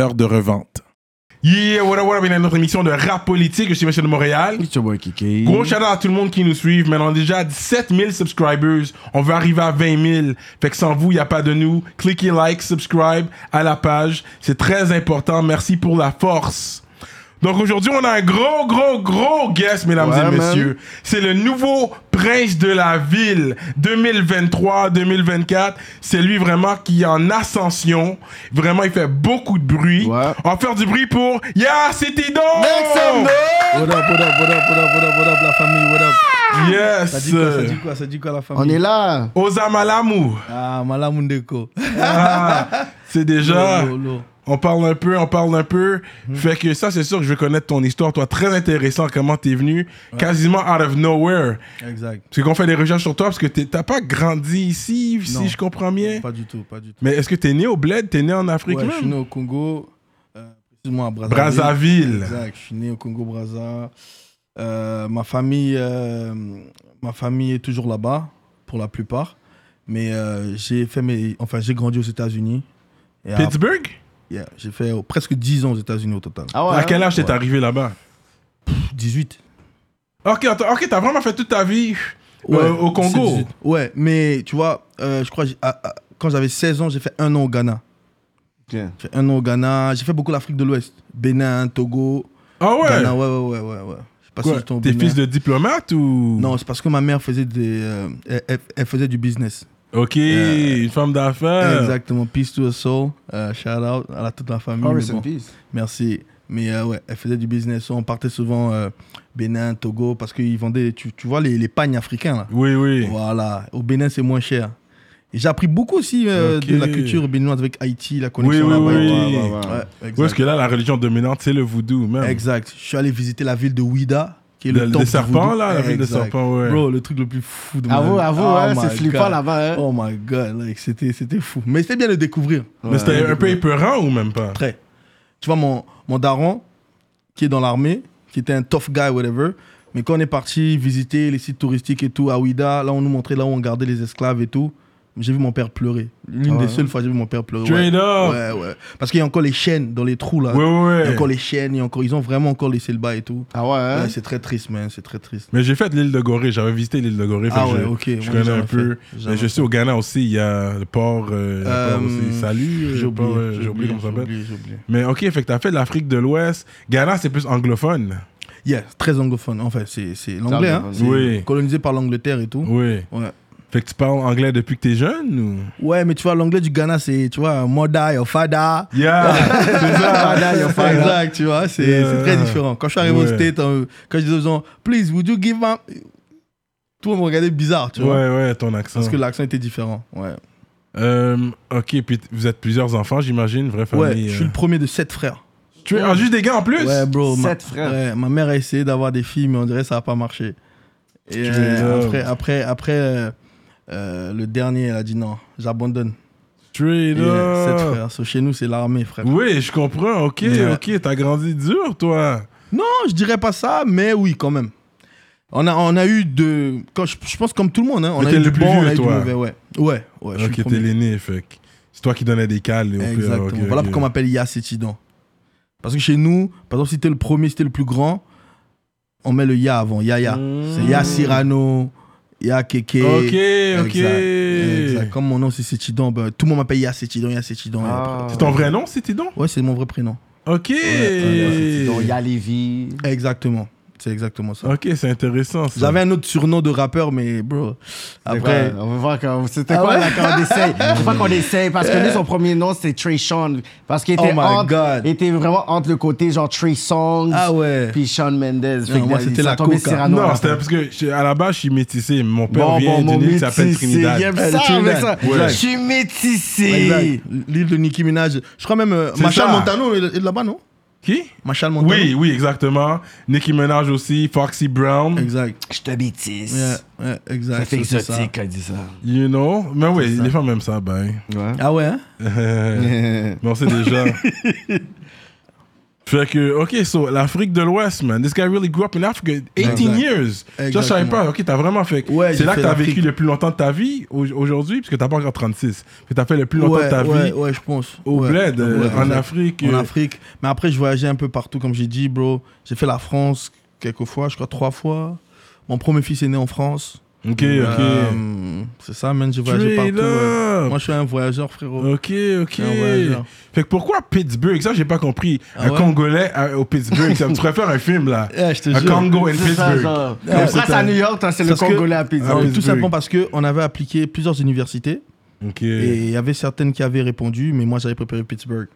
de revente. Yeah, what up, what up, bienvenue à notre émission de rap politique, je suis Monsieur de Montréal. Gros shout à tout le monde qui nous suit, mais on est déjà à 17 000 subscribers, on veut arriver à 20 000, fait que sans vous, il n'y a pas de nous. Cliquez like, subscribe à la page, c'est très important, merci pour la force. Donc aujourd'hui, on a un gros, gros, gros guest, mesdames Ouais, et man. messieurs. C'est le nouveau prince de la ville 2023-2024. C'est lui vraiment qui est en ascension. Vraiment, il fait beaucoup de bruit. Ouais. On va faire du bruit pour Yeah, c'était donc! What up, what up, what up, what up, what up, what up, la famille, what up. Ça Yes! dit quoi, ça dit quoi, ça dit quoi, la famille On est là. Osama Lamou. Ah, Malamundeko. Ah, c'est déjà. Lourd, lourd, lourd. On parle un peu, on parle un peu. Hmm. Fait que ça, c'est sûr que je veux connaître ton histoire. Toi, très intéressant comment t'es venu, quasiment out of nowhere. Exact. Parce qu'on fait des recherches sur toi, parce que t'es- t'as pas grandi ici, Non. si je comprends bien. Pas du tout, pas du tout. Mais est-ce que t'es né au bled, t'es né en Afrique Ouais, je suis même? né au Congo, euh, précisément à Brazzaville. Brazzaville. Exact, je suis né au Congo Brazza. Euh, ma famille, euh, ma famille est toujours là-bas pour la plupart, mais euh, j'ai fait mes, enfin j'ai grandi aux États-Unis. Et à- Pittsburgh? yeah, j'ai fait euh, presque 10 ans aux États-Unis au total. Ah ouais. à quel âge ouais. t'es arrivé là-bas? 18. Ok, attends, ok, t'as vraiment fait toute ta vie euh, Ouais, au Congo. 17-18. Ouais, mais tu vois, euh, je crois, j'ai- à- à- quand j'avais 16 ans, j'ai fait un an au Ghana. Ok. J'ai fait un an au Ghana, j'ai fait beaucoup l'Afrique de l'Ouest. Bénin, Togo, Ah Ghana, ouais? ouais, ouais, ouais, ouais. ouais. Je sais pas Quoi, si j'étais au T'es Bénin. fils de diplomate ou? Non, c'est parce que ma mère faisait, des, euh, elle, elle- elle faisait du business. Ok, Euh, une femme d'affaires. Exactement. Peace to her soul. Euh, shout out à la- toute ma famille. Oh, mais rest in bon, peace. merci. Mais euh, ouais, elle faisait du business. On partait souvent euh, Bénin, Togo, parce qu'ils vendaient, tu, tu vois, les, les pagnes africains là. Oui, oui. Voilà, au Bénin, c'est moins cher. Et j'ai appris beaucoup aussi euh, Ok. de la culture béninoise avec Haïti, la connexion Oui, là-bas. et oui. tout. Ouais, ouais, ouais. Ouais, exact. Ouais, parce que euh, là, la religion dominante, c'est le voodoo, même. Exact. Je suis allé visiter la ville de Ouida, qui est Le- le, le temple du serpent, voodoo. là, la ville de Exact. serpent, ouais. Bro, le truc le plus fou de ma Avoue, vie. avoue, Oh Ah ouais, my c'est flippant God. là-bas. hein. Oh my god, like, c'était c'était fou. Mais c'était bien de découvrir. Mais c'était un peu épeurant ou même pas Après, tu vois, mon, mon daron, qui est dans l'armée, qui était un tough guy, whatever, mais quand on est parti visiter les sites touristiques et tout, à Ouida, là, on nous montrait là où on gardait les esclaves et tout. J'ai vu mon père pleurer. Ah L'une des seules fois, j'ai vu mon père pleurer. Straight ouais. up. Ouais, ouais. Parce qu'il y a encore les chaînes dans les trous, là. Ouais, ouais, Il y a ouais. encore les chaînes, il y a encore... ils ont vraiment encore laissé le bas et tout. Ah ouais. hein. Ouais, c'est très triste, man, c'est très triste. Mais j'ai fait l'île de Gorée, j'avais visité l'île de Gorée. fait Ah que ouais, je, ok, moi, Je j'ai connais jamais un peu. fait, Mais jamais je sais, au Ghana aussi, il y a le port. euh, le port Euh, aussi. Salut, euh, j'ai le port, oublié, euh, j'ai oublié comment ça j'ai s'appelle. oublié, j'ai oublié. Mais ok, fait que t'as fait l'Afrique de l'Ouest. Ghana, c'est plus anglophone. Yeah, très anglophone. Enfin, c'est c'est l'anglais, hein. anglophone. C'est Oui. Colonisé par l'Angleterre et tout. Oui. Ouais. Fait que tu parles anglais depuis que t'es jeune ou Ouais, mais tu vois, l'anglais du Ghana, c'est, tu vois, Moda, Your Fada. Yeah Fada, your father. Exact, tu vois, c'est Yeah. c'est très différent. Quand je suis arrivé Ouais. au State, euh, quand je disais aux gens, please, would you give my. Tout le monde me regardait bizarre, tu Ouais, vois. ouais, ton accent. Parce que l'accent était différent. Ouais. Euh, ok, puis t- vous êtes plusieurs enfants, j'imagine, vraie ouais, famille. je suis le premier de sept frères. euh. Tu es ah, juste des gars en plus Ouais, bro. ma- Sept frères. ouais, ma mère a essayé d'avoir des filles, mais on dirait que ça n'a pas marché. Et Tu euh, m'étonnes. après, après, après euh, euh, le dernier, elle a dit non, j'abandonne. Straight Et, euh, up. sept frères. So, chez nous, c'est l'armée, frère. Oui, je comprends. Ok, Ouais. ok, t'as grandi dur, toi. Non, je dirais pas ça, mais oui, quand même. On a, on a eu de. Quand je, je pense comme tout le monde, hein, on Mais a t'es eu le du plus bon, on vieux, a eu toi. du mauvais, ouais. Ouais, ouais, ok, je suis le t'es premier. l'aîné, fait que c'est toi qui donnais des cales. Au Exactement. Pire. ok, voilà ok. pourquoi on m'appelle Yacétidon. Parce que chez nous, par exemple, si t'es le premier, si t'es le plus grand, on met le Ya avant, Yaya. C'est Ya Cyrano, Ya Keke. Hmm. Ok, ok. Exact, exact. Comme mon nom c'est Sétidon, ben, tout le monde m'appelle Yacétidon, Yacétidon. Ah. C'est ton vrai nom, c'était donc Ouais, c'est mon vrai prénom. Ok. ouais, ouais, Donc, il y a Lévi. Exactement. C'est exactement ça. Ok, c'est intéressant. ça. J'avais un autre surnom de rappeur, mais bro, après, Après, on va voir quand. C'était Ah quoi ouais? là quand on essaye Faut pas qu'on essaye parce que lui, son premier nom, c'est Trey Sean. Parce qu'il Oh était, my entre- God. il était vraiment entre le côté genre Trey Songs Ah ouais. puis Sean Mendes. Fait Non, que moi, il c'était s'est la tombé coca. Cyrano à Non, la c'était fin. parce que je- à la base, je suis métissé. Mon père Bon, vient bon, mon d'une île qui s'appelle métissé, il Trinidad. aime Eh, le ça, Trinidad. avec ça. Ouais. Je suis métissé. exact. l'île de Nicki Minaj. Je crois même euh, C'est Machal ça. Montano est de est de là-bas, non Qui Machal Montano. Oui, oui, exactement. Nicki Minaj aussi, Foxy Brown, Exact. Je te métisse. Yeah, yeah, exact. Ça fait ça, c'est ça. exotique quand il dit ça. you know. Mais oui, les femmes aiment ça, ben. Ah ouais, hein Mais Ouais. on sait déjà. Fait que, ok, so, l'Afrique de l'Ouest, man. This guy really grew up in Africa. 18 Exact. years. Ça, je savais Exactement. pas. Ok, t'as vraiment fait. Ouais, c'est j'ai là que fait t'as l'Afrique. vécu le plus longtemps de ta vie au- aujourd'hui, puisque t'as pas encore 36. Fait que t'as fait le plus longtemps ouais, de ta ouais, vie ouais, je pense. au Ouais. bled, euh, Ouais, en exact. Afrique. En euh, Afrique. Mais après, je voyageais un peu partout, comme j'ai dit, bro. J'ai fait la France quelques fois, je crois trois fois. Mon premier fils est né en France. Ok, ok. Euh, c'est ça, man, j'ai voyagé Straight partout. ouais. up. Moi, je suis un voyageur, frérot. Ok, ok. Un voyageur. fait que pourquoi Pittsburgh Ça, j'ai pas compris. Ah un ouais Congolais à- au Pittsburgh. ça, tu pourrais faire un film là. Eh, je te A jure. Congo in C'est ça, Pittsburgh. genre. Comme On c'est passe un- à New York, toi, c'est le Parce que- Congolais à Ah Pittsburgh. oui, Pittsburgh. tout simplement parce qu'on avait appliqué plusieurs universités Ok. et il y avait certaines qui avaient répondu, mais moi j'avais préparé Pittsburgh.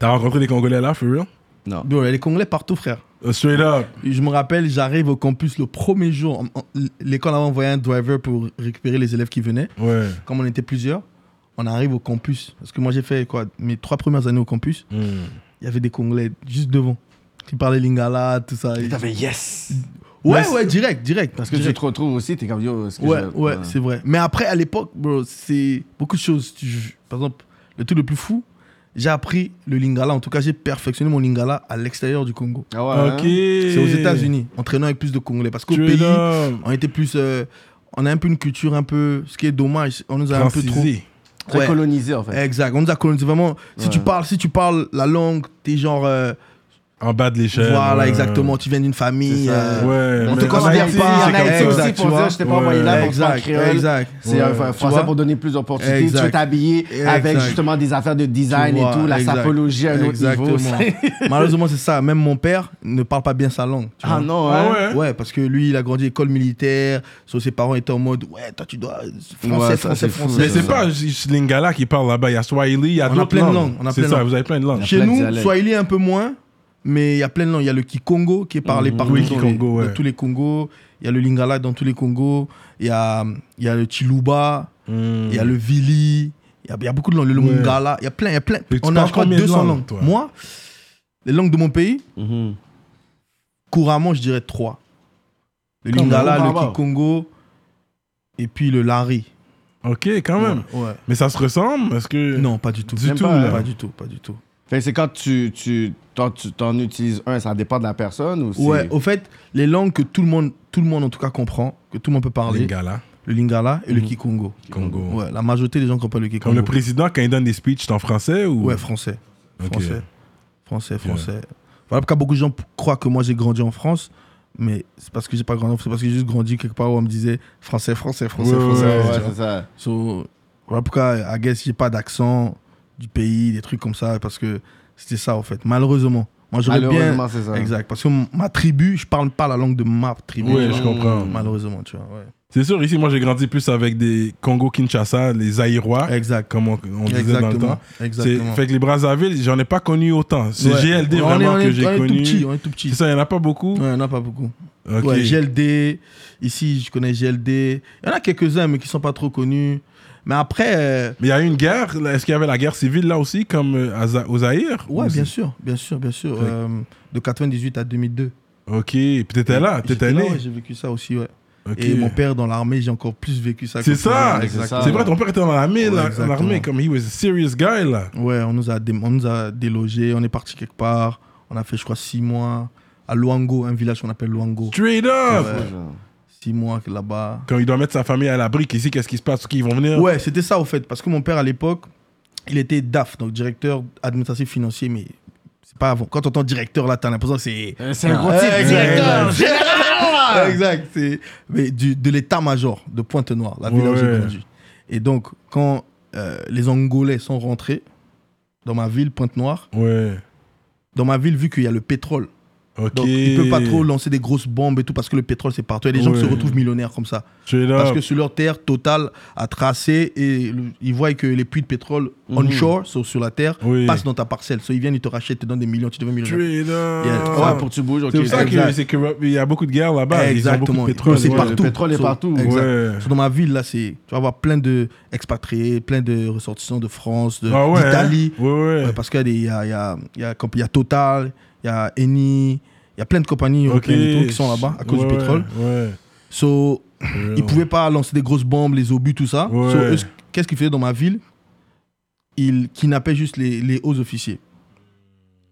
T'as rencontré des Congolais là, for real Bro, Il y a les Congolais partout, frère. Uh, Straight up. Et je me rappelle, j'arrive au campus le premier jour. En- en- L'école avait envoyé un driver pour récupérer les élèves qui venaient. Ouais. Comme on était plusieurs, on arrive au campus. Parce que moi j'ai fait quoi Mes trois premières années au campus, Hmm. il y avait des Congolais juste devant. Qui parlaient lingala, tout ça. T'as fait yes. Ouais, ouais, direct, direct. Parce que tu direct. te retrouves aussi, t'es comme yo. est-ce que Ouais, je- ouais, c'est vrai. Mais après, à l'époque, bro, c'est beaucoup de choses. Tu- Par exemple, le truc le plus fou, j'ai appris le lingala. En tout cas, j'ai perfectionné mon lingala à l'extérieur du Congo. Ah ouais, hein? Ok. Eh. C'est aux États-Unis, en traînant avec plus de Congolais. Parce qu'au Straight pays, up. on était plus. euh, on a un peu une culture un peu. Ce qui est dommage, on nous a un peu trop. Francisé. Très Ouais. colonisé, en fait. Exact, on nous a colonisé vraiment. Si tu parles, si tu parles la langue, t'es genre. euh, En bas de l'échelle. voilà, ouais. exactement. Tu viens d'une C'est famille. ça. euh, Ouais. on mais te en considère Haïti, pas, c'est en comme Haïti, ça. tu aussi pour vois. dire, je t'ai pas Ouais. envoyé là pour Exact, faire créole. exact. C'est un un Ouais. Tu vois français pour donner plus d'opportunités. Exact. Tu veux t'habiller avec Exact. justement des affaires de design Tu et vois, tout, la exact. sapologie à un autre niveau. Exactement. Malheureusement, c'est ça. Même mon père ne parle pas bien sa langue. tu Ah vois. non, Ah hein? ouais. Ouais, parce que lui, il a grandi à l'école militaire. Sauf ses parents étaient en mode Ouais, toi, tu dois. Français, Ouais, ça, français, c'est fou. français. Mais c'est pas juste Lingala qui parle là-bas. Il y a Swahili, il y a On a d'autres plein de langues, on a C'est plein de ça, langues. vous avez plein de langues. Il y a Chez plein de nous, dialectes. Swahili un peu moins, mais il y a plein de langues. Il y a le Kikongo qui est parlé par Mm, Oui, tous, les, Kikongo, ouais. dans tous les Congos. Il y a le Lingala dans tous les Congos. Il y a, il y a le Chiluba. Hmm. Il y a le Vili. Il y a, il y a beaucoup de langues. Le Ouais. Lungala. Il y a plein. Il y a plein. Mais tu On a parles je crois, combien de 200 langues. langues, toi Moi, les langues de mon pays, Mhm. couramment, je dirais trois. Le Quand Lingala, même. le Wow, wow. Kikongo et puis le Lari. Ok, quand même. Ouais. Mais ça se ressemble Est-ce que. Non, pas du tout. Du Même tout, pas, là. pas du tout, pas du tout. Fait que c'est quand tu, tu, t'en, tu t'en utilises un, ça dépend de la personne ou c'est- Ouais, au fait, les langues que tout le monde, tout le monde en tout cas comprend, que tout le monde peut parler, Lingala. le Lingala et le Kikongo. Congo. Ouais, la majorité des gens comprennent le Kikongo. Comme le président, quand il donne des speeches, c'est en français ou Ouais, français. Ok. Français. Français, français. Voilà pourquoi beaucoup de gens p- croient que moi j'ai grandi en France, mais c'est parce que j'ai pas grandi en France, c'est parce que j'ai juste grandi quelque part où on me disait français, français, français, Ouais, français. Ouais, tu ouais, vois. c'est ça. So, voilà pourquoi, I guess, j'ai pas d'accent du pays, des trucs comme ça, parce que c'était ça, en fait. Malheureusement. Moi, j'aurais bien. Malheureusement, c'est ça. Exact. Parce que m- ma tribu, je parle pas la langue de ma tribu. Ouais, tu vois. je comprends. Malheureusement, tu vois. ouais. C'est sûr, ici, moi, j'ai grandi plus avec des Congo-Kinshasa, les Aïrois, Exact. comme on, on disait dans le temps. Exactement. C'est- Exactement. Fait que les Brazzaville, j'en ai pas connu autant. C'est Ouais. GLD On est- vraiment on est- que j'ai on est tout petit, connu. on est tout petit. C'est ça, il n'y en a pas beaucoup. Ouais, non, pas beaucoup. Ok. Ouais, GLD. Ici, je connais GLD. Il y en a quelques-uns, mais qui sont pas trop connus. Mais après, euh, Mais il y a eu une guerre. là. Est-ce qu'il y avait la guerre civile là aussi, comme euh, à Za- au Zaïre ouais, Ou- bien sûr, bien sûr, bien sûr. Fait- Euh, de 98 à 2002. Ok. Puis t'étais là, J'étais t'étais né. ouais, J'ai vécu ça aussi, ouais. Ok. Et mon père dans l'armée, j'ai encore plus vécu ça. C'est que ça. toi. Exactement. C'est vrai, ton père était dans l'armée, Ouais, là, dans exactement. l'armée, comme he was a serious guy là. Ouais, on nous a, dé- on nous a délogés, on est parti quelque part. On a fait, je crois, six mois à Luango, un village qu'on appelle Luango. Straight up. Ouais. Six mois là-bas. Quand il doit mettre sa famille à l'abri, ici, qu'est-ce qui se passe Qu'ils vont venir Ouais, c'était ça au fait, parce que mon père à l'époque, il était DAF, donc directeur administratif financier, mais c'est pas avant. Quand t'entends directeur là, t'as l'impression que c'est. Euh, C'est un gros Ouais, type, ouais, directeur, ouais. général! Exact, c'est. Mais du, de l'état-major de Pointe-Noire, la ville où j'ai Ouais. grandi. Et donc, quand euh, les Angolais sont rentrés dans ma ville, Pointe-Noire, Ouais. dans ma ville, vu qu'il y a le pétrole, Ok. Donc, il peut pas trop lancer des grosses bombes et tout parce que le pétrole, c'est partout. Il y a des gens qui Ouais. se retrouvent millionnaires comme ça. Straight Parce up. que sur leur terre, Total a tracé et le- ils voient que les puits de pétrole Mhm. onshore, sur, sur la terre, Oui. passent dans ta parcelle. So, ils viennent, ils te rachètent, te donnent des millions, tu deviens millionnaire. Straight up. Yeah. Ouais, pour que tu bouges, ok. C'est pour ça Exact. que c'est corrupt. Il y a beaucoup de guerres là-bas. Bah, Ils ont beaucoup de Exactement. pétrole. C'est ouais. partout. Le pétrole est So, partout. exact. Ouais. So, dans ma ville, là, c'est, tu vas avoir plein de expatriés, plein de ressortissants de France, de- Ah ouais, hein? d'Italie. Ouais, ouais. Ouais, parce qu'il y, a des- il y, a, il y, a, il y, a, il y a Total, il y a Eni, il y a plein de compagnies européennes et tout qui sont là-bas à cause Ouais, du pétrole. Ouais. So, ils pouvaient pas lancer des grosses bombes, les obus, tout ça. Ouais. So, eux, ce- qu'est-ce qu'ils faisaient dans ma ville Ils kidnappaient juste les, les hauts officiers.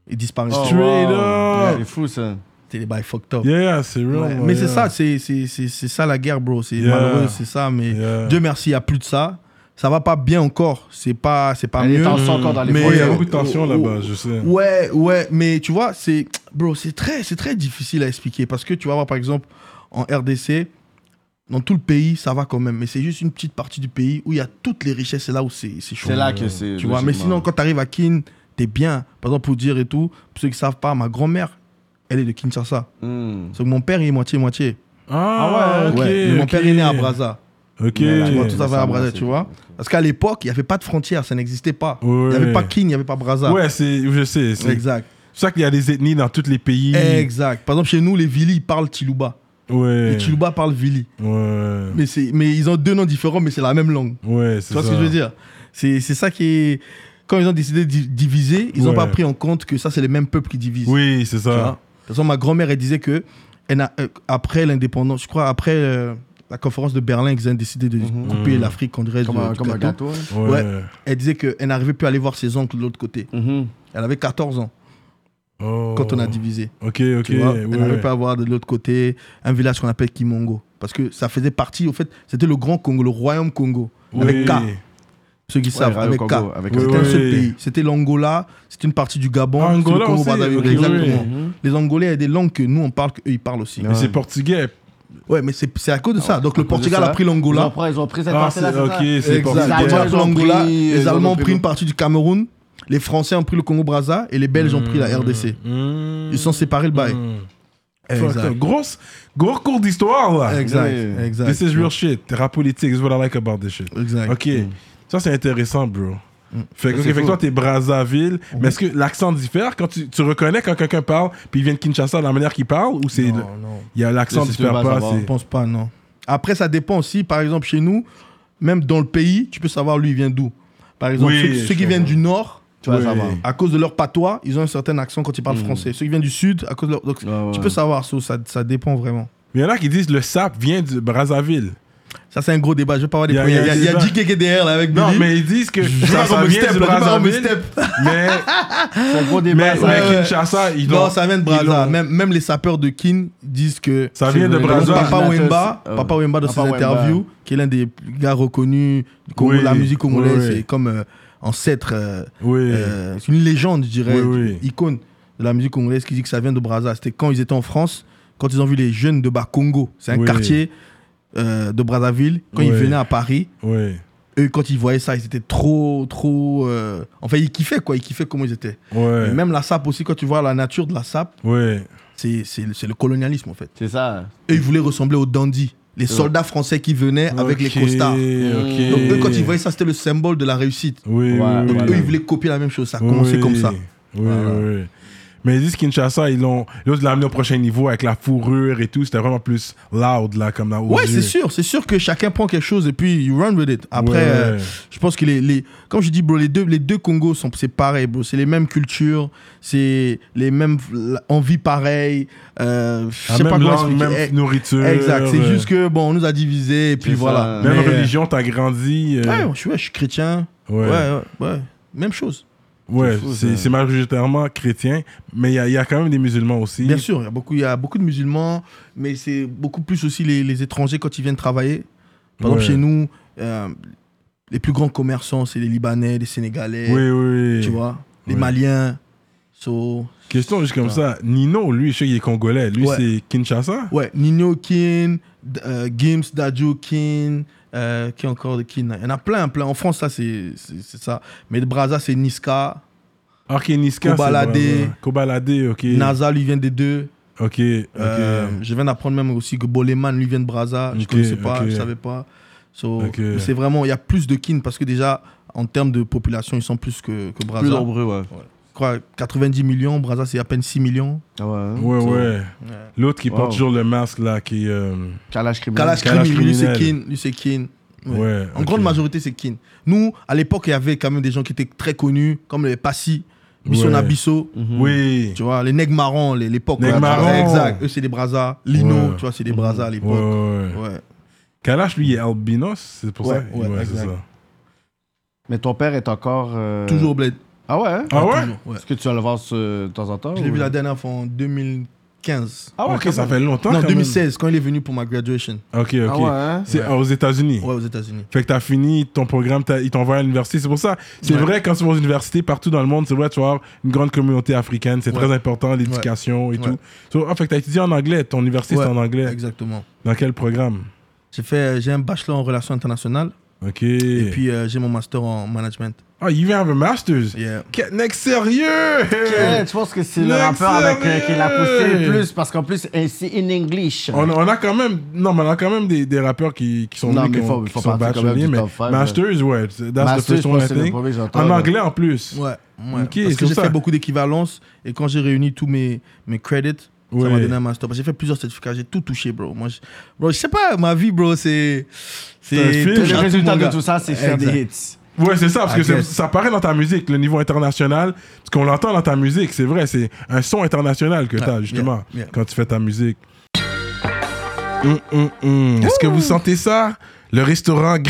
Ils disparaissaient. Oh, Straight wow. up. Ouais, C'est fou, ça. C'était des bails fucked up. Yeah, yeah, c'est real. Ouais. ouais, Mais yeah. c'est ça, c'est- c'est c'est- c'est ça la guerre, bro. C'est euh, Yeah. malheureux, c'est ça. Mais Yeah. Dieu merci, il n'y a plus de ça. Ça va pas bien encore. C'est pas, c'est pas Il y a mieux. des tensions encore dans les Mais- Ouais, il y a euh, beaucoup de tensions oh, là-bas, oh, je sais. Ouais, ouais, mais tu vois, c'est bro, c'est très, c'est très difficile à expliquer parce que tu vas voir par exemple en RDC, dans tout le pays, ça va quand même, mais c'est juste une petite partie du pays où il y a toutes les richesses, c'est là où c'est c'est chaud. C'est là que c'est. tu vois, mais sinon quand tu arrives à Kin, t'es bien. Par exemple pour dire et tout, pour ceux qui savent pas, ma grand-mère, elle est de Kinshasa. Hmm. Donc mon père il est moitié moitié. Ah, ok. mais mon ok. père il est né à Brazza. Ok. Tu vois, Ouais, tout ça à fait à va, Brazza, c'est- tu vois. Parce qu'à l'époque, il n'y avait pas de frontières, ça n'existait pas. Il Ouais. n'y avait pas Kin, il n'y avait pas Brazza. Ouais, c'est, je sais. C'est c'est Exact. pour ça qu'il y a des ethnies dans tous les pays. Exact. Par exemple, chez nous, les Vili, ils parlent Tilouba. Ouais. Les Tilouba parlent Vili. Ouais. Mais, c'est- mais ils ont deux noms différents, mais c'est la même langue. Ouais, c'est ça. Tu vois ce que je veux dire C'est c'est ça qui est. Quand ils ont décidé de di- diviser, ils n'ont Ouais. pas pris en compte que ça, c'est les mêmes peuples qui divisent. Oui, c'est Tu vois ça. De toute façon, ma grand-mère, elle disait que elle n'a- euh, après l'indépendance, je crois, après euh, la conférence de Berlin, qu'ils ont décidé de couper Mhm. l'Afrique contre le reste Mhm. Comme de- un du comme un gâteau. gâteau. hein. Ouais. Ouais. Elle disait qu'elle n'arrivait plus à aller voir ses oncles de l'autre côté. Mhm. Elle avait 14 ans Oh. quand on a divisé. Ok, ok. Tu vois, ouais, elle n'arrivait ouais. pas à avoir de l'autre côté un village qu'on appelle Kimongo. Parce que ça faisait partie, au fait, c'était le grand Congo, le royaume Congo. Oui. Avec K, ceux qui savent, Royaume avec K. Congo, avec C'était K. un Oui. seul pays. C'était l'Angola, c'était une partie du Gabon. Ah, c'était le Angola aussi, Brazzaville, ok, exactement. oui. Mhm. Les Angolais, il y a des langues que nous, on parle, qu'eux, ils parlent aussi. Mais c'est portugais. Ouais, mais c'est c'est à cause de ça. Donc le Ah À cause de Portugal ça, a pris Ils ont l'Angola. pris, ils ont pris cette Ah, c'est, partie-là, c'est ok, ça c'est Exact. Les portugais. Les Allemands, ils ont Allemands pris ont pris- les ils ont Allemands ont pris pris le- une partie du Cameroun. Les Français ont pris le Congo-Brazza et les Belges ont pris la RDC. Mmh. Ils sont séparés le bail. Mmh. Exact. Fuck, Grosse, gros cours d'histoire là. Ah, Exact. Exact. This is real shit. Rap politique is what I like about this shit. Exact. Hmm. Ok. Ça, c'est intéressant, bro. Fait que, Ça, ok, fait c'est que fou. toi, t'es Brazzaville, mais est-ce que l'accent diffère quand tu, tu reconnais quand quelqu'un parle, puis il vient de Kinshasa de la manière qu'il parle, ou c'est. Non, non. Il y a l'accent Là, c'est diffère tout bas, pas. ça va. Je c'est- pense pas, non. Après, ça dépend aussi. Par exemple, chez nous, même dans le pays, tu peux savoir lui, il vient d'où. Par exemple, Oui, ceux, ceux je qui viennent du Nord, Tu vas Oui. savoir. à cause de leur patois, ils ont un certain accent quand ils parlent français. Ceux qui viennent du Sud, à cause de leur. donc, Ouais, Tu ouais. peux savoir, so, ça, ça dépend vraiment. Mais il y en a qui disent le sap vient de Brazzaville. Ça, c'est un gros débat. Je vais pas avoir des Y a- points. Il y y a a- un il y a débat. JK qui est derrière là, avec Billy. Non, mais ils disent que Je veux ça, pas qu'on ça me vient step, de là, je veux pas qu'on me Brazzaville. Mais, C'est un gros hein. mais, débat. ça. mais ouais. Kinshasa, ils Non, ont- ça vient de ils Brazza. ont- Même, même les sapeurs de Kin disent que. Ça vient de Donc, Par exemple, Brazza. Papa Brazza. Ordinateur, Wemba, c'est- euh, Papa Wemba dans Papa ses Wemba. interviews, qui est l'un des gars reconnus du Congo, Oui, la musique congolaise, oui, oui. c'est comme euh, ancêtre, euh, Oui. euh, c'est une légende, je dirais, Oui, oui. icône de la musique congolaise qui dit que ça vient de Brazza. C'était quand ils étaient en France, quand ils ont vu les jeunes de Bakongo, c'est un Oui. quartier euh, de Brazzaville, quand ils Oui. venaient à Paris, Oui. eux, quand ils voyaient ça, ils étaient trop, trop. euh, Enfin, ils kiffaient quoi, ils kiffaient comment ils étaient. Ouais. Et même la sape aussi, quand tu vois la nature de la sape, Ouais. c'est c'est- c'est le colonialisme en fait. C'est ça. hein. Eux, ils voulaient ressembler aux dandies, les soldats français qui venaient avec les Ok, costards. ok. Donc, eux, quand ils voyaient ça, c'était le symbole de la réussite. Oui, Ouais, oui, Donc, oui. eux, ils voulaient copier la même chose. Ça a commencé Oui. comme ça. Oui, oui, oui. Mais ils disent Kinshasa, ils l'ont ils l'ont amené au prochain niveau avec la fourrure et tout. C'était vraiment plus loud, là, comme là. aux Ouais, yeux. c'est sûr. C'est sûr que chacun prend quelque chose et puis you run with it. Après, Ouais. euh, je pense que les, les- Comme je dis, bro, les deux, les deux Congos, sont- c'est pareil, bro. C'est les mêmes cultures, c'est les mêmes la- envies pareilles. Euh, je La sais même pas comment langue, expliquer. même Eh, nourriture. Exact. C'est euh, juste que, bon, on nous a divisés et puis C'est voilà. ça. Même Mais, euh, religion, t'as grandi. euh, Ouais, je suis, ouais, je suis chrétien. Ouais. ouais, ouais. ouais. Même chose. Ouais, C'est fou, c'est ça. c'est majoritairement chrétien, mais il y a, il y a quand même des musulmans aussi. Bien sûr, il y a beaucoup, il y a beaucoup de musulmans, mais c'est beaucoup plus aussi les, les étrangers quand ils viennent travailler. Par Ouais. exemple, chez nous, euh, les plus grands commerçants, c'est les Libanais, les Sénégalais, Oui, oui, oui. tu vois, les Ouais. Maliens. So, Question juste comme ça. Nino, lui, je sais qu'il est congolais. Lui, Ouais. c'est Kinshasa. ouais, Nino Kin, D- euh, Gims Dadju Kin, euh, qui est encore de Kin Il y en a plein, plein. En France, ça, c'est c'est- c'est ça. Mais de Brazza, c'est Niska. Ok, Niska. c'est Kobalade. vrai, ouais. Kobalade, ok. NASA lui vient des deux. Ok, ok. Euh, je viens d'apprendre même aussi que Boleman lui vient de Braza. Je Ok, connaissais pas, ok. je savais pas. So, Ok. C'est vraiment, il y a plus de kin parce que déjà, en termes de population, ils sont plus que, que Braza. Plus nombreux, ouais. Je crois 90 millions, Braza c'est à peine 6 millions. Ah ouais. ouais, ouais. L'autre qui Wow. porte toujours le masque, là, qui. euh, Kalash criminel. Kalash Kalash Crime, lui c'est criminel. kin. Lui c'est kin. Ouais. Ouais, en ok. grande majorité c'est kin. Nous, à l'époque, il y avait quand même des gens qui étaient très connus, comme les Passy, Bisson Ouais. Abisso. Mhm. Oui. Tu vois, les Nègres marrons, les- l'époque. Nègres ouais, marrons. Exact, eux c'est des Braza. Lino, Ouais. tu vois, c'est des Braza à Ouais, l'époque. ouais, ouais. Ouais. Kalash, lui, il est albinos, c'est pour Ouais, ça ouais, c'est exact. ça. Mais ton père est encore. euh, Toujours bled. Ah ouais? Ah ouais? Toujours, ouais. Est-ce que tu vas le voir ce- de temps en temps? Je l'ai ou- vu la dernière fois en 2015. Ah ouais, ok, quand ça même. fait longtemps. non, quand 2016, quand il est venu pour ma graduation. même. Ok, Ah ok. ouais, hein? C'est aux États-Unis. Ouais, aux États-Unis. Fait que t'as fini ton programme, t'as- ils t'envoient à l'université. C'est pour ça, c'est vrai, quand tu vas aux universités partout dans le monde, c'est vrai, tu vas avoir une grande communauté africaine, c'est Ouais. très important, l'éducation et Ouais. tout. So, ah, fait que t'as étudié en anglais, ton université Ouais, c'est en anglais. Exactement. Dans quel programme J'ai fait, j'ai un bachelor en relations internationales Ok. et puis euh, j'ai mon master en management. Oh, you even have a master's Yeah. Quel Mec sérieux Eh, Ouais, je pense que c'est le Next rappeur avec euh, qui l'a poussé level. le plus parce qu'en plus eh, c'est in English. on, on a quand même, non, mais on a quand même des, des rappeurs qui, qui sont Non, venus, mais qui faut- ont- qui faut sont partir quand même bacheliers, du mais top five, masters, ouais, that's the Masters, first je one I pense que c'est le think. premier que j'entends, En ouais. anglais en plus. Ouais. ouais. Ok, Parce c'est que j'ai ça. fait beaucoup d'équivalences et quand j'ai réuni tous mes, mes credits, Ouais. ça m'a donné un master. Parce que j'ai fait plusieurs certificats, j'ai tout touché, bro. Moi, je, bro, je sais pas, ma vie, bro, c'est. C'est un C'est film. Le touche à tout, Le mon résultat de gars. tout ça, c'est faire Exact. des hits. Ouais, c'est ça, parce que I c'est- guess. ça paraît dans ta musique, le niveau international. Parce qu'on l'entend dans ta musique, c'est vrai, c'est un son international Ah, que t'as, justement, yeah, yeah. quand tu fais ta musique. Hum, hum, hum. Est-ce que vous sentez ça? Le restaurant Grillade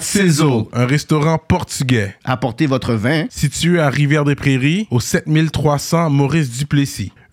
Grillade Cézo, Cézo. un restaurant portugais, Apportez votre vin. situé à Rivière-des-Prairies, au 7300 Maurice-Duplessis.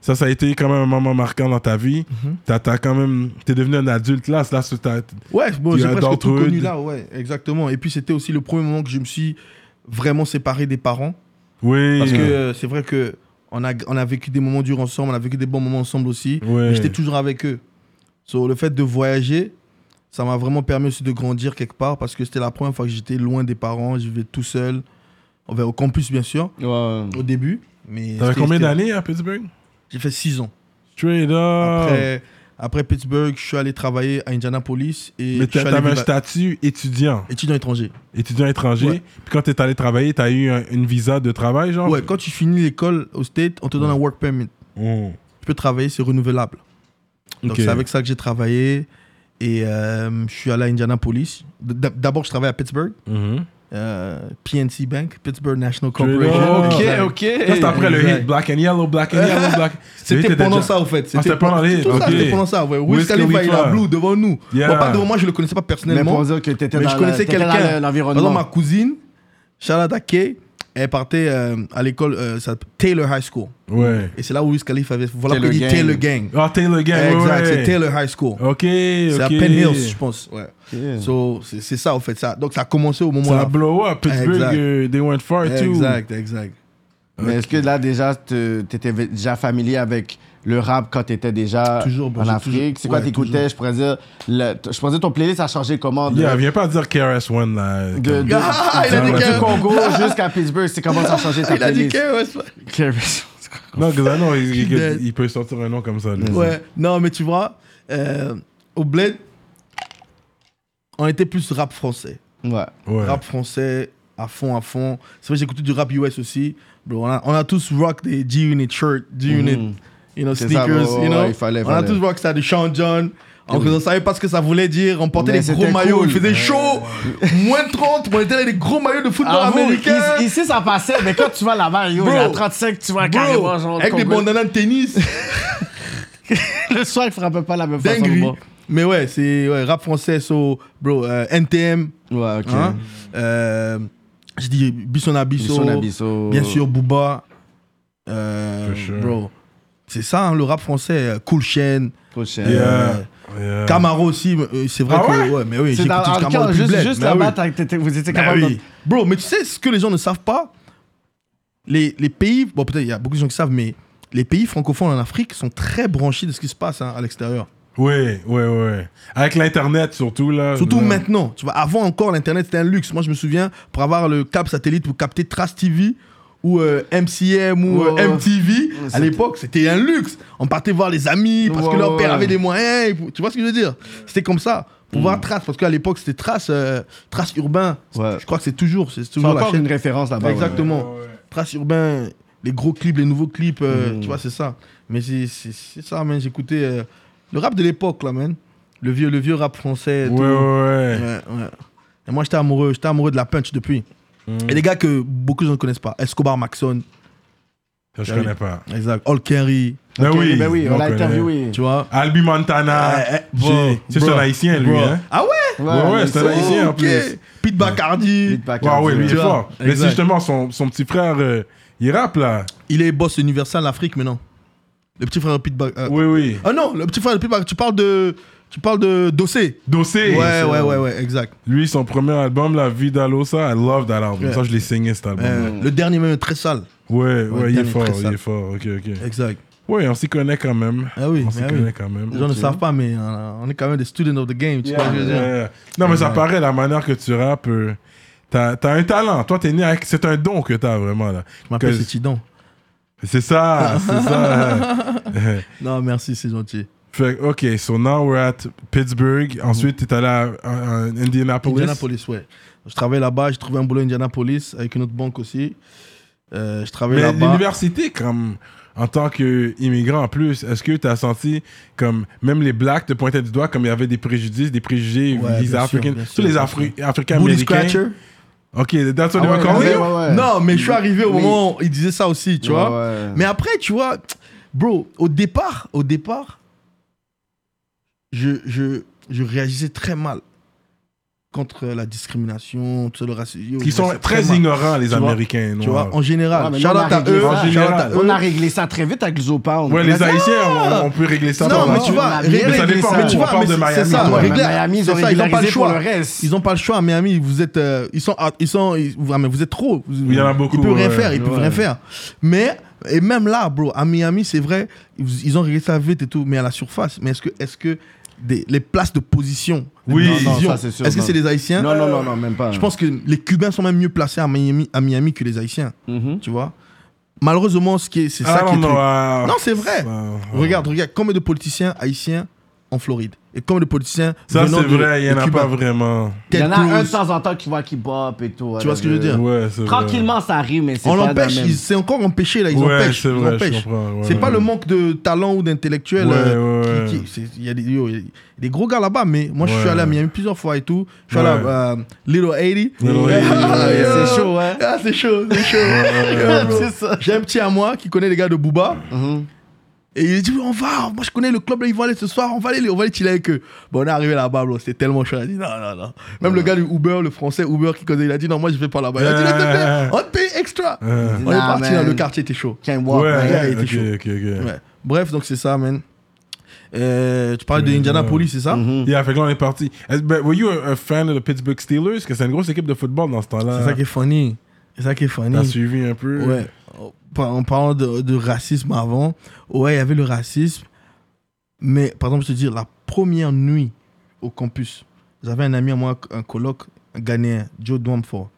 ça, ça a été quand même un moment marquant dans ta vie. Mhm. T'as t'as quand même... T'es devenu un adulte, là. là c'est- t'as- Ouais, bon, Il y j'ai a presque tout Dartwood. connu là, ouais, exactement. Et puis c'était aussi le premier moment que je me suis vraiment séparé des parents. Oui. Parce que euh, c'est vrai que on a, on a vécu des moments durs ensemble, on a vécu des bons moments ensemble aussi. Ouais. Mais j'étais toujours avec eux. So, le fait de voyager, ça m'a vraiment permis aussi de grandir quelque part parce que c'était la première fois que j'étais loin des parents, je vivais tout seul. On va au campus, bien sûr, Ouais. au début. mais T'avais c'était- combien c'était- d'années à Pittsburgh? J'ai fait six ans. Straight up. Après, après Pittsburgh, je suis allé travailler à Indianapolis et Mais je suis t'a- allé t'avais un vivre à- statut étudiant, étudiant étranger. étudiant étranger. Ouais. Puis quand t'es allé travailler, t'as eu un- une visa de travail, genre? Ouais, quand tu finis l'école au State, on te donne un work permit. Oh. Tu peux travailler, c'est renouvelable. Donc Ok. c'est avec ça que j'ai travaillé. Et euh, je suis allé à Indianapolis. D- d- D'abord, je travaillais à Pittsburgh, Mhm. euh, PNC Bank, Pittsburgh National Straight up. Corporation. Exact. ok. Ça, c'est après le Exact. hit Black and Yellow, Black and Yellow, Black. Mais C'était t'étais pendant déjà- Ah, ça, au fait. c'était pendant les- tout ça, ok. c'était pendant ça. Ouais. Wiz Wiz Khalifa, il Khalifa. a blue devant nous. Yeah. Bon, pas devant moi, je le connaissais pas Mais personnellement. pour dire que t'étais Mais dans je la- connaissais t'étais dans quelqu'un. la- Par l'environnement. exemple, ma cousine, Charlotte Kay, elle partait euh, à l'école euh, ça s'appelle Taylor High School. Ouais. Et c'est là où Wiz Khalifa avait. Voilà Taylor qu'il dit Gang. Taylor Gang. Ah, Taylor Gang, ouais, exact, ouais. c'est Taylor High School. Ok, ok. C'est à Penn Hills, je pense. Ouais. So, c'est c'est ça, en fait. Ça. Donc, ça a commencé au moment Ça a là. blow up. Pittsburgh, Exact. euh, they went far too. Exact, exact. Mais est-ce que là, déjà, te- t'étais v- déjà familier avec le rap quand t'étais déjà Toujours, bah, en j'ai Afrique? toujours- C'est quoi ouais, t'écoutais? toujours. Je pourrais dire... le- t- Je pourrais dire ton playlist a changé comment? De, Yeah, viens pas dire KRS-One, là. de, de- Ah, il a dit du que- Congo jusqu'à Pittsburgh. C'est comment ça a changé ta Il a dit playlist? que. ouais, Non, because I know he- he- Dead. il peut sortir un nom comme ça. lui. c'est- Ouais. Non, mais tu vois, euh, au Bled, on était plus rap français. Ouais. Ouais. Rap français à fond, à fond. C'est vrai, j'écoutais du rap US aussi. Bro, on, a, on a tous rock des G-Unit shirts, G-Unit, you know, Mhm. C'est sneakers, ça, ouais, you ouais, know. il fallait, on a fallait. tous rock ça, du Sean John. On ne savait pas ce que ça voulait dire. On portait Mais des gros c'était maillots. cool. Il faisait chaud, moins 30. On était dans des gros maillots de football Avoue, américain. ici, ici, ça passait, mais quand tu vas là-bas, yo, Bro. il y a 35, tu vas carrément Bro, genre... avec des Congo. bandanas de tennis, Le soir, il frappait pas la même façon. dinguerie. moi. Mais ouais, c'est ouais, rap français, so, bro, euh, NTM, Ouais, OK. hein, euh, je dis Bisson Abisso, Oh. Bisson Abisso. bien sûr Booba, Euh, For sure. Bro, c'est ça, hein, le rap français. euh, Cool Chain, Prochain. euh, Yeah. Camaro aussi. mais, euh, C'est vrai Ah que ouais ouais, mais oui, C'est j'écoute dans- du en Camaro cas, depuis juste, Bled, juste mais là-bas, oui. t'as- t'étais- vous étiez Ben capable oui. Bro, mais tu sais ce que les gens ne savent pas Les, les pays, bon peut-être il y a beaucoup de gens qui savent, mais les pays francophones en Afrique sont très branchés de ce qui se passe hein, à l'extérieur. Ouais, ouais, ouais. Avec l'Internet, surtout, Euh, là. Surtout Ouais. maintenant. Tu vois, avant encore, l'Internet, c'était un luxe. Moi, je me souviens, pour avoir le câble satellite pour capter Trace TV ou euh, MCM ou Ouais, euh, ouais. MTV, à c'était- l'époque, c'était un luxe. On partait voir les amis parce que Ouais, leur ouais, père ouais. Mm. avait des moyens. et pou- Tu vois ce que je veux dire C'était comme ça. Pour voir Trace, parce qu'à l'époque, c'était Trace, euh, Trace urbain. Ouais. Je crois que c'est toujours, c'est C'est toujours la encore chaîne. une référence là-bas. ouais. Mm. Exactement. Trace urbain, les gros clips, les nouveaux clips, euh, tu vois, c'est ça. Mais c'est c'est- c'est ça, man. J'écoutais euh, le rap de l'époque, là, man. Le vieux, le vieux rap français. Ouais, tout. ouais, ouais. Ouais, ouais. Et moi, j'étais amoureux, j'étais amoureux de la punch depuis. Mm. Et des gars que beaucoup de gens ne connaissent pas. Escobar Maxon, Ça, je connais pas. exact. All Kerry, Ben oui. Ben oui, on l'a connaît. interviewé. tu vois. Albi Montana. Eh, eh, J'ai- bro, c'est bro, un haïtien, Ah, lui, bro. hein. Ah ouais Ouais, ouais, mais c'est un ça- haïtien, en Ok. plus. Pete Bacardi. Pete Bacardi. Ah ouais, lui, il Tu est vois, fort. Mais exact. c'est justement son, son petit frère, euh, il rappe, là. Il est boss universal Afrique maintenant. Le petit frère de Pete Bacardi. Oui, oui. Ah non, le petit frère de Pete Bacardi. Tu parles de. Tu parles de Dossé. Dossé. Ouais, ouais, ouais, ouais, exact. Lui, son premier album, La Vidalosa, I love that album. Ouais. Ça, je l'ai saigné, cet album. Euh, Le dernier même est très sale. Ouais, ouais, Ouais, il est dernier fort, très il sale. est fort. Ok, ok. Exact. Ouais, on s'y connaît quand même. Ah oui, on s'y ah oui. connaît quand même. Les gens ne savent pas, mais euh, on est quand même des students of the game. Tu vois ce que je veux dire Euh, non, mais ça paraît, la manière que tu rappes, euh, t'as t'as un talent. Toi, t'es né avec. C'est un don que t'as vraiment, là. Je m'appelle Que- Cétidon. C'est ça, c'est ça. Non, merci, c'est gentil. Fait que, ok, so now we're at Pittsburgh. Ensuite, t'es allé à, à- à Indianapolis. Indianapolis, ouais. Je travaillais là-bas, j'ai trouvé un boulot à Indianapolis avec une autre banque aussi. Euh, je travaillais Mais là-bas. l'université, comme en tant qu'immigrant en plus, est-ce que tu as senti comme même les blacks te pointaient du doigt comme il y avait des préjudices, des préjugés Ouais, vis bien sûr, africains, bien tous sûr, les bien Afri- africains Booty américains. Scratcher. Ok, that's Ah what they were ouais, calling ouais, you? ouais, ouais. Non, mais je suis arrivé au Oui. moment où il disait ça aussi, tu Ouais, vois. ouais. Mais après, tu vois, bro, au départ, au départ, je, je, je réagissais très mal contre la discrimination, tout le racisme. Ils sont très ignorants, les Tu vois, Américains. Tu vois, noirs. en général. Ouais, mais shout out nous, on a à réglé ça. eux. shout out à En eux. On a réglé ça très vite avec Zopa. Ouais, les Haïtiens, on, on peut régler ça. par Non, mais là. tu vois, Mais régler ça dépend, ça. mais tu on vois, parle mais de c'est- Miami, c'est ça, ouais, mais régler- Miami, ils c'est ont ça, ils ont pas le régularisé pour choix. le reste. Ils ont pas le choix à Miami, vous êtes euh, ils sont ah, ils sont ils- ah, mais vous êtes trop. Vous- Il y en a beaucoup, Ils peuvent rien ouais. faire, ils peuvent Ouais. rien faire. Mais et même là, bro, à Miami, c'est vrai, ils, ils ont réglé ça vite et tout, mais à la surface, mais est-ce que est-ce que des- les places de position, de Oui. décision, Non, non, ça, c'est sûr, est-ce que non. c'est les haïtiens Non, non, non, non, même pas. Je pense que les cubains sont même mieux placés à Miami à Miami que les haïtiens, Mm-hmm. tu vois. Malheureusement, ce qui est c'est Ah, ça qui est non, truc. ah, Non, c'est vrai. ah, ah. Regarde, regarde, combien de politiciens haïtiens en Floride Et combien de politiciens Ça, venant c'est de- vrai, il n'y en de a Cuba pas vraiment. Il y Ted en a un de Cruz. temps en temps qui voit qui bop et tout. Tu vois ce que je veux dire Ouais, c'est vrai. Tranquillement, ça arrive, mais c'est On pas l'empêche, la même. ils- c'est encore empêché là, ils Ouais, empêchent. c'est ils vrai, je empêchent. comprends, ouais, c'est pas ouais. le manque de talent ou d'intellectuel. Ouais, euh, ouais, qui- ouais. qui- c'est- Il y a des, yo, il y a des gros gars là-bas, mais moi je suis Ouais. allé à Miami plusieurs fois et tout. Je suis allé Ouais. à euh, Little 80. Little 80, Ah, ouais. yo. C'est chaud, hein. Ah, c'est chaud, c'est chaud. Yo, bro. J'ai un petit à moi qui connaît les gars de Booba. Et il dit, on va, moi je connais le club, là, ils vont aller ce soir, on va aller, on va aller chiller avec eux. Bon, on est arrivé là-bas, bro, c'était tellement chaud. Il a dit, non, non, non. Même le gars du Uber, le français Uber qui connaît, il a dit, non, moi je vais pas là-bas. Il a dit, laisse te faire, on te paye extra. Ah. On est Nah, parti, man. là, le quartier était chaud. Can't Ouais, walk, man. gars, il était ok, chaud. ok, ok. Ouais. Bref, donc c'est ça, man. Euh, tu parlais de Indianapolis, c'est ça Mhm. Yeah, fait que là, on est parti. Est-ce- ben, Were you a, a fan of the Pittsburgh Steelers? Parce que c'est une grosse équipe de football dans ce temps-là. C'est ça qui est funny. C'est ça qui est funny. T'as suivi un peu? Ouais. Par- En parlant de, de racisme avant, ouais, il y avait le racisme. Mais par exemple, je te dis, la première nuit au campus, j'avais un ami à moi, un coloc un ghanéen, Joe Dwamford.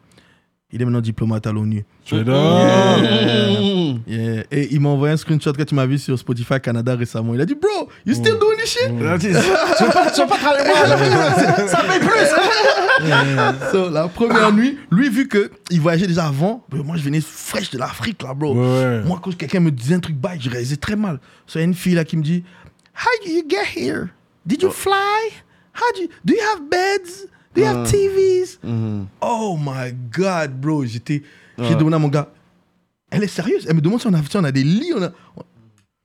Il est maintenant diplomate à l'ONU. Straight up. Oh! Euh. Yeah. Yeah. Et il m'a envoyé un screenshot que tu m'as vu sur Spotify Canada récemment. Il a dit, bro, you still doing this shit? Tu vas pas travailler moi, ça fait plus. So, la première nuit, lui, vu qu'il voyageait déjà avant, mais moi, je venais fraîche de l'Afrique, là, bro. Ouais, ouais. Moi, quand quelqu'un me disait un truc bas, je réalisais très mal. So, il y a une fille là qui me dit How do you get here? Did Oh. you fly? How do you, do you have beds? Do you have TVs? Mm-hmm. Oh my God, bro. J'étais, j'ai demandé à mon gars, elle est sérieuse? Elle me demande si on a, si on a des lits. On a...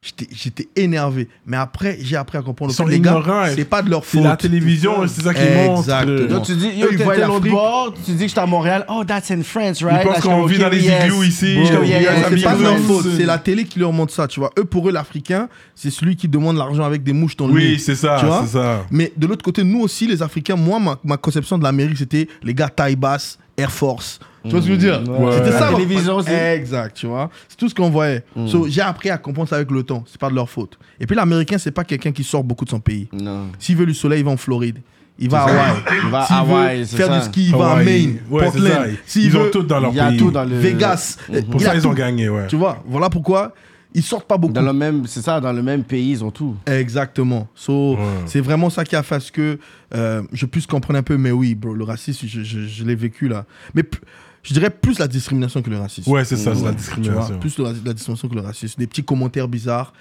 J'étais- J'étais énervé. Mais après, j'ai appris à comprendre. Ils sont que les gars, ignorants. c'est pas de leur C'est faute. la télévision, c'est ça qu'ils montrent. Exactement. Là, tu dis, yo, Eux, ils voient t'étais l'autre l'Afrique. bord, Tu dis que j'étais à Montréal. Oh, that's in France, right? Ils pensent Là, qu'on j'étais vit au dans les KBS. igloos ici. Bro, comme il y a yeah, un yeah, C'est ami pas de blues. leur faute, c'est la télé qui leur montre ça, tu vois. Eux, pour eux, l'Africain, c'est celui qui demande l'argent avec des mouches dans le nez. Oui, c'est ça, Tu vois c'est ça. Mais de l'autre côté, nous aussi, les Africains, moi, ma, ma conception de l'Amérique, c'était les gars taille basse, Air Force. Tu vois ce que je veux dire Ouais. C'était La Mm. ça. ma- télévision aussi. Exact, tu vois. C'est tout ce qu'on voyait. So, j'ai appris à comprendre ça avec le temps. C'est pas de leur faute. Et puis l'Américain, c'est pas quelqu'un qui sort beaucoup de son pays. Non. S'il veut le soleil, il va en Floride. Il va à ça. Hawaï. Il va à S'il veut Hawaï, c'est faire ça. du ski, il va à Hawaï. Maine, Ouais, c'est ça. Portland. S'il Ils ont veut tout dans leur Il y a pays. tout dans le. Vegas. Pour Il ça, a ils ont tout. gagné, ouais. Tu vois, voilà pourquoi ils sortent pas beaucoup. Dans le même, c'est ça, dans le même pays, ils ont tout. Exactement. So, Ouais. C'est vraiment ça qui a fait à ce que euh, je puisse comprendre un peu. Mais oui, bro, le racisme, je, je- je l'ai vécu là. Mais p- je dirais plus la discrimination que le racisme. Ouais, c'est ça, c'est la Tu vois, discrimination. plus le ra- la discrimination que le racisme. Des petits commentaires bizarres.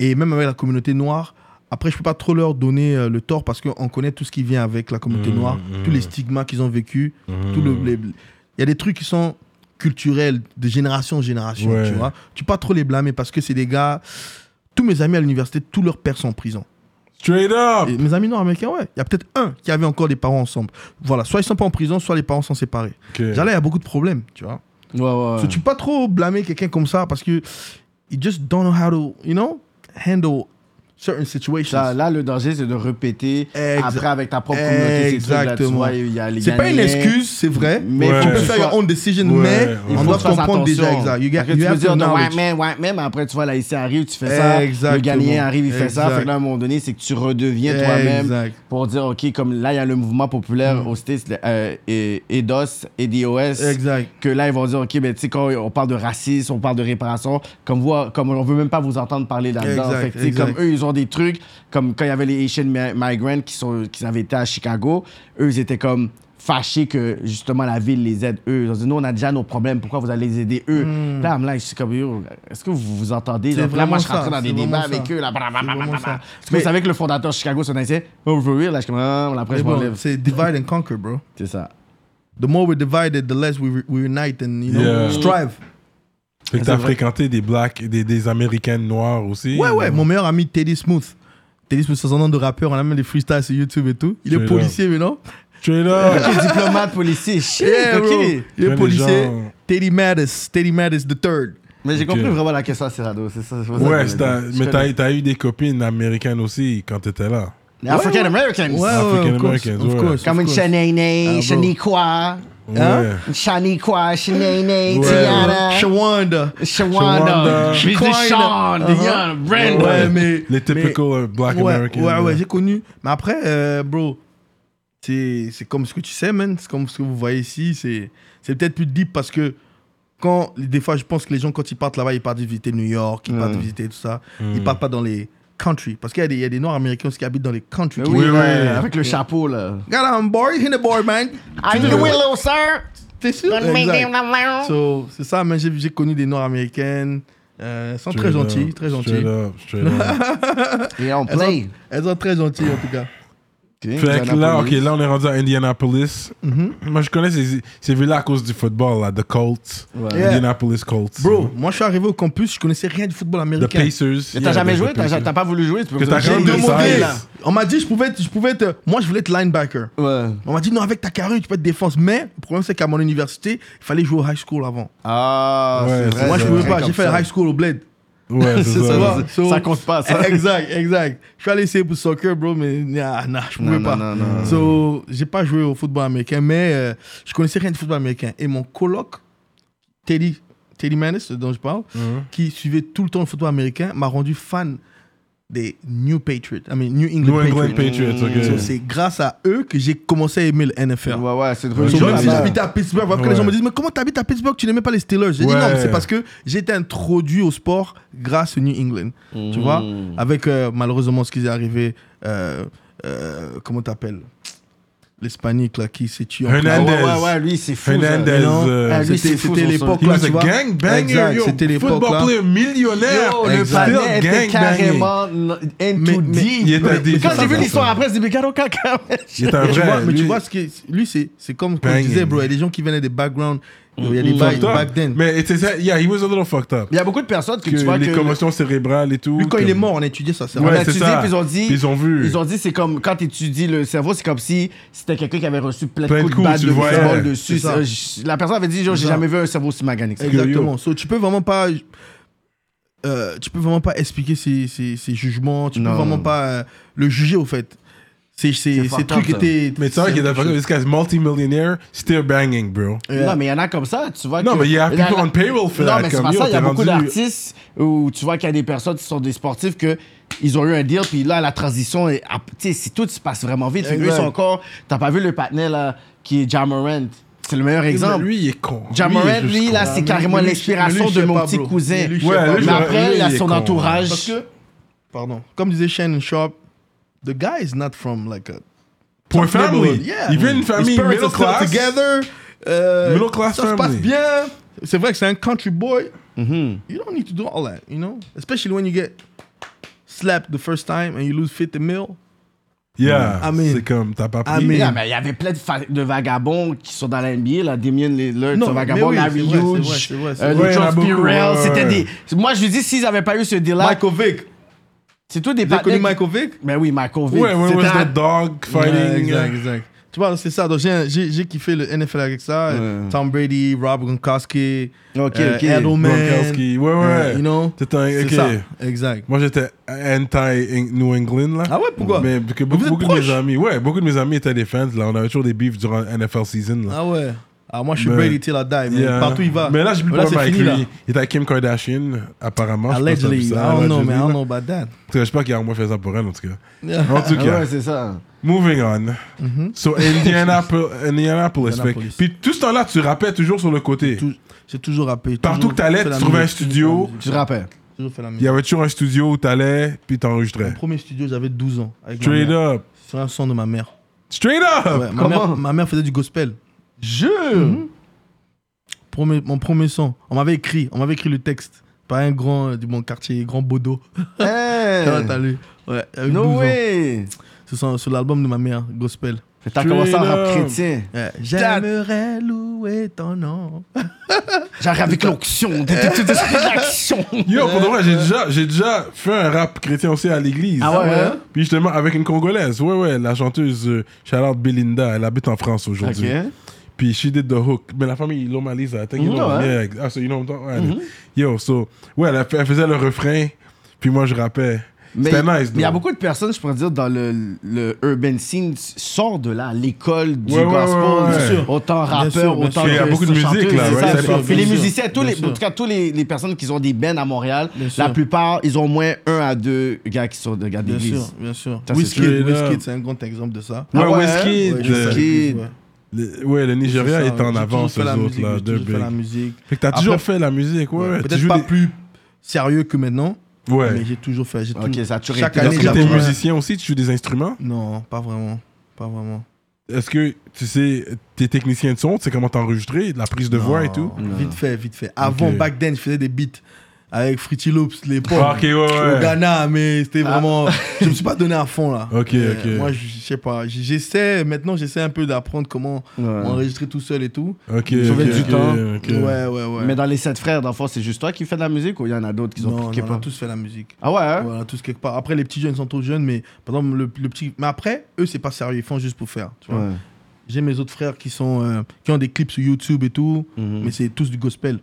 Et même avec la communauté noire. Après, je peux pas trop leur donner euh, le tort parce qu'on connaît tout ce qui vient avec la communauté Mhm, noire, tous les stigmas qu'ils ont vécu, Mm. tout le, Mmh. les- il y a des trucs qui sont culturels de génération en génération, Ouais. tu vois. Tu peux pas trop les blâmer parce que c'est des gars. Tous mes amis à l'université, tous leurs pères sont en prison. Straight up! Et mes amis nord-américains, ouais. Il y a peut-être un qui avait encore des parents ensemble. Voilà, soit ils sont pas en prison, soit les parents sont séparés. Ok. Déjà là, il y a beaucoup de problèmes, tu vois. Ouais, ouais. So, tu peux pas trop blâmer quelqu'un comme ça parce que ils just don't know how to, you know, handle certain situations. Ça, là, le danger, c'est de répéter Exa- après avec ta propre communauté. ces trucs-là, tu Exactement. vois, il y a les c'est pas une Ghanéens. excuse, c'est vrai. Mais Ouais. Tu faut peux que tu faire your sois- own decision, Ouais, mais il on faut doit que tu fasses comprendre déjà attention. exact. You get- Parce que you tu peux have to dire, non, knowledge. white man, white man, mais après, tu vois, là, ici, arrive, tu fais ça. Exactement. Le Ghanéen arrive, il fait ça. Exact. Fait que là, à un moment donné, c'est que tu redeviens toi-même Exact. pour dire, OK, comme là, il y a le mouvement Mm. populaire aux States, le- euh, et EDOS, EDOS. Exact. Que là, ils vont dire, OK, ben, tu sais, quand on parle de racisme, on parle de réparation, comme, vous, comme on veut même pas vous entendre parler là-dedans. Exact, Fait que, tu sais, exact. comme eux, ils ont des trucs, comme quand il y avait les Asian mi- migrants qui, sont, qui avaient été à Chicago, eux, ils étaient comme fâchés que justement la ville les aide eux. Ils ont dit, nous, on a déjà nos problèmes, pourquoi vous allez les aider eux? Là, I'm like, je suis comme, Yo, est-ce que vous vous entendez? Mm. C'est Genre, Là, moi, vraiment je suis rentré ça, dans des c'est débats vraiment avec ça. eux. Là, blablabla. C'est vraiment ça. Parce que vous Mais- savez que le fondateur de Chicago, c'est un haïtien. Oh, for real? Là, je suis comme, ah, après, Mais je bon, m'enlève. c'est divide and conquer, bro. C'est ça. The more we're divided, the less we, re- we unite and you know Yeah. strive. Fait que t'as fréquenté des blacks, des, des américaines noires aussi. Ouais, ouais. Mon meilleur ami Teddy Smooth. Teddy Smooth, c'est un nom de rappeur. On a même des freestyles sur YouTube et tout. Il est C'est policier maintenant. Straight up! Diplomate, policier, shit, Yeah, OK. bro. Il Il y a est des policier. gens- Teddy Mattis. Teddy Mattis the third. Mais j'ai Ok. compris vraiment la question à Cyrano, c'est ça. c'est pour ça que je Ouais, voulais c'est un- dire. Je mais connais. t'as t'as eu des copines américaines aussi quand t'étais là. Les African Americans. Ouais, ouais, African of course, Americans, of ouais. course, Comme of une course. Shanaynay, Ah, bro. Shaniqua, Hein? Ouais. Shaniqua, Shanaynay, Ouais, Tiana, Shawanda. Ah, Shawanda, Shawanda. Miss Deshawn, Uh-huh. Dion, Ouais, Brandon. mais. Les typical euh, black ouais, Americans. Ouais, ouais, là. j'ai connu. Mais après, euh, bro, c'est c'est comme ce que tu sais, man. C'est comme ce que vous voyez ici. C'est c'est peut-être plus deep parce que quand, des fois, je pense que les gens, quand ils partent là-bas, ils partent visiter New York, ils Mm. partent visiter tout ça. Mm. Ils partent pas dans les country. Parce qu'il y, a des- il y a des Noirs américains aussi qui habitent dans les country. Oui, Oui, ouais, oui. avec le chapeau, là. Got on board, in the board, man. Are you Willow, sir? T'es sûr? Don't make Exact. them laugh. So, c'est ça, man. J'ai j'ai connu des Noirs américaines. Euh, elles sont très Straight gentilles, up, très Straight gentilles. up, straight up. Et on Elles play. sont, elles sont très gentilles, en tout cas. fait que là, ok, là on est rendu à Indianapolis. Mm-hmm. Moi je connais ces, ces villes-là à cause du football, là, The Colts, Yeah. Indianapolis Colts. Bro, moi, je suis arrivé au campus, je connaissais rien du football The américain. Pacers. Mais t'as Yeah, jamais the- joué? the T'as Pacers. t'as pas voulu jouer? Tu peux Que me t'as dire, quand même j'ai des demandé, size. là. On m'a dit, je pouvais, être, je pouvais être. Moi, je voulais être linebacker. Ouais. On m'a dit, non, avec ta carrure, tu peux être défense. Mais le problème, c'est qu'à mon université, il fallait jouer au high school avant. Ah, Ouais, c'est c'est vrai. moi, je c'est pouvais vrai pas. comme J'ai fait ça. le high school au bled. Ouais, c'est Tu ça. vois, c'est- so- Ça compte pas, ça. Exact, exact. Je suis allé essayer pour soccer, bro, mais nah, nah, je pouvais Non, non, pas. non, non, non. So, j'ai pas joué au football américain, mais euh, je connaissais rien du football américain. Et mon coloc, Teddy, Teddy Manis, dont je parle, qui suivait tout le temps le football américain, m'a rendu fan des New Patriots, I mean, New England New England Patriots. Patriots, ok. So, c'est grâce à eux que j'ai commencé à aimer le NFL. Ouais, ouais, So, c'est drôle. même si là-bas. j'habitais à Pittsburgh, parce que les gens Ouais. me disent Mais comment t'habites à Pittsburgh Tu n'aimais pas les Steelers J'ai dit Ouais. Non, mais c'est parce que j'ai été introduit au sport grâce au New England. Tu vois Hmm. Avec euh, malheureusement ce qui est arrivé, euh, euh, comment t'appelles L'Hispanique là qui s'est tué en Ah, Hernandez. Ouais, ouais, ouais, lui, c'est fou. ça. Hernandez. Non. euh, Ah, lui, C'était c'est fou, c'était son l'époque He là, was tu a vois. gangbanger, Exact, yo. c'était l'époque Football là. player millionnaire. Yo, le Exact. panel était Still carrément n- Mais- mais- into deep. Il était Mais deep, Quand ça, j'ai vu ça, l'histoire ça. après, j'ai dit, mais quand quand Il est un Mais tu vrai. vois, mais tu lui. vois ce qui est- lui c'est c'est comme comme je Banging. disais bro, il y a des gens qui venaient des backgrounds Il y a des bails Fucked up. back then. Mais c'est ça, yeah, he was a little fucked up. Il y a beaucoup de personnes que, Que tu vois les que. commotions cérébrales et tout. Lui, quand que- il est mort, on a étudié ça. c'est euh, Ouais, vrai. on a c'est étudié, ça. puis ils ont dit. Ils ont vu. Ils ont dit, c'est comme quand tu étudies le cerveau, c'est comme si c'était quelqu'un qui avait reçu plein de Plein de coups de coups, batte tu de le voyais. baseball C'est dessus. ça. Euh, je- La personne avait dit, genre, j'ai ça. jamais vu un cerveau aussi maganique. Exactement. So, tu peux vraiment pas. euh, tu peux vraiment pas expliquer ses, ses- ses jugements. Tu Non. peux vraiment pas euh, le juger, au fait. C'est ces fucked trucs up, ça. étaient. Mais c'est vrai qu'il est fucked up. This guy's multimillionaire, still banging, bro. Non, mais il y en a comme ça, tu vois. Non, que- mais il y a il y en people on payroll for Non, that, mais c'est comme, pas yo, ça. Il y a t'es beaucoup rendu- euh, d'artistes où tu vois qu'il y a des personnes qui sont des sportifs que ils ont eu un deal, puis là, la transition, est- ah, tu sais, si tout se passe vraiment vite. Eux, ils Exact. sont encore. T'as pas vu le patinet, là, qui est Jamarant. C'est le meilleur exemple. Lui, il est con. Lui, il Jamarant, est juste lui, là, con. c'est carrément Mais lui, l'inspiration mais lui, je de sais mon pas, petit bro. cousin. Mais lui, je sais Ouais, pas, lui, bro. Mais après, il y a est son con, hein. entourage. Parce que, pardon, comme disait Shannon Sharp, the guy is not from like a Pour family. neighborhood. Yeah. Il vient d'une His famille parents middle are still class. together. Euh, Middle class ça se passe family. bien. C'est vrai que c'est un country boy. Mm-hmm. You don't need to do all that, you know? Especially when you get slapped the first time and you lose 50 mil. Yeah. Amen. C'est comme, t'as pas pris. Amen. Yeah, mais il y avait plein de, fa- de vagabonds qui sont dans la NBA, là, Damien Lillard, Non, c'est un mais vagabond, oui, Larry c'est vrai, Hughes, c'est vrai, c'est vrai, c'est euh, vrai. Ouais, il y en a Lucho Spirell, beaucoup, ouais, ouais, c'était ouais. des... Moi, je lui dis, s'ils n'avaient pas eu ce deal-là, Michael Vick. c'est tout des Vous avez connu patinets qui- Michael Vick? Mais oui, Michael Vick. Ouais, ouais, c'était ouais, un- the dog Ouais, fighting. exact, euh, exact. Tu vois, c'est ça. Donc, j'ai, j'ai, j'ai kiffé le NFL avec ça. Tom Brady, Rob Gronkowski, euh, Ok, ok. Edelman. Gronkowski. Ouais, ouais. Euh, you know? C'est un- C'est ok. ça. Exact. Moi, j'étais anti-New England, là. Ah ouais, pourquoi? Mais parce que Mais vous beaucoup, êtes beaucoup de mes proches. amis, ouais, beaucoup de mes amis étaient des fans, là. On avait toujours des beefs durant NFL season, là. Ah ouais. Ah, moi, je suis Mais- Brady till I die. man. Yeah. Partout où il va. Mais là, j'ai plus le Là, c'est problème avec fini, là. lui. Il était avec Kim Kardashian, apparemment. Ah, Je sais pas si t'as vu Allegedly. ça, Ah, I don't know, allegedly, man. I là. don't know about that. En tout cas, J'espère qu'il a au moins fait ça pour elle, en tout cas. En tout Ah cas, ouais, Mm-hmm. c'est ça. moving on. So, Indianapolis. Indianapolis. fait que- Indianapolis. Puis tout ce temps-là, tu rappais toujours sur le côté. Tou- J'ai toujours rappé. Partout toujours que t'allais, fait la tu trouvais un musique, studio. Tu te rappelles. Toujours fait la Il y musique. avait toujours un studio où t'allais, puis Mon t'enregistrais. premier studio, j'avais 12 ans. Avec ma Straight mère. up. Sur un son de ma mère. Straight up! Ouais, ma, mère ma mère faisait du gospel. Mhm. Jure. Premier- mon premier son. On m'avait écrit. On m'avait écrit le texte. Par un grand euh, du bon quartier, grand Bodo. Hey. Là, t'as lu. Ouais, avec 12 No ans. way. C'est sur, sur l'album de ma mère, Gospel. T'as commencé en rap Freedom. chrétien. Ouais. J'aimerais louer ton nom. J'arrive avec l'onction. T'es- t'es- t'es- t'es- L'action. Yo, pour de vrai, j'ai déjà, j'ai déjà fait un rap chrétien aussi à l'église. Ah ouais, hein? Puis justement, avec une Congolaise. Ouais, ouais, la chanteuse euh, Charlotte Belinda, elle habite en France aujourd'hui. Ok. Puis she did the hook. Mais la famille Lomaliza, I think you Mm-hmm. Mhm, know. ouais. Yeah, ah, so you know what I'm talking- ouais. Yo, so, ouais, elle, a fait- elle faisait le refrain, puis moi je rappais. Mais C'était nice, mais il y a though. beaucoup de personnes, je pourrais dire, dans le, le urban scene, sort de là, l'école du Ouais, ouais, gospel, ouais, ouais. du- autant Bien sûr, rappeur, bien autant sûr. Il y a que beaucoup de musique, chanteuse, là, c'est ouais, ça. c'est important. Puis les Bien sûr, musiciens, tous bien les, en sûr. tout cas, tous les, les personnes qui ont des bands à Montréal, Bien la sûr. plupart, ils ont au moins un à deux gars qui sont de gars Bien sûr, d'église. bien sûr. Ça, c'est Whiskey, straight Whiskey, up. c'est un grand exemple de ça. Ouais, Ah ouais, Wizkid, hein? euh, Wizkid. le- ouais, le Nigeria était en avance, les autres, là, deux J'ai fait la big. musique. Fait que t'as Après- toujours fait la musique, ouais, ouais. tu Peut-être joues pas des- plus sérieux que maintenant, Ouais. mais j'ai toujours fait. j'ai Ok, tout- ça a toujours Chaque été- année, Est-ce que t'es j'avais- musicien aussi, tu joues des instruments? Non, pas vraiment. Pas vraiment. Est-ce que tu sais, t'es technicien de son, tu sais comment t'enregistrer, la prise de voix et tout? Non. Vite fait, vite fait. Avant, Ok. back then, je faisais des beats avec Fruity Loops, les potes. Ah, ok, ouais, ouais. Au Ghana, mais c'était Ah. vraiment. je me suis pas donné à fond là. Ok, Mais ok. Moi, je je sais pas. j- J'essaie, maintenant, j'essaie un peu d'apprendre comment enregistrer tout seul et tout. Ok, Sauver ok, du ok, temps. ok. Ouais, ouais, ouais. Mais dans les sept frères, dans le fond, c'est juste toi qui fais de la musique ou il y en a d'autres qui non, ont non, piqué on a tous fait la musique. Ah ouais, hein? Voilà, tous quelque part. Après, les petits jeunes ils sont trop jeunes, mais par exemple, le, le petit. Mais après, eux, c'est pas sérieux, ils font juste pour faire. tu vois. Ouais. J'ai mes autres frères qui sont euh, qui ont des clips sur YouTube et tout, Hmm. mais c'est tous du gospel.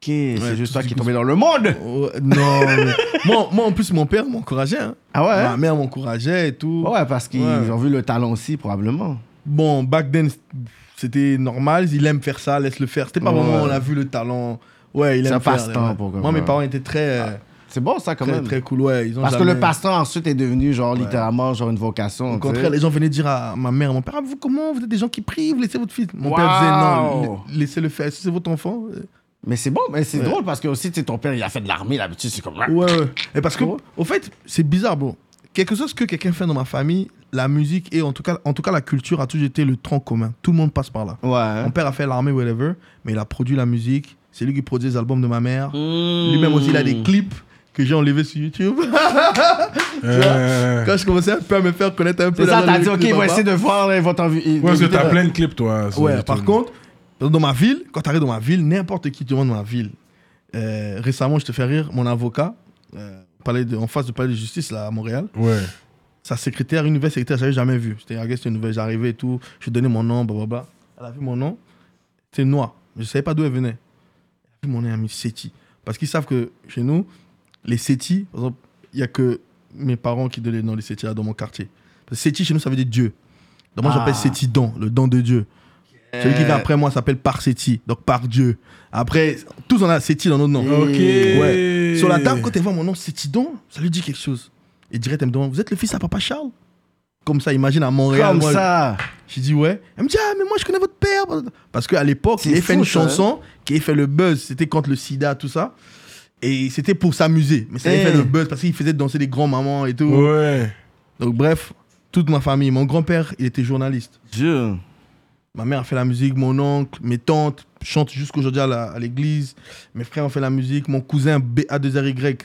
Ok, c'est juste tous toi qui du es tombé dans le monde! Oh, non, mais- moi, moi en plus mon père m'encourageait. hein. Ah ouais? Ma hein? mère m'encourageait et tout. Ouais, parce qu'ils Ouais. ont vu le talent aussi, probablement. Bon, back then c'était normal, il aime faire ça, laisse le faire. C'était pas Ouais. vraiment on a vu le talent. Ouais, il C'est aime un faire. passe-temps ouais. pour Moi quelqu'un. mes parents étaient très euh, C'est bon, ça, quand très, même. très cool, ouais, ils ont Parce que jamais- le passe-temps, ensuite, est devenu, genre, littéralement, genre, une vocation. Au tu sais. contraire, les gens venaient dire à ma mère, mon père, Ah, vous comment Vous êtes des gens qui prient, vous laissez votre fils. Mon père Wow. disait non, la- laissez-le faire, si c'est votre enfant. euh, Mais c'est bon, mais c'est drôle parce que aussi, tu sais, ton père, il a fait de l'armée, l'habitude, c'est comme. Ouais, ouais. Et parce que, au fait, c'est bizarre, bro. Quelque chose que quelqu'un fait dans ma famille, la musique et en tout cas, en tout cas la culture a toujours été le tronc commun. Tout le monde passe par là. Ouais. hein. Mon père a fait l'armée, whatever, mais il a produit la musique. C'est lui qui produit les albums de ma mère. Hmm. Lui-même aussi, il a des clips que j'ai enlevés sur YouTube. Euh, Quand je commençais un peu à me faire connaître un peu. C'est ça, dans t'as le dit, OK, clip de on va papa. essayer de voir euh, votre envie. Ouais, parce que t'as plein de clips, toi. sur Ouais, YouTube. par contre, Parce que Dans ma ville, quand t'arrives dans ma ville, n'importe qui te demande ma ville. Euh, récemment, je te fais rire, mon avocat, euh, au palais de- en face du palais de justice là, à Montréal, Ouais. sa secrétaire, une nouvelle secrétaire, j'avais jamais vu. J'étais, regarde, c'est une nouvelle, j'arrivais et tout, je donnais mon nom, blablabla. Elle a vu mon nom, c'était noir. Je savais pas d'où elle venait. Elle a vu mon nom, elle a mis Seti. Parce qu'ils savent que chez nous, les Seti, par exemple, il y a que mes parents qui donnent les noms des Seti là dans mon quartier. Parce que Seti chez nous, ça veut dire Dieu. Donc moi, j'appelle Seti Don, le don de Dieu. Celui qui vient après moi s'appelle Par Seti, donc par Dieu. Après, tous on a Seti dans nos noms. Ok. Ouais. Sur la table, quand elle voit mon nom, c'est Tidon, ça lui dit quelque chose. Et direct, elle me demande Vous êtes le fils à papa Charles Comme ça, imagine à Montréal. Comme moi, ça. J'ai dit Ouais. Elle me dit Ah, mais moi, je connais votre père. Parce qu'à l'époque, C'est il avait fait fou, une ça, hein. chanson qui avait fait le buzz. C'était contre le sida, tout ça. Et c'était pour s'amuser. Mais ça avait Eh. fait le buzz parce qu'il faisait danser les grands-mamans et tout. Ouais. Donc, bref, toute ma famille. Mon grand-père, il était journaliste. Dieu. Ma mère a fait la musique, mon oncle, mes tantes chantent jusqu'aujourd'hui à la- à l'église. Mes frères ont fait la musique. Mon cousin BA2RY,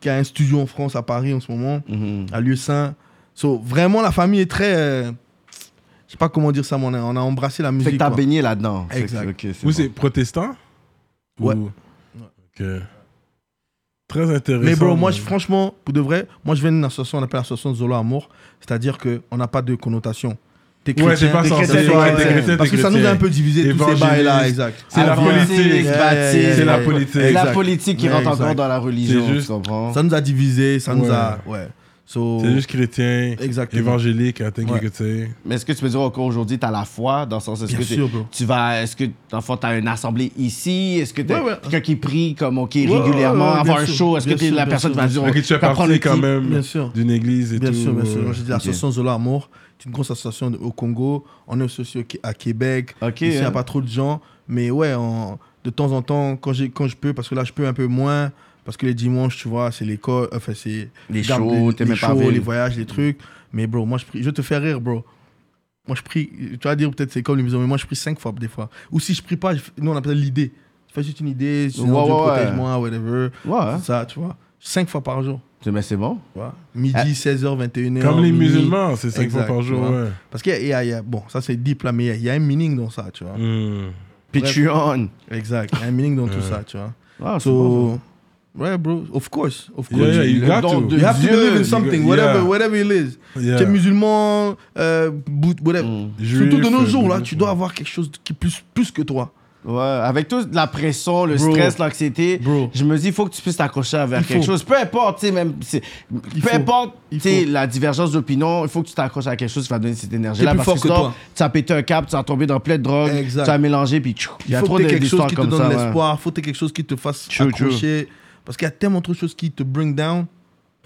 qui a un studio en France, à Paris en ce moment, Mhm. à Lieu Saint. So, vraiment, la famille est très. euh, je sais pas comment dire ça, mais on a, on a embrassé la Fait que musique. t'as quoi. baigné là-dedans. Fait que- Exact. ok, c'est Vous, bon. c'est protestant Ouais. Ou- Ok. Très intéressant. mais bro, moi, man. je- franchement, pour de vrai, moi, je viens d'une association, on appelle l'association Zola Amour. C'est-à-dire qu'on n'a pas de connotation. T'es Ouais, c'est chrétien, pas t'es ça. chrétien, c'est- t'es ouais, chrétien. t'es chrétien, Parce t'es que ça nous a chrétien. un peu divisé, tous ces Évangéliste. bails-là, exact. Ah, C'est la Avancer, politique. se Yeah, bâtir. yeah, yeah, C'est la yeah. politique. C'est la Exact. politique qui rentre Exact. encore dans la religion, C'est juste- tu comprends? Ça nous a divisé, ça nous Ouais. a. Ouais. So, C'est juste chrétien, Exactement. évangélique, hein, I think Ouais. you could say. Mais est-ce que tu peux dire encore aujourd'hui, t'as la foi dans le sens est-ce Bien que sûr, t'es- bro. tu vas, est-ce que dans le fond, t'as une assemblée ici, est-ce que t'es Ouais, ouais. quelqu'un qui prie comme ok ouais, régulièrement, ouais, bien avoir un sûr, show, est-ce que bien t'es sûr, la bien personne qui sûr, va bien dire Ok, tu as on va prendre parti le quand key. même Bien sûr. d'une église et Bien tout. sûr, bien sûr. euh, Moi, j'ai dit l'association Zola Amour, c'est une grosse association de- au Congo. On est associé au Qué- à Québec. Ok, Ici, il n'y hein. a pas trop de gens. Mais ouais, on- de temps en temps, quand, j'ai- quand je peux, parce que là, je peux un peu moins. Parce que les dimanches, tu vois, c'est l'école. Enfin, c'est. Les garde- shows, les, t'es même pas en shows, ville. les voyages, les trucs. Mais bro, moi, je prie. Je te fais rire, bro. Moi, je prie. Tu vas dire peut-être c'est comme les maisons, mais moi, je prie cinq fois des fois. Ou si je prie pas, je- nous, on appelle l'idée. Je fais juste une idée. Je dis, Ouais, non, Dieu ouais, ouais. protège-moi, whatever. Ouais, hein. Ça, tu vois. Cinq fois par jour. mais c'est bon. tu vois. Ah. Midi, 16h, 21h. Comme les minuit. musulmans, c'est cinq fois Exact, par jour, tu vois. ouais. Parce qu'il y a- il y a, il y a- bon, ça c'est deep là, mais il y a- il y, a un meaning dans ça, tu vois. Hmm. Patreon. Mm. Exact, il y a un meaning dans tout ça, tu vois. Ah, c'est bon, So, ouais, bro, of course, of course. Yeah, yeah, you you, got don to. de- have to Dieu, believe you in something, got- whatever, yeah. whatever it is. Yeah. Tu es musulman, euh, bout- whatever. Mm. Juif, Surtout de nos euh, jours là, bouddhiste, tu dois ouais. avoir quelque chose qui est plus, plus que toi. ça. Ouais, avec toute la pression, le Bro. stress, l'anxiété, Bro. je me dis, il faut que tu puisses t'accrocher à vers Il quelque faut. chose. Peu importe, tu sais, même. c'est- Il Peu faut. importe, Il tu sais, faut. la divergence d'opinion, il faut que tu t'accroches à quelque chose qui va donner cette énergie-là. T'es plus Parce fort que, que sinon, toi. tu as pété un câble, tu as tombé dans plein de drogues, Exact. tu as mélangé, puis tchou, il y Il a faut trop que de- t'aies quelque chose d'histoires qui te comme donne ça. ouais. l'espoir, il faut que t'aies quelque chose qui te fasse True, true. accrocher. Parce qu'il y a tellement de choses qui te bring down.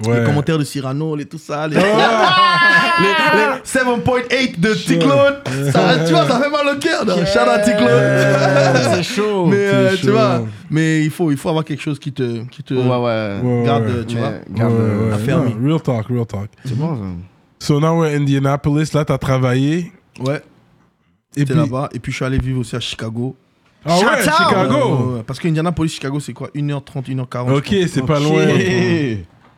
Les Ouais. commentaires de Cyrano, les tout ça, les, les, les Ah. 7.8 de Ticlone, ça, tu vois, ça fait mal au cœur. non? Shout out Ticlone. C'est chaud. mais euh, c'est tu Oh, chaud. vois, mais il faut, il faut avoir quelque chose qui te, qui te Ouais, ouais. Ouais, ouais, garde, ouais. tu Mais vois. garde, Ouais, euh, ouais. affaire, Non, Real talk, real talk. C'est bon, ça. So now we're in Indianapolis, là t'as travaillé. Ouais. Et Et puis- là-bas. Et puis je suis allé vivre aussi à Chicago. Ah ouais, Shout out! Ouais, ouais, Chicago! ouais. Parce qu'Indianapolis, Chicago, c'est quoi 1h30, 1h40. Ok, je c'est pas loin.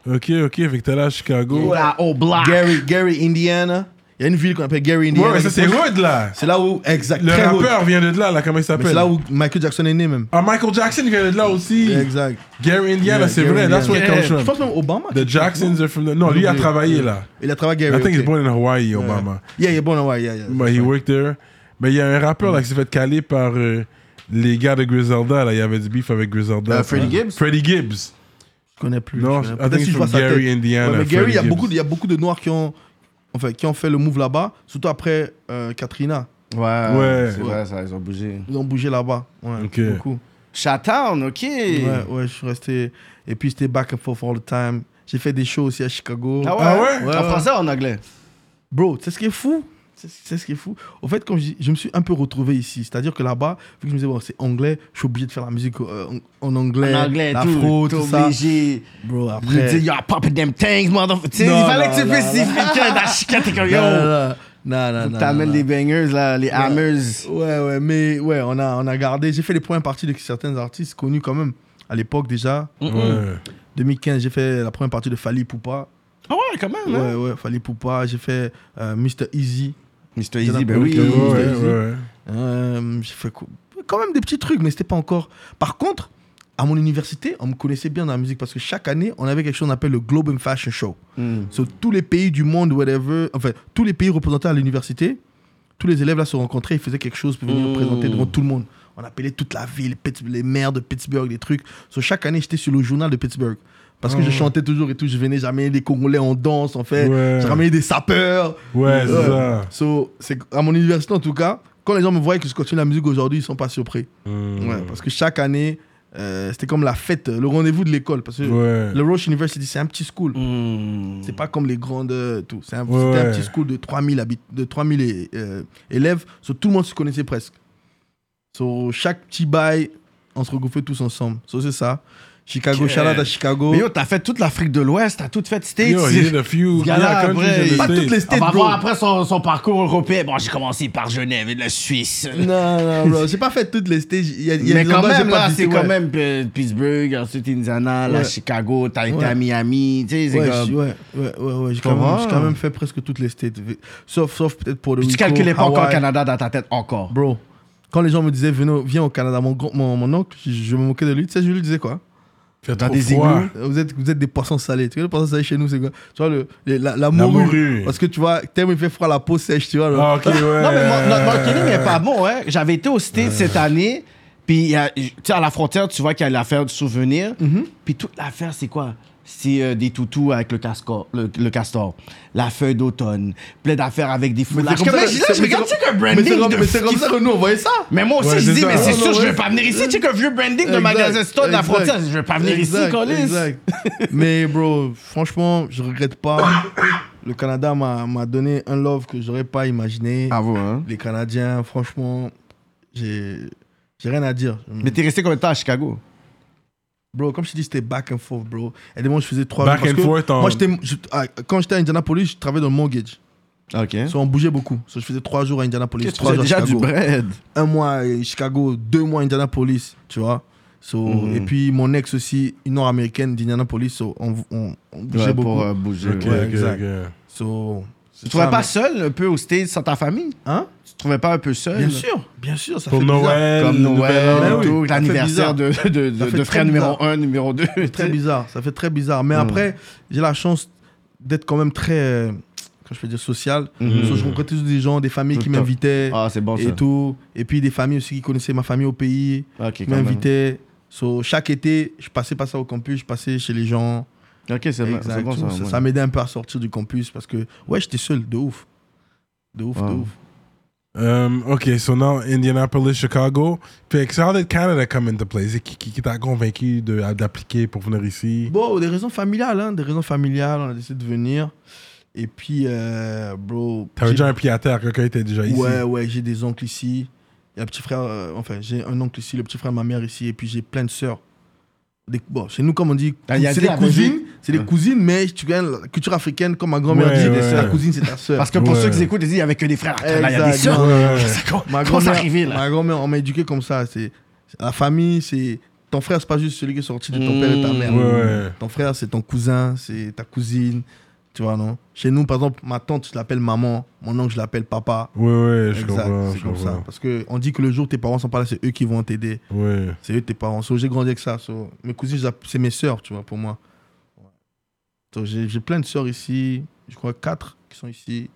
Ok, ok, fait que t'es là à Chicago. La au pense. black. Gary, Gary, Indiana. Il y a une ville qu'on appelle Gary, Ouais, Indiana. mais ça c'est Hood là! C'est là où, exact, Le très haut. rappeur vient de là, là, comment il Mais C'est s'appelle? là où Michael Jackson est né même. Ah, Michael Jackson vient de là aussi. Exact. Gary Indiana, Yeah, bah, c'est Gary vrai, that's where it Indiana. comes from. Je pense même Obama. The Jacksons are from the. No, lui a travaillé là. Il a travaillé à I Gary. think he's ok. born in Hawaii, Obama. Yeah, il est bon, ouais, yeah, yeah. But he worked there. Mais il y a un rappeur là qui s'est fait caler par euh, les gars de Griselda. Là. Il y avait du beef avec Griselda. Euh, Freddie Gibbs? Freddie Gibbs. Je connais plus. Non, je I connais pas. think Peut-être it's si je vois from sa tête. Gary, Indiana, Ouais, mais Gary, il y, a Freddie beaucoup Gibbs. de- il y a beaucoup de Noirs qui ont, enfin, qui ont fait le move là-bas, surtout après euh, Katrina. Ouais, Ouais. c'est vrai, ça, ils ont bougé. Ils ont bougé là-bas. Ouais, Ok. beaucoup. Shatown, ok. Ouais, ouais, je suis resté. Et puis j'étais back and forth all the time. J'ai fait des shows aussi à Chicago. Ah ouais? Ah ouais? Ouais, En ouais. français ou en anglais? Bro, tu sais ce qui est fou Tu sais- tu sais ce qui est fou Au fait, quand je, je me suis un peu retrouvé ici, c'est-à-dire que là-bas, vu que je me disais, bon, c'est anglais, je suis obligé de faire la musique euh, en, en anglais, en anglais, l'afro, tout. tout, T'es ça. obligé. Bro, Je veux après. dire, you're popping them things, motherfucker. Tu sais, Il Non, fallait que tu non, puisses non, expliquer dans Chica, t'es comme yo. Non, non, non, non, Faut non, que non, T'amènes non. les bangers, là, les hammers. Ouais, ouais, mais ouais, on a, on a gardé. J'ai fait les premières parties de certains artistes connus quand même. À l'époque déjà, Mm. Ouais. 2015, j'ai fait la première partie de Fali Poupa. Ah ouais, quand même, Ouais, ouais, Fali Poupa. J'ai fait euh, Mr. Easy. Mr. Jonathan Easy, ben Perry, oui. Kevin Mr. Easy. Easy. Euh, j'ai fait co- quand même des petits trucs, mais c'était pas encore. Par contre, à mon université, on me connaissait bien dans la musique parce que chaque année, on avait quelque chose qu'on appelle le Globe and Fashion Show. Sur tous les pays du monde, whatever, enfin, tous les pays représentés à l'université, tous les élèves là se rencontraient, ils faisaient quelque chose pour venir présenter devant tout le monde. On appelait toute la ville, Pitts- les maires de Pittsburgh, les trucs. So, chaque année, j'étais sur le journal de Pittsburgh. Parce que je chantais toujours et tout, je venais jamais, les Congolais en danse, en fait. Ouais. Je ramenais des sapeurs. Ouais, c'est Ouais. ça. So, c'est à mon université en tout cas, quand les gens me voient que je continue la musique aujourd'hui, ils sont pas surpris. Mm. Ouais, parce que chaque année, euh, c'était comme la fête, le rendez-vous de l'école. Parce que Ouais. le Roche University, c'est un petit school. Mm. Hmm. C'est pas comme les grandes. euh, tout. C'est un, Ouais, c'était un ouais. petit school de 3000, habit- de 3000 é- euh, élèves. So, tout le monde se connaissait presque. So, chaque petit bail, on se regroupait tous ensemble. So, c'est ça. Chicago, shout out à Chicago. Mais yo, t'as fait toute l'afrique de l'Ouest, t'as tout fait States. Yo, he did a few. gars-là, yeah, countries après, in the pas toutes les States. states, On va bro. voir après son, son parcours européen. Bon, j'ai commencé par Genève et la Suisse. Non, non, bro. J'ai pas fait toutes les stages. Il y a- il y a Mais des quand endroits que j'ai même, pas là, visité, c'est quand ouais. même euh, Pittsburgh, ensuite Indiana, là, Ouais. Chicago, t'as été Ouais. à Miami, tu sais, c'est Ouais, comme- je- ouais, ouais, ouais, ouais, j'ai Tu quand, même- comprends? j'ai quand même fait presque toutes les states, vi- sauf, sauf peut-être pour le. Puis tu calculais pas encore Canada dans ta tête, encore. Bro, quand les gens me disaient viens, au- viens au Canada, mon, grand- mon, mon oncle, je, je me moquais de lui. Tu sais, je lui disais quoi Fait Dans trop des froid. igloos. vous êtes, vous êtes des poissons salés. Tu vois, les poissons salés chez nous, c'est quoi Tu vois, le, les- la, la morue. morue. Parce que tu vois, tellement il fait froid, la peau sèche, tu vois. le- Ah, ok, ouais. Non, mais Euh. mon- notre marketing est pas bon, hein. J'avais été au States cette année, puis il y a- tu sais, à la frontière, tu vois qu'il y a l'affaire du souvenir. Mm-hmm. Puis toute l'affaire, c'est quoi? C'est euh, des toutous avec le, cascor- le, le castor, la feuille d'automne, plein d'affaires avec des Mais c'est foulages. comme Comme ça- là, je- là, c'est- je mais regarde, tu c'est sais, qu'un comme- branding. mais c'est comme- de Mais c'est comme ça que nous, on voyait ça. Mais moi aussi, Ouais, je c'est dis, ça. mais c'est Non, sûr, non, je vais ouais. pas venir ici. Tu sais qu'un vieux branding de Exact, magasin store de la exact, frontière, je vais pas venir ici, exact, Colis. exact. Mais bro, franchement, je regrette pas. Le Canada m'a m'a donné un love que j'aurais pas imaginé. vous, hein? Les Canadiens, franchement, j'ai j'ai rien à dire. Mais t'es resté combien de temps à Chicago? Bro, comme je te dis, c'était back and forth, bro. Et des moments, je faisais trois Back parce and que forth en- Moi, j'étais, je- ah, quand j'étais à Indianapolis, je travaillais dans le mortgage. OK. So, on bougeait beaucoup. So, je faisais trois jours à Indianapolis, trois jours à déjà du Chicago. bread. un mois à Chicago, deux mois à Indianapolis, tu vois. So, Mhm. Et puis mon ex aussi, une nord-américaine d'Indianapolis, so, on, on, on bougeait Ouais, beaucoup. pour euh, bouger. Ok, ouais. Ouais, ok, exact. ok. So, c'est Tu trouvais ça, pas mais- seul un peu au States sans ta famille? Hein Tu te trouvais pas un peu seul? Bien sûr, bien sûr, ça Pour fait bizarre. Noël, Comme Nouvel Noël, An, Ben et oui, ça tout, fait bizarre. l'anniversaire de, de, Ça de, fait de très frère bizarre. numéro 1, numéro 2. Très bizarre, ça fait très bizarre. Mhm. Mais après, j'ai la chance d'être quand même très, euh, quand je peux dire, social. So, je rencontrais toujours des gens, des familles Mhm. Tout qui le temps. m'invitaient Ah, c'est bon ça. et tout. Et puis des familles aussi qui connaissaient ma famille au pays. Ok, qui quand même. m'invitaient. So, chaque été, je passais pas ça au campus, je passais chez les gens. Ok, c'est bon, c'est Exact, bon tout. ça. ça, ouais. ça m'aidait un peu à sortir du campus parce que, ouais, j'étais seul, de ouf. De ouf, de Wow. ouf. Um, okay, so now Indianapolis, Chicago. Fait que so how did Canada come into play? C'est qui, qui, qui t'a convaincu de- d'appliquer pour venir ici? Bon, des raisons familiales, hein, des raisons familiales, on a décidé de venir. Et puis, euh, bro. T'avais j'ai- déjà un pied à terre, quelqu'un était déjà ici. Ouais, ouais, j'ai des oncles ici. Il y a un petit frère, euh, enfin, j'ai un oncle ici, le petit frère de ma mère ici, et puis j'ai plein de sœurs. Des- bon, chez nous, comme on dit, Ah, il y a c'est dit des à cousines, Belgique. c'est des cousines, mais tu gagnes la culture africaine, comme ma grand-mère Ouais, dit, ouais. Ah, la cousine, c'est ta sœur. Parce que pour Ouais. ceux qui écoutent, ils disent il n'y avait que des frères. Là, il y a des Exact. sœurs. Ouais. Ma Comment c'est grand-mère, arrivé, là ma grand-mère, on m'a éduqué comme ça. C'est c'est- la famille, c'est ton frère, c'est pas juste celui qui est sorti de ton père et ta mère. Mmh, Ouais, ouais. Ton frère, c'est ton cousin, c'est ta cousine. Tu vois, non Chez nous, par exemple, ma tante, je l'appelle maman. Mon oncle, je l'appelle papa. Ouais, ouais, je comprends. c'est je comme ça. comprends. Parce que on dit que le jour où tes parents sont pas là, c'est eux qui vont t'aider. Ouais. C'est eux tes parents. So, j'ai grandi avec ça. So, mes cousines, je les app- c'est mes sœurs, tu vois, pour moi. So, j'ai j'ai plein de sœurs ici. Je crois quatre qui sont ici.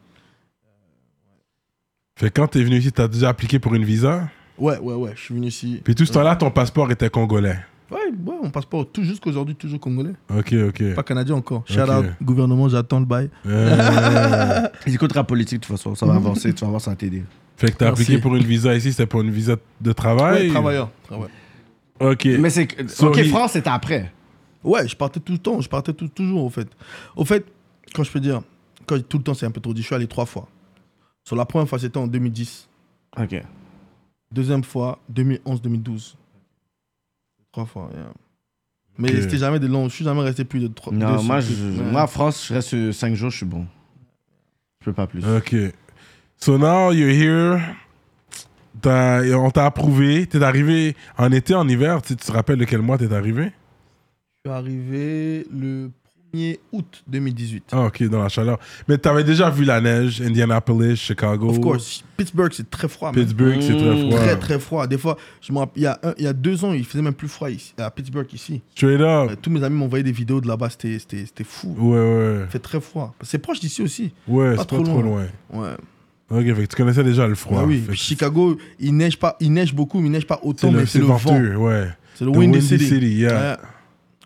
Fait que quand t'es venu ici, t'as déjà appliqué pour une visa? Ouais, ouais, ouais. Je suis venu ici. Puis tout ce temps-là, ton passeport était congolais. Ouais, ouais, on passe pas tout jusqu'aujourd'hui, toujours congolais. Ok, ok. Pas canadien encore. Shout Ok. out, gouvernement, j'attends le bail. Euh, Ils écoutent rap politique, de toute façon. Ça va avancer, tu vas voir, ça va t'aider. fait que t'as Merci. appliqué pour une visa ici, c'était pour une visa de travail? Ouais, travailleur. travailleur. Ok. Mais c'est. que- Ok, Sorry. France, c'est après. Ouais, je partais tout le temps, je partais tout- toujours au fait. Au fait, quand je peux dire, quand je dis tout le temps, c'est un peu trop dit, je suis allé trois fois. Sur la première fois, c'était en 2010. Ok. Deuxième fois, 2011-2012. Trois fois, yeah. Mais Ok. c'était jamais des longs, je suis jamais resté plus de trois. Non, deux- moi, deux- je- ouais. moi, France, je reste 5 jours, je suis bon. Je peux pas plus. Euh, Ok. So now you're here. T'as- on t'a approuvé. T'es arrivé en été, en hiver. Tu, tu te rappelles de quel mois t'es arrivé Je suis arrivé le 1er août 2018. Ah, ok, dans la chaleur. Mais t'avais déjà vu la neige, Indianapolis, Chicago. Of course, Pittsburgh, c'est très froid. man. Oh. Pittsburgh, c'est très froid. Très, très froid. Des fois, je me rappelle, il y, a un- il y a deux ans, il faisait même plus froid ici, à Pittsburgh, ici. Straight Euh, up. Tous mes amis m'envoyaient des vidéos de là-bas, c'était c'était- c'était fou. Ouais, ouais. Il fait très froid. C'est proche d'ici aussi. Ouais, c'est Pas pas trop trop loin. loin. Ouais. Ok, fait que tu connaissais déjà le froid. Ah oui, Fait que puis Chicago, il neige, pas, il neige beaucoup, mais il neige pas autant, c'est mais le, c'est c'est le vent. venteux, ouais. C'est le The Windy Windy City. City, yeah.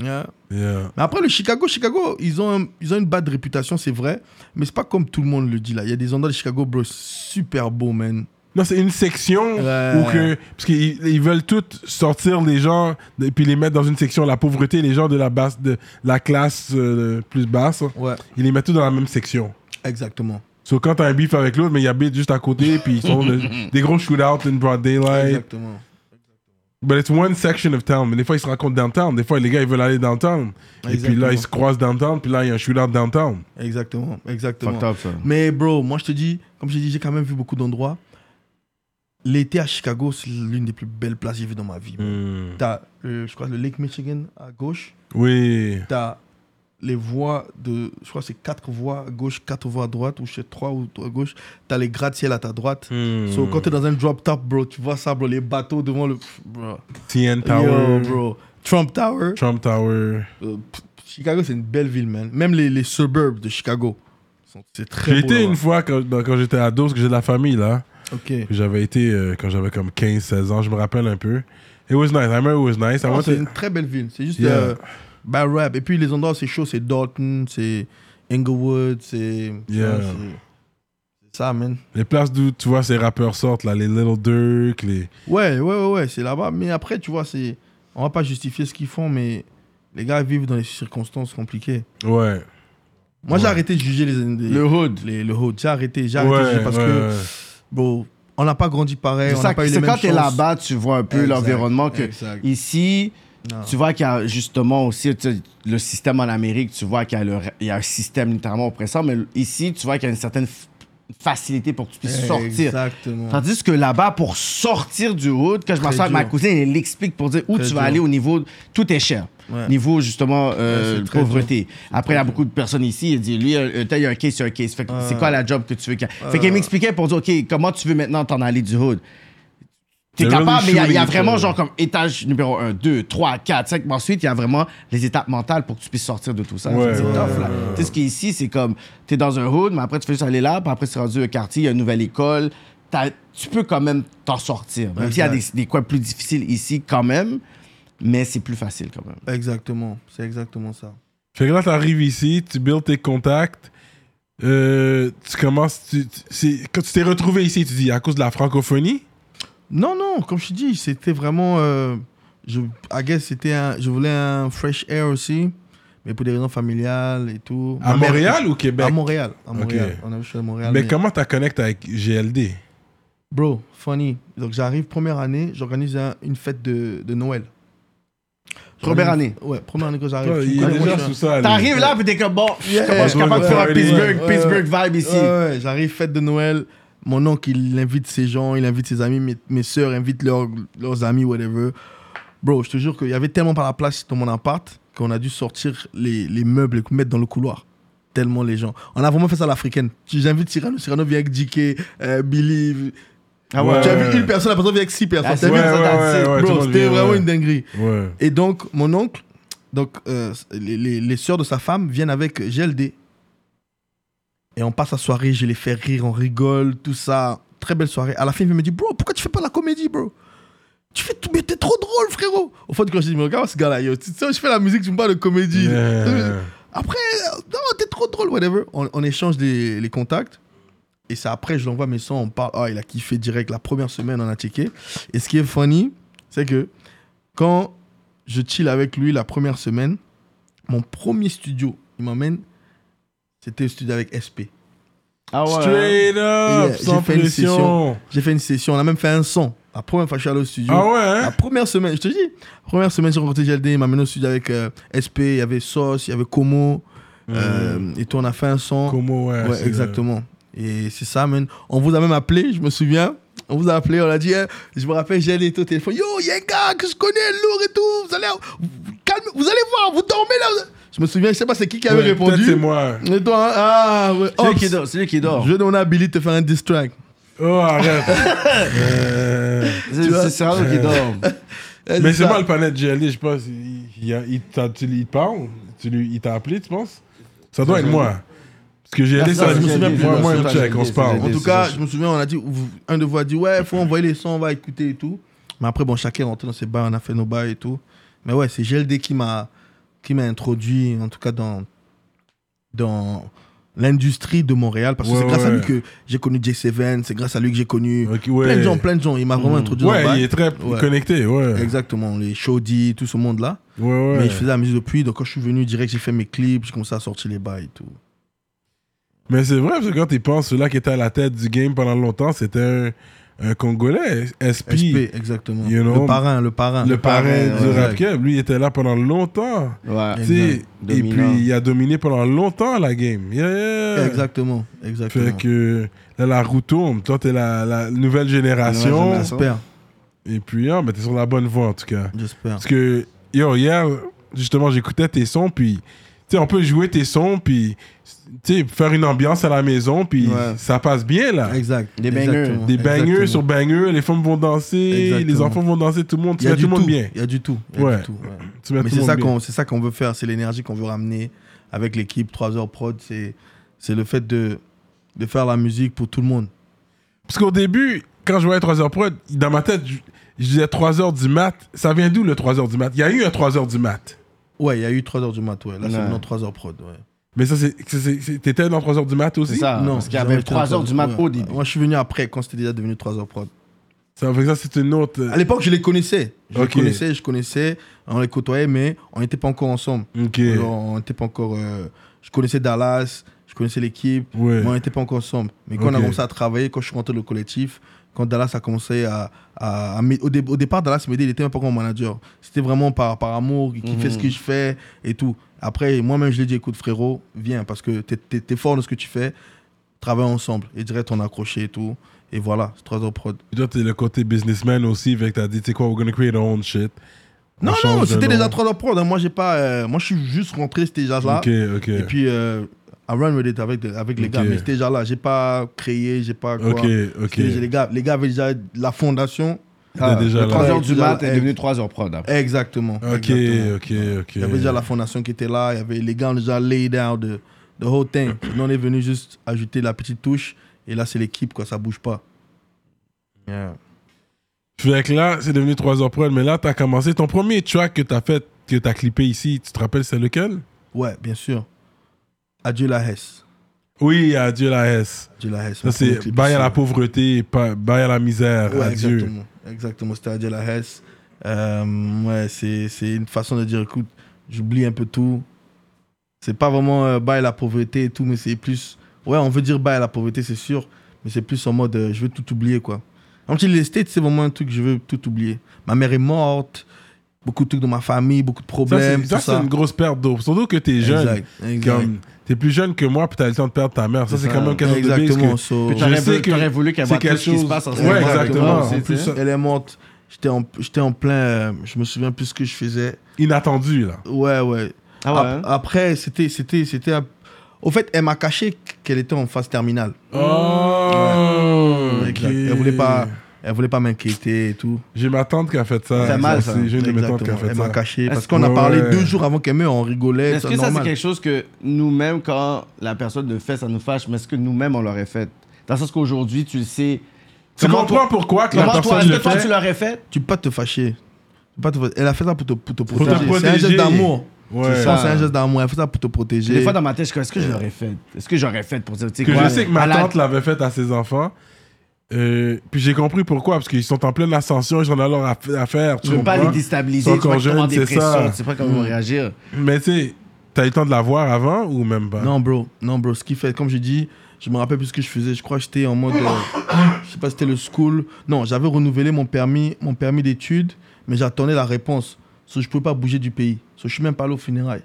Ouais. Yeah. Yeah. Mais après, le Chicago, Chicago, ils ont, un- ils ont une bad réputation, c'est vrai, mais c'est pas comme tout le monde le dit là. Il y a des endroits de Chicago, bro, super beau, man. Non, c'est une section Ouais. où que. Parce qu'ils ils veulent toutes sortir les gens et puis les mettre dans une section, la pauvreté, les gens de la, basse, de la classe euh, plus basse. Ouais, Ils les mettent tous dans la même section. exactement. Sauf quand t'as un beef avec l'autre, mais il y a Bit juste à côté, puis ils sont de- des gros shootouts in broad daylight. Exactement. But it's one section of town. Mais des fois, ils se rencontrent downtown. Des fois, les gars, ils veulent aller downtown. Et puis Exactement. là, ils se croisent downtown, puis là, il y a un shootout downtown. Exactement, exactement. Fucked up, ça. Mais bro, moi je te dis, comme je t'ai dit, j'ai quand même vu beaucoup d'endroits. L'été à Chicago, c'est l'une des plus belles places que j'ai vues dans ma vie. Mm. bro. T'as, euh, je crois, le Lake Michigan à gauche. Oui. T'as les voies de, je crois, que c'est quatre voies à gauche, quatre voies à droite, ou je sais, trois ou trois à gauche. T'as les gratte-ciel à ta droite. Mm. So, Hmm. quand t'es dans un drop-top, bro, tu vois ça, bro, les bateaux devant le. Bro. TN Yo, Tower. bro. Trump Tower. Trump Tower. Euh, pff, Chicago, c'est une belle ville, man. Même les, les suburbs de Chicago. sont- C'est très J'ai beau été là-bas. une fois quand, dans- quand j'étais ado, parce que j'ai de la famille là. Ok. Puis J'avais été euh, quand j'avais comme 15-16 ans, je me rappelle un peu. It was nice. I remember it was nice. I Non, went Ah, c'est to- une très belle ville. C'est juste Yeah. euh, bad rap. Et puis les endroits où c'est chaud, c'est Dalton, c'est Inglewood, c'est. Yeah. c'est- C'est ça, man. Les places d'où tu vois ces rappeurs sortent là, les Little Dirk, les. Ouais, ouais, ouais, ouais, c'est là-bas. Mais après, tu vois, c'est. On va pas justifier ce qu'ils font, mais les gars vivent dans des circonstances compliquées. Ouais. Moi, j'ai arrêté de juger les. les- Le hood. les- le hood. J'ai arrêté, j'ai arrêté de ouais, juger parce ouais, que, ouais. bro, on n'a pas grandi pareil. C'est on ça, n'a pas eu les c'est mêmes quand t'es chances. là-bas, tu vois un peu Exact, l'environnement que exact. ici, Non. tu vois qu'il y a justement aussi tu sais, le système en Amérique, tu vois qu'il y a, le- il y a un système littéralement oppressant, mais ici, tu vois qu'il y a une certaine f- facilité pour que tu Eh, puisses sortir. Exactement. Tandis que là-bas, pour sortir du hood, quand je m'assois avec dur. ma cousine, elle l'explique pour dire où Très tu vas dur. aller au niveau. Tout est cher. Ouais. Niveau, justement, euh, Ouais, c'est très pauvreté. Après, il y a beaucoup de personnes ici, ils disent lui, euh, t'as, il y a un case, il y a un case. Fait que c'est quoi la job que tu veux qu'il y ait? Fait qu'elle m'expliquait pour dire OK, comment tu veux maintenant t'en aller du hood? T'es They're capable, mais il y a- il y, a really vraiment shooting genre comme étage numéro 1, 2, 3, 4, 5. Mais ensuite, il y a vraiment les étapes mentales pour que tu puisses sortir de tout ça. Ouais, c'est ouais, tough, là. Tu sais, ce qui est ici, c'est comme, t'es dans un hood, mais après, tu fais juste aller là, puis après, tu es rendu au quartier, il y a une nouvelle école. T'as- Tu peux quand même t'en sortir. Même s'il y a des, des coins plus difficiles ici, quand même, mais c'est plus facile quand même. Exactement. C'est exactement ça. Fait que là, t'arrives ici, tu builds tes contacts, euh, tu commences. Tu, tu- c'est- quand tu t'es retrouvé ici, tu dis à cause de la francophonie Non, non, comme je te dis, c'était vraiment. euh, je, I guess c'était un- je voulais un fresh air aussi, mais pour des raisons familiales et tout. À Ma mère- Montréal ou Québec À Montréal. À Montréal. Ok. On a vu à Montréal. Mais mais- comment t'as connecté avec GLD Bro, funny. Donc j'arrive, première année, j'organise un- une fête de, de Noël. Première J'organise- année. Ouais, première année que j'arrive. Toi, Tu Il connais, est moi, déjà je suis sous un- ça. lui. T'arrives là, puis t'es comme, bon, Yeah. comment je suis capable de faire un Ah, Ouais, Pittsburgh, ouais. Pittsburgh vibe ici? Ouais, ouais, j'arrive, fête de Noël. Mon oncle, il invite ses gens, il invite ses amis, mes, mes soeurs invitent leurs- leurs amis, whatever. Bro, je te jure qu'il y avait tellement par la place dans mon appart qu'on a dû sortir les, les meubles et mettre dans le couloir. Tellement les gens. On a vraiment fait ça à l'africaine. Tu- J'invite Cyrano, Cyrano vient avec JK, euh, Billy. Ah ouais. Tu as vu une personne, la personne vient avec six personnes. Ah, T'as ouais, vu ouais, ça, ouais, ouais, tout le Bro, monde c'était vient, vraiment ouais. une dinguerie. Ouais. Et donc, mon oncle, donc, euh, les, les, les sœurs de sa femme viennent avec GLD. Et on passe la soirée, je les fais rire, on rigole, tout ça. Très belle soirée. À la fin, il me dit, bro, pourquoi tu fais pas la comédie, bro Tu fais tout, mais t'es trop drôle, frérot. Au fond, quand je dis, mais regarde ce gars-là, yo, tu sais, je fais la musique, tu me parles de comédie. Yeah. Après, euh, non, t'es trop drôle, whatever. On, on échange les, les contacts. Et c'est après, je l'envoie mes sons, on parle. Ah, il a kiffé direct. La première semaine, on a checké. Et ce qui est funny, c'est que quand je chill avec lui la première semaine, mon premier studio, il m'emmène, c'était le studio avec SP. Ah Straight up, Yeah, sans j'ai fait une pression. session. J'ai fait une session, on a même fait un son. La première fois que je suis allé au studio. Ah ouais, hein? La première semaine, je te dis, la première semaine, j'ai rencontré JLD, il m'a mené au studio avec euh, SP, il y avait Sauce, il y avait Como, euh, et tout, on a fait un son. Como, ouais. ouais, c'est- euh, exactement. Et c'est ça, man. On vous a même appelé, je me souviens. On vous a appelé, on a dit, eh, je me rappelle, j'ai été au téléphone. Yo, il y a un gars que je connais, lourd et tout. Vous allez, vous- calme- vous allez voir, vous dormez là. vous- Je me souviens, je sais pas c'est qui qui avait Ouais, peut-être répondu. c'est moi. Et toi, hein? ah, ouais. C'est lui Ops. qui dort. C'est lui qui dort. Je vais demander à Billy de te faire un diss track. Oh, arrête. Euh, C'est- C'est Cyrano qui dort. Eh, Mais c'est ça. moi le panel de GLD, je pense. Il, il, a- il t'a- tu lui- il te parle Tu lui- Il t'a appelé, tu penses Ça doit être moi. Parce Ah, que GLD, ça, Non, je me c'est souviens GLD, plus. Moi, c'est moi, pas check, GLD, on se c'est parle. En GLD. tout cas, je me souviens, on a dit, vous- un de vous a dit, ouais, faut envoyer les sons, on va écouter et tout. Mais après, bon, chacun est rentré dans ses bails, on a fait nos bails et tout. Mais ouais, c'est GLD qui m'a qui m'a introduit, en tout cas dans dans l'industrie de Montréal, parce que Ouais, c'est grâce à ouais. lui que j'ai connu Jay Seven, c'est grâce à lui que j'ai connu Ok, ouais. Mm. plein de gens, plein de gens. Il m'a vraiment introduit dans le Ouais, bail. il est très Ouais. connecté, ouais. Exactement, les Shoddy, tout ce monde-là. Ouais, ouais. Mais je faisais la musique depuis, donc quand je suis venu direct, j'ai fait mes clips, j'ai commencé à sortir les bails et tout. Mais c'est vrai, parce que quand tu penses, celui-là qui était à la tête du game pendant longtemps, c'était un, un Congolais, SP, SP, exactement. you know, le parrain, le parrain. le parrain du ouais. rap game. Lui, il était là pendant longtemps. Ouais. Tu sais, et Dominant. puis, il a dominé pendant longtemps la game. Yeah, yeah. Exactement, exactement. Fait que là, la roue tourne. Toi, t'es la, la nouvelle génération. Nouvelle génération. J'espère, Et puis, ah, mais t'es sur la bonne voie, en tout cas. j'espère. Parce que, yo, hier, justement, j'écoutais tes sons, puis, tu sais, on peut jouer tes sons, puis, tu sais, faire une ambiance à la maison, puis Ouais. ça passe bien, là. Exact. Des bangers. exactement, Des bangers exactement. sur bangers, les femmes vont danser, les Exactement. enfants vont danser, tout le monde, Il tu y a mets du tout le monde tout. bien. Il y a du tout. il y a Ouais. du tout, ouais. Tu mets tout Mais le c'est monde ça bien. qu'on, c'est ça qu'on veut faire, c'est l'énergie qu'on veut ramener avec l'équipe 3 heures prod, c'est, c'est le fait de, de faire la musique pour tout le monde. Parce qu'au début, quand je voyais 3h prod, dans ma tête, je, je disais 3h du mat. Ça vient d'où le 3h du mat Il y a eu un 3h du mat. Ouais, il y a eu 3 heures du mat, ouais. Là, c'est Ouais. maintenant 3 heures prod, ouais. Mais ça, c'est. c'est- c'est- c'est- T'étais dans 3h du mat aussi C'est Ah, ça. parce qu'il y avait j'avais été 3 heures encore- du mat ouais. au début. Moi, je suis venu après, quand c'était déjà devenu 3 heures prod. Ça fait que ça, c'est une autre. euh, À l'époque, je les connaissais. Je Ok. les connaissais, je connaissais. On les côtoyait, mais on n'était pas encore ensemble. Ok. Alors, on n'était pas encore. euh, je connaissais Dallas, je connaissais l'équipe, Ouais. mais on n'était pas encore ensemble. Mais quand on a Ok. commencé à travailler, quand je suis rentré dans le collectif, quand Dallas a commencé à. à- à m'aider- au, dé- au départ, Dallas m'aidait, il était un peu comme mon manager. C'était vraiment par, par amour, qui Mhm. fait ce que je fais et tout. Après, moi-même, je lui ai dit écoute, frérot, viens, parce que t'es es, fort dans ce que tu fais, travaille ensemble. Et direct, on a accroché et tout. Et voilà, c'est 3 heures prod. Toi, t'es le côté businessman aussi, fait que t'as dit, tu sais quoi, we're gonna create our own shit. On Non, change non, de c'était nom. déjà 3 heures prod. hein. Moi, j'ai pas, euh, moi, je suis juste rentré, c'était déjà là. Ok, ok. Et puis, euh, I run with it avec, avec les Ok. gars. Mais c'était déjà là. J'ai pas créé, j'ai pas quoi. ok, ok. C'était déjà Les, gars, les gars avaient déjà la fondation. T'étais déjà le là. travail- 3 Ah, heures du Ouais, mat est ouais. devenu 3 heures prod après. Exactement. Ok, exactement. ok, ok. Il y avait déjà la fondation qui était là. Il y avait les gars ont déjà laid out the, the whole thing. Nous, on est venu juste ajouter la petite touche. Et là, c'est l'équipe, quoi. Ça bouge pas. Fait que là, c'est devenu 3h prod, mais là, t'as commencé. Ton premier track que t'as fait, que t'as clippé ici, tu te rappelles, c'est lequel Ouais, bien sûr. Adieu la Hesse. Oui, adieu la S. Adieu la Hesse. Ça, c'est bail à la pauvreté, pa- bail à la misère, Ouais, adieu. Exactement, exactement. C'était Adela Hess. Euh, ouais, c'est, c'est une façon de dire, écoute, j'oublie un peu tout. C'est pas vraiment euh, bail à la pauvreté et tout, mais c'est plus. Ouais, on veut dire bail à la pauvreté, c'est sûr, mais c'est plus en mode euh, je veux tout oublier, quoi. En petit, les States, c'est vraiment un truc, je veux tout oublier. Ma mère est morte, beaucoup de trucs dans ma famille, beaucoup de Ça, c'est- problèmes, ça, tout c'est ça. une grosse perte d'eau. Surtout que t'es jeune. Exact, exact. Comme, t'es plus jeune que moi, puis t'as le temps de perdre ta mère. Ça, c'est C'est quand ça. même quelque chose de big, Exactement, parce so- que Puis t'aurais je sais voulu- que t'aurais voulu qu'elle c'est voit Bah, tout quelque ce qui se chose- passe en ce Ouais, moment avec exactement. toi aussi, En tu plus, sais. ça, Elle est morte. J'étais en, j'étais en plein. euh, je me souviens plus ce que je faisais. inattendu, là. Ouais, ouais. Ah ouais, Ap- hein? Après, c'était, c'était, c'était. à- Au fait, elle m'a caché qu'elle était en phase terminale. Oh! Exact. Elle voulait pas, elle voulait pas m'inquiéter et tout. J'ai ma tante qui a fait ça. C'est mal, ça. C'est- J'ai une de mes tantes qui a Exactement. fait Elle m'a ça. caché Est-ce parce qu'on a que- parlé Ouais. deux jours avant qu'elle meure, on rigolait. Est-ce c'est que ça, c'est normal. quelque chose que nous-mêmes, quand la personne le fait, ça nous fâche, mais est-ce que nous-mêmes, on l'aurait fait Dans le sens qu'aujourd'hui, tu le sais. Tu Comment comprends pourquoi que la Comment toi, personne est-ce le que toi, tu fait? l'aurais fait Tu peux pas te fâcher. Tu peux pas te fâcher. Elle a fait ça pour te, pour te protéger. C'est un protéger. geste d'amour. Ouais. Je pense que C'est un geste d'amour. Elle a fait ça pour te protéger. Des fois, dans ma tête, je suis comme, est-ce que je l'aurais fait Est-ce que j'aurais fait pour dire, tu sais que quoi je sais que ma à la- tante l'avait faite à ses enfants. Euh, puis j'ai compris pourquoi, parce qu'ils sont en pleine ascension, ils en ont leur aff- affaire. Tu Tu veux pas comprends? les déstabiliser, Ils tu sont vois, encore qu'ils tombent en jeunes, c'est dépression, ça. Mm. tu sais pas comment ils vont réagir. Mais tu sais, t'as eu le temps de la voir avant ou même pas? Non, bro. Non, bro. Ce qu'il fait, comme je dis, je me rappelle plus ce que je faisais. Je crois que j'étais en mode. euh, je sais pas si c'était le school. Non, j'avais renouvelé mon permis, mon permis d'études, mais j'attendais la réponse. So, je pouvais pas bouger du pays. So, je suis même pas allé au funérailles.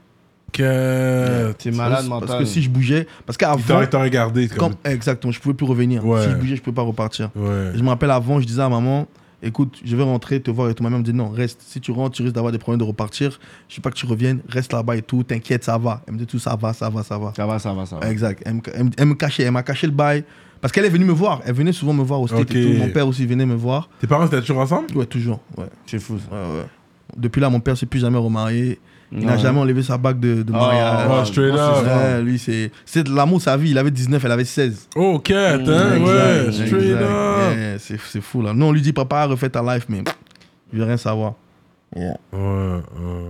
Que... T'es malade parce, mental. parce que si je bougeais. Parce Ils t'ont qu'avant. ils t'ont regardé. Comme... quand- Exactement, je pouvais plus revenir. Ouais. Si je bougeais, je pouvais pas repartir. Ouais. Je me rappelle avant, je disais à maman, écoute, je vais rentrer, te voir et tout. Ma mère me dit, non, reste. Si tu rentres, tu risques d'avoir des problèmes de repartir. Je veux pas que tu reviennes, reste là-bas et tout, t'inquiète, ça va. Elle me dit tout, ça va, ça va, ça va. Ça va, ça va, ça va. Exact. Elle me, elle me- elle me cachait, elle m'a caché le bail. Parce qu'elle est venue me voir. Elle venait souvent me voir au steak et Ok. tout. Mon père aussi venait me voir. Tes parents étaient toujours ensemble Ouais, toujours. Ouais. C'est fou. ça. Ouais, ouais. Depuis là, mon père s'est plus jamais remarié. Il n'a jamais enlevé sa bague de, de mariage. oh, straight Ah, Ouais, up. lui, c'est c'est de l'amour sa vie. Il avait 19, elle avait 16. Oh, ok, hein, Exact, ouais, Mm, exact. straight up. Yeah, c'est c'est fou là. Nous, on lui dit, papa, refais ta life, mais pff, il veut rien savoir. Yeah. Ouais, ouais.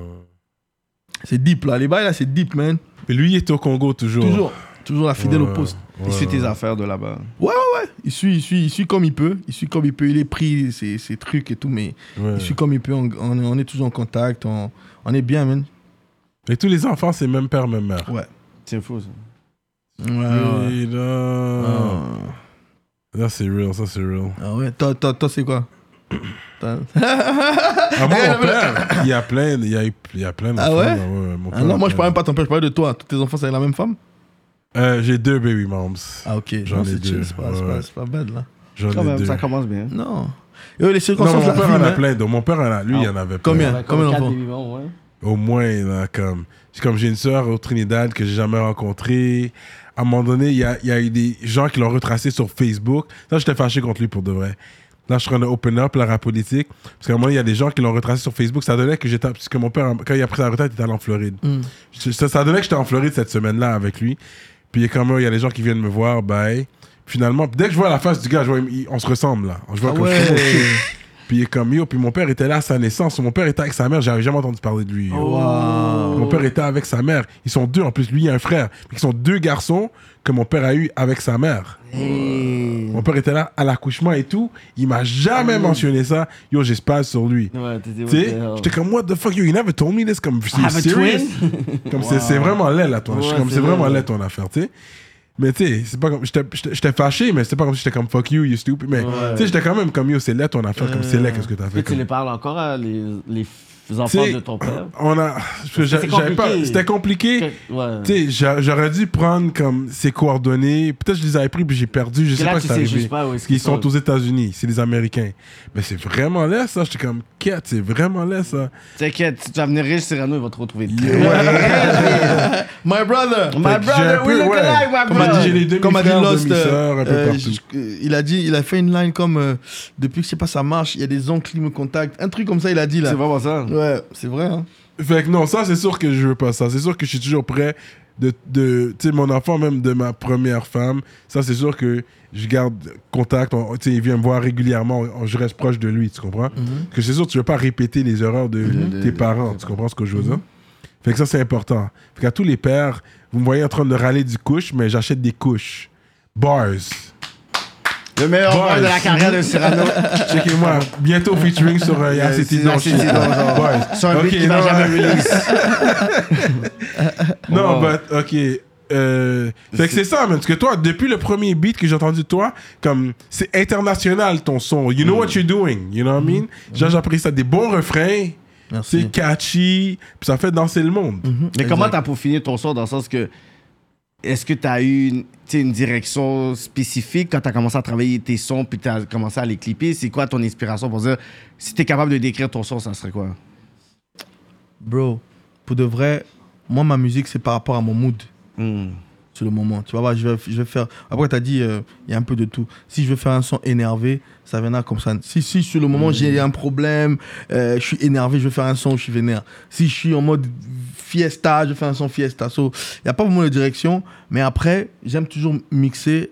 C'est deep là. Les bails là, c'est deep, man. Mais lui, il est au Congo toujours. Toujours. Toujours la fidèle au poste. Il suit tes affaires de là-bas. Ouais, ouais, ouais. Il suit, il suit, il suit comme il peut. Il suit comme il peut. Il est pris ses, ses trucs et tout, mais Ouais. il suit comme il peut. On, on est- on est toujours en contact. On, on est bien, man. Et tous les enfants, c'est même père, même mère. Ouais. C'est fou, ça. Ouais, Ah, ouais. Straight up. Ça, c'est real, ça, c'est real. Ah ouais. Toi, toi, toi, c'est quoi T'as- Ah, moi, mon père, il y a plein, il y a, il y a plein d'enfants. Eh, Ah ouais là, mon Ah père, non, moi je plein. parlais même pas de ton père, je parlais de toi. Tous tes enfants, c'est la même femme Euh, J'ai deux baby moms. Ah ok, J'en Non, ai c'est deux, chill, c'est pas, c'est ouais. pas, c'est pas bad là. J'en Quand ai même, deux. ça commence bien. Non. Et les Non, circonstances mon de la père en vie, a man. plein. Donc, mon père, en a, lui, il en avait plein. hein. Ah. Combien Combien d'enfants Au moins, il en a comme. C'est comme j'ai une sœur au Trinidad que j'ai jamais rencontrée. À un moment donné, il y a, il y a eu des gens qui l'ont retracé sur Facebook. Là, j'étais fâché contre lui pour de vrai. Là, je suis en train de open up la rap politique. Parce qu'à un moment, il y a des gens qui l'ont retracé sur Facebook. Ça donnait que j'étais. Parce que mon père, quand il a pris sa retraite, il était allé en Floride. Mm. Je- Ça, ça donnait que j'étais en Floride cette semaine-là avec lui. Puis il est comme, oh, il y a des gens qui viennent me voir. Bye. Finalement, dès que je vois la face du gars, je vois, il- on se ressemble là. Je vois Ah comme- oh, ouais. Puis il est comme, yo. Puis mon père était là à sa naissance. Mon père était avec sa mère. J'avais jamais entendu parler de lui. yo. Oh. Mon père était avec sa mère. Ils sont deux en plus. Lui, il a un frère. Ils sont deux garçons que mon père a eu avec sa mère. Mon père était là à l'accouchement et tout. Il m'a Ah. jamais mentionné ça. Yo, j'espère sur lui. Ouais, t'étais Tu sais, j'étais comme, what the fuck, yo, you never told me this. Comme, you Have a serious? Comme c'est- c'est vraiment laid, là, toi. Je suis Ouais, comme, c'est c'est vraiment laid. laid, ton affaire, tu sais. Mais tu sais, c'est pas comme, j'étais- j'étais j'étais fâché, mais c'était pas comme si j'étais comme, fuck you, you stupid. Mais tu sais, j'étais quand même comme, yo, c'est laid, ton affaire, comme c'est laid, qu'est-ce que t'as fait. Tu comme- les parles encore à les, les f- enfants T'sais, de ton père? on a parce que j'a- j'avais pas compliqué. c'était compliqué Que- Ouais. tu sais j'a- j'aurais dû prendre comme ses coordonnées peut-être je les avais pris puis j'ai perdu je sais là, pas tu si c'est sais arrivé juste pas où est-ce parce qu'ils qu'ils sont sont. aux États-Unis c'est des Américains mais c'est vraiment laid ça j'étais comme quête c'est vraiment laid ça T'inquiète, si tu vas venir riche, Cyrano, il va te retrouver. My brother My Fait que j'ai un brother, we peu- look ouais. alike, my Comme a dit brother. J'ai les Comme a dit demi-frères, Lost, euh, demi-sœurs, un peu euh, partout. je- euh, il a dit, il a fait une line comme euh, depuis que je sais pas ça marche, il y a des oncles qui me contactent, un truc comme ça il a dit là. C'est vraiment ça. Ouais, c'est vrai. Hein. fait que non ça c'est sûr que je veux pas ça c'est sûr que je suis toujours prêt de, de tu sais mon enfant même de ma première femme ça c'est sûr que je garde contact on- tu sais il vient me voir régulièrement on- je reste proche de lui tu comprends que c'est sûr tu veux pas répéter les erreurs de tes parents tu comprends ce que je veux dire fait que ça c'est important fait qu'à tous les pères vous me voyez en train de râler du couche mais j'achète des couches bars Le meilleur Boys. moment de la carrière de Cyrano. checkez-moi bientôt featuring sur euh, Yeah, Yacity c'est Don't Yacity Shoot. Don't Shoot. Bars. Sur un beat Ok, qui va non, jamais euh, release. Non, Wow. but, ok. Euh, fait que c'est ça, man. Parce que toi, depuis le premier beat que j'ai entendu de toi, comme, c'est international ton son. You know what you're doing. You know what I mean? Genre, j'apprécie ça. Des bons refrains. Merci. C'est catchy. Puis ça fait danser le monde. Mais comment t'as peaufiné ton son dans le sens que. Est-ce que t'as eu une, tu sais, une direction spécifique quand t'as commencé à travailler tes sons puis t'as commencé à les clipper? C'est quoi ton inspiration pour dire si t'es capable de décrire ton son, ça serait quoi? Bro, pour de vrai, moi ma musique c'est par rapport à mon mood. Hmm. sur le moment. Tu vas voir, je vais, je vais faire. Après, tu as dit, euh, il y a un peu de tout. Si je veux faire un son énervé, ça viendra comme ça. Si, si sur le moment, j'ai un problème, euh, je suis énervé, je vais faire un son, où je suis vénère. Si je suis en mode fiesta, je fais un son fiesta. So, il n'y a pas vraiment de direction. Mais après, j'aime toujours mixer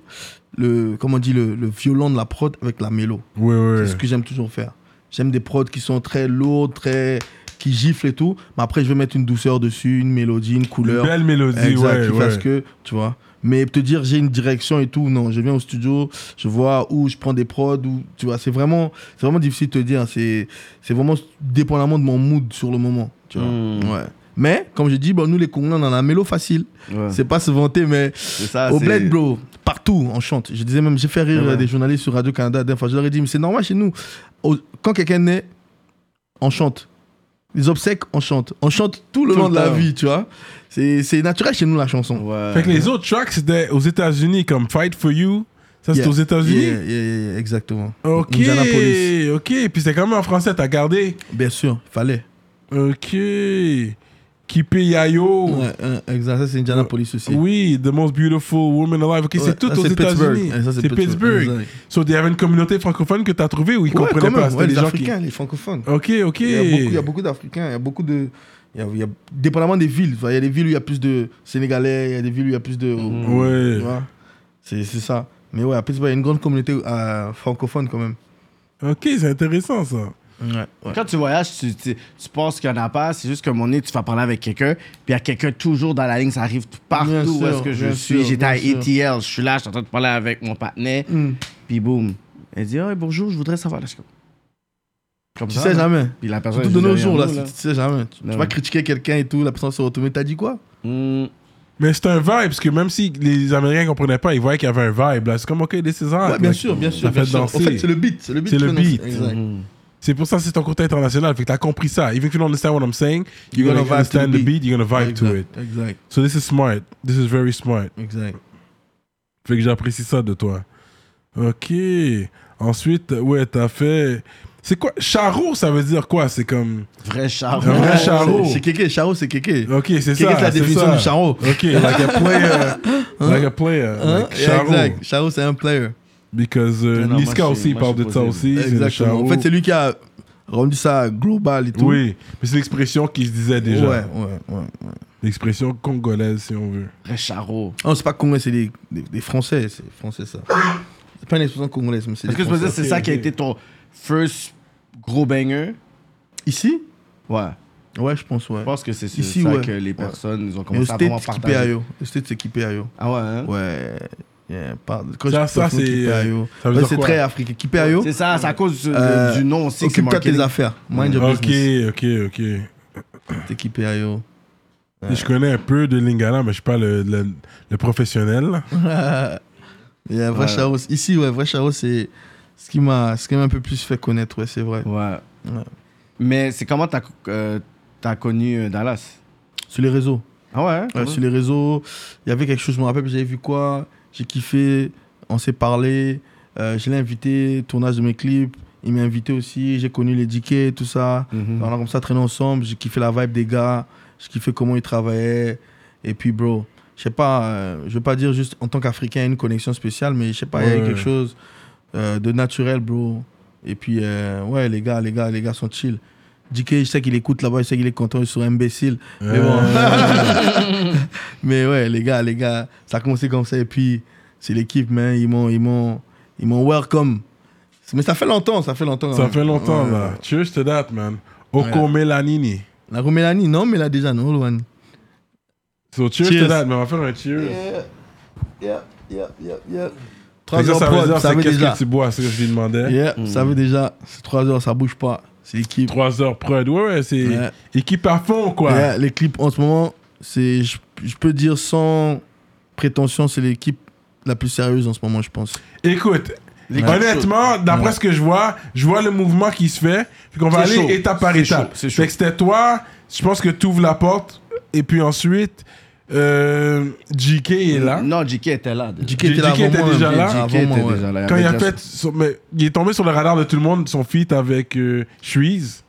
le, comment on dit, le, le violon de la prod avec la mélo. Oui, C'est ce que j'aime toujours faire. J'aime des prods qui sont très lourds, très qui giflent et tout, mais après je vais mettre une douceur dessus, une mélodie, une couleur. Belle mélodie, Exact, ouais. qui fasse ouais. que, tu vois. Mais te dire j'ai une direction et tout, non. Je viens au studio, je vois où je prends des prods, où, tu vois. C'est vraiment, c'est vraiment difficile de te dire. hein. C'est, c'est vraiment dépendamment de mon mood sur le moment, tu vois. Ouais. Mais, comme je dis, bon, nous les Congolais, on en a un mélo facile. Ouais. C'est pas se vanter, mais C'est Ah, ça. au c'est- bled, bro, partout, on chante. Je disais même, j'ai fait rire Ouais. euh, des journalistes sur Radio-Canada. la dernière fois. je leur ai dit, mais c'est normal chez nous. Au- quand quelqu'un naît, on chante. Les obsèques, on chante. On chante tout le Tout long le de la temps. vie, tu vois. C'est c'est naturel chez nous, la chanson. Ouais. Fait que les autres tracks, c'était aux États-Unis, comme Fight for You. Ça, c'est Yeah. aux États-Unis? Yeah, yeah, yeah, yeah, exactement. Ok, Indianapolis. ok. Puis c'est quand même en français, t'as gardé. Bien sûr, fallait. Ok. Kipe Yayo. Ouais, euh, exact, ça c'est Indianapolis aussi. Oui, the most beautiful woman alive. Ok, Ouais, c'est tout ça, aux c'est Pittsburgh. États-Unis. Ouais, ça, c'est C'est Pittsburgh, Pittsburgh. exact. So, il y avait une communauté francophone que t'as trouvée ou ils Ouais, comprenaient quand pas? même, C'était ouais, des les gens qui- Africains, les francophones. Ok, ok. Il y a beaucoup- il y a beaucoup d'Africains, il y a beaucoup de. Il y a, il y a- dépendamment des villes, tu vois, il y a des villes où il y a plus de Sénégalais, il y a des villes où il y a plus de. Mm. Ouais. tu vois. C'est c'est ça. Mais ouais, à Pittsburgh, il y a une grande communauté euh, francophone quand même. Ok, c'est intéressant ça. Ouais, ouais. Quand tu voyages, tu, tu, tu penses qu'il n'y en a pas. C'est juste que mon nez, tu vas parler avec quelqu'un, puis il y a quelqu'un toujours dans la ligne, ça arrive partout Bien où sûr, est-ce que je bien suis. sûr, J'étais à bien ETL, je suis là, je suis en train de parler avec mon partenaire, Mm. puis boum. Elle dit Ah, bonjour, je voudrais savoir. Là, je suis comme- comme Tu ça, sais là. jamais. Puis la personne. Surtout elle de dit nos rien jours, à là, nous, tu tu sais jamais. Tu, tu Ouais. vas critiquer quelqu'un et tout, la personne se retourne. T'as dit quoi Hmm. Mais c'est un vibe, parce que même si les Américains comprenaient pas, ils voyaient qu'il y avait un vibe. là. C'est comme, ok, this is art. Ouais, bien Like, sûr, bien Ça sûr. fait bien sûr. danser. En fait, c'est le beat. C'est le beat. C'est qui le fait danser. beat. Mm, Exact. C'est pour ça que c'est ton côté international. Fait que t'as compris ça. Even if you don't understand what I'm saying, you're You're gonna, gonna vibe to the understand the beat. beat, you're gonna vibe to it. Exact, Exact, So this is smart. This is very smart. exact. Fait que j'apprécie ça de toi. Ok. Ensuite, ouais, t'as fait. C'est quoi Charo, ça veut dire quoi C'est comme. Vrai char. Un vrai charo. C'est c'est Kéké. Charo, c'est Kéké. Ok, c'est ça. Kéké, c'est la définition ça. du charo. Ok, like a player. like a player. Hein? Like Charo. Exact. Charo, c'est un player. Because euh, Non, non, Niska moi, je aussi suis- il parle moi, de je ça suis aussi. c'est le Exactement. Charo. En fait, c'est lui qui a rendu ça global et tout. Oui, mais c'est l'expression qui se disait déjà. Ouais, ouais, ouais. ouais. L'expression congolaise, si on veut. Vrai charo. Non, c'est pas congolais, c'est des, des- des Français. C'est français, ça. C'est pas une expression congolaise, mais c'est des Est-ce que tu peux Français. dire c'est ça qui a été ton first gros banger Ici Ouais. Ouais, je pense, ouais. Je pense que c'est c'est Ici, ça ouais. que les Ouais. personnes ils ont Mais au commencé à State, vraiment c'est partager. Kipeayo. Au State, c'est Kipeayo. Ah ouais, hein? Ouais. Yeah, pas- quand Ça- je ça, confonds c'est, Kipeayo. euh, ça veut Ouais, dire c'est quoi très africain. Kipeayo, C'est ça, c'est à cause du, euh, du nom aussi que c'est occupe-toi de tes marketing. affaires. Mind your Ok, business. ok, ok. C'est Kipeayo. Je connais un peu de Lingala, mais je suis pas le, le, le professionnel. Yeah, vrai Ouais. Charo. Ici, ouais, vrai Charo, c'est ce qui m'a ce qui m'a un peu plus fait connaître, ouais, c'est vrai. Ouais. Ouais. Mais c'est comment t'as euh, t'as connu euh, Dallas Sur les réseaux. Ah ouais? hein? Ouais, Sur les réseaux, il y avait quelque chose, je me rappelle, j'avais vu quoi, j'ai kiffé, on s'est parlé, euh, je l'ai invité, tournage de mes clips, il m'a invité aussi, j'ai connu les DK, tout ça. Mhm. On a Mm. comme ça traîné ensemble, j'ai kiffé la vibe des gars, j'ai kiffé comment ils travaillaient. Et puis, bro, je sais pas, euh, je veux pas dire juste en tant qu'Africain, une connexion spéciale, mais je sais pas, il y Ouais. a quelque chose euh, de naturel, bro. Et puis, euh, ouais, les gars, les gars, les gars sont chill. DK, je sais qu'il écoute là-bas, je sais qu'il est content, ils sont imbéciles. Mais bon. mais ouais, les gars, les gars, ça a commencé comme ça. Et puis, c'est l'équipe, man, ils m'ont, ils m'ont, ils m'ont welcome. Mais ça fait longtemps, ça fait longtemps. Ça hein. fait longtemps, Ouais. là. Cheers to that, man. Oko Melanini. La Roumélanie, non, mais là déjà, non, Luan. So, cheers, to Cheers. that, mais on va faire un cheers. Yeah, yeah, yeah, yeah. Fait 3 que Ça, heures ça veut prod, dire, ça c'est veut qu'est-ce déjà. Hmm. que tu bois, c'est ce que je lui demandais. Yeah, ça veut déjà. C'est 3 heures, ça bouge pas. C'est l'équipe. 3 heures prod, ouais, ouais, c'est Ouais. équipe à fond, quoi. Yeah, les clips en ce moment, c'est, je, je peux dire sans prétention, c'est l'équipe la plus sérieuse en ce moment, je pense. Écoute, L'équipe honnêtement, d'après Ouais. ce que je vois, je vois le mouvement qui se fait, puis qu'on va aller C'est chaud. étape par C'est étape. chaud, c'est Fait que c'était toi, je pense que tu ouvres la porte, et puis ensuite, euh, JK est là. Non, JK était là. déjà. JK était là JK était avant moi, déjà hein. là. JK JK avant moi, était ouais. déjà là. Quand il avait a déjà- fait, son- mais il est tombé sur le radar de tout le monde, son feat avec euh, Shuiz.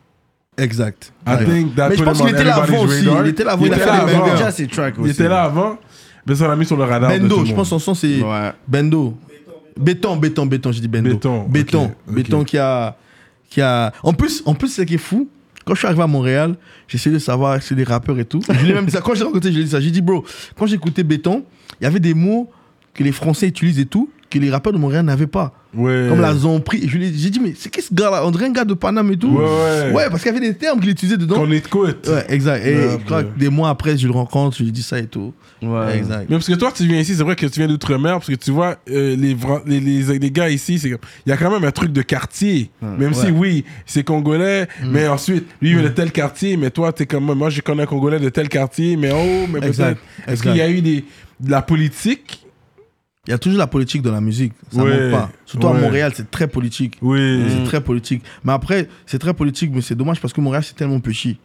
Exact. I Ouais. think that Mais je put pense him qu'il on était là everybody's avant aussi. radar. Il était là avant, Il il a était fait là des avant. avait bangers. Ah, déjà ses tracks Il aussi. était là avant, mais ça l'a mis sur le radar de tout Bendo, le je monde. pense son son c'est Ouais. Bendo. Béton, béton, béton, j'ai dit Bendo. Béton, ok, béton, ok. Béton qui a qui a en plus en plus ce qui est fou, quand je suis arrivé à Montréal, j'essayais de savoir c'est des rappeurs et tout. Je lui ai même dit ça quand j'ai rencontré, je lui ai dit ça, j'ai dit bro, quand j'écoutais Béton, il y avait des mots que les Français utilisent et tout que les rappeurs de Montréal n'avaient pas. Ouais. Comme la zomprie. Je lui ai- J'ai dit, mais c'est qui ce gars-là On dirait un gars de Paname et tout. Ouais, ouais. parce qu'il y avait des termes qu'il utilisait dedans. Qu'on écoute. Ouais, exact. Et Ouais, je crois ouais. que des mois après, je le rencontre, je lui dis ça et tout. Ouais. Exact. Mais parce que toi, tu viens ici, c'est vrai que tu viens d'outre-mer, parce que tu vois, euh, les, vra- les, les, les gars ici, c'est comme- il y a quand même un truc de quartier. Même si, oui, c'est congolais, Mm. mais ensuite, lui, il vient de tel quartier, mais toi, t'es comme, moi, je connais un congolais de tel quartier, mais oh, mais peut-être. Exact, Est-ce exact. qu'il y a eu des, de la politique Il y a toujours la politique dans la musique. Ça Ouais, manque pas. Surtout ouais. à Montréal, c'est très politique. Oui. C'est très politique. Mais après, c'est très politique, mais c'est dommage parce que Montréal, c'est tellement petit.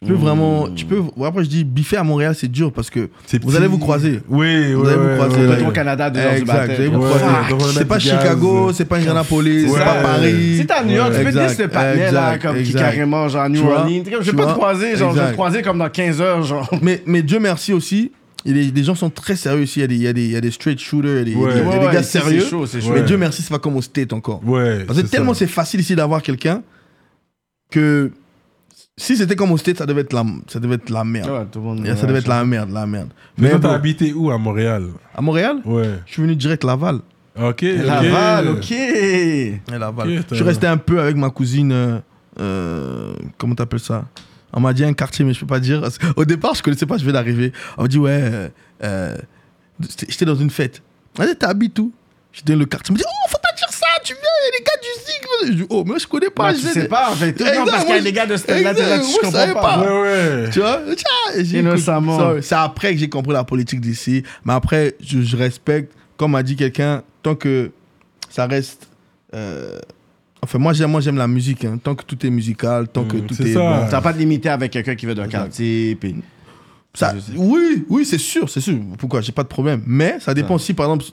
Tu peux vraiment. Tu peux, ouais, après, je dis, biffer à Montréal, c'est dur parce que Mmh. C'est vous petit. allez vous croiser. Oui, oui. Vous allez vous croiser. ouais, là. ouais. Au Canada, deux heures du Exact, vous matin. allez vous Ouais, croiser. donc on a C'est Ah, pas du gaz. Chicago, c'est pas Indianapolis, c'est pas Ouais. Paris. Si t'es à New York, tu peux Exact, dire le partenaire, là, exact, comme qui exact. carrément, genre, Tu New vois? Orleans. Je Tu vais pas vois? te croiser, genre, je vais Exact. te croiser comme dans 15 heures, genre. mais, mais Dieu merci aussi, il y a des- des gens sont très sérieux ici. Il y a des, il y a des, il y a des straight shooters, il y a des, il y a Ouais. des- il y a des Ouais, gars ici, c'est sérieux. chaud, c'est mais chaud. Ouais. Dieu merci, c'est pas comme au State encore. Ouais. Parce que c'est tellement ça. c'est facile ici d'avoir quelqu'un que si c'était comme au State, ça devait être la, ça devait être la merde. Ouais, tout le monde- Ça devait être la merde, la merde. Mais toi, bon, t'as habité où à Montréal à Montréal, Ouais. je suis venu direct Laval. Ok. Laval, ok. ok. Et Laval. Ok, je t'as- suis resté un peu avec ma cousine. euh, euh, comment t'appelles ça On m'a dit un quartier, mais je peux pas dire. parce que- Au départ, je connaissais pas, je vais d'arriver. On m'a dit, ouais, euh, euh, c'était- j'étais dans une fête. On m'a dit, t'habites où J'étais dans le quartier. On m'a dit, oh, faut pas dire ça, tu viens, il y a les gars du Zig. Je dis, oh, mais je connais pas. Bah, tu je sais pas, en fait. Non, Exact, parce qu'il y moi, a des gars de ce là exact, là, je moi, je savais comprends pas. pas. Ouais, ouais. Tu vois Tiens, j'ai- Innocemment. Ça, C'est après que j'ai compris la politique d'ici. Mais après, je, je respecte, comme a dit quelqu'un, tant que ça reste. euh, Enfin, moi j'aime, moi, j'aime la musique. hein. Tant que tout est musical, tant que Mm, tout c'est est. ça. bon. Tu vas pas te limiter avec quelqu'un qui veut d'un quartier, puis... Ça- oui, oui, c'est sûr, c'est sûr. Pourquoi J'ai pas de problème. Mais ça dépend si, par exemple,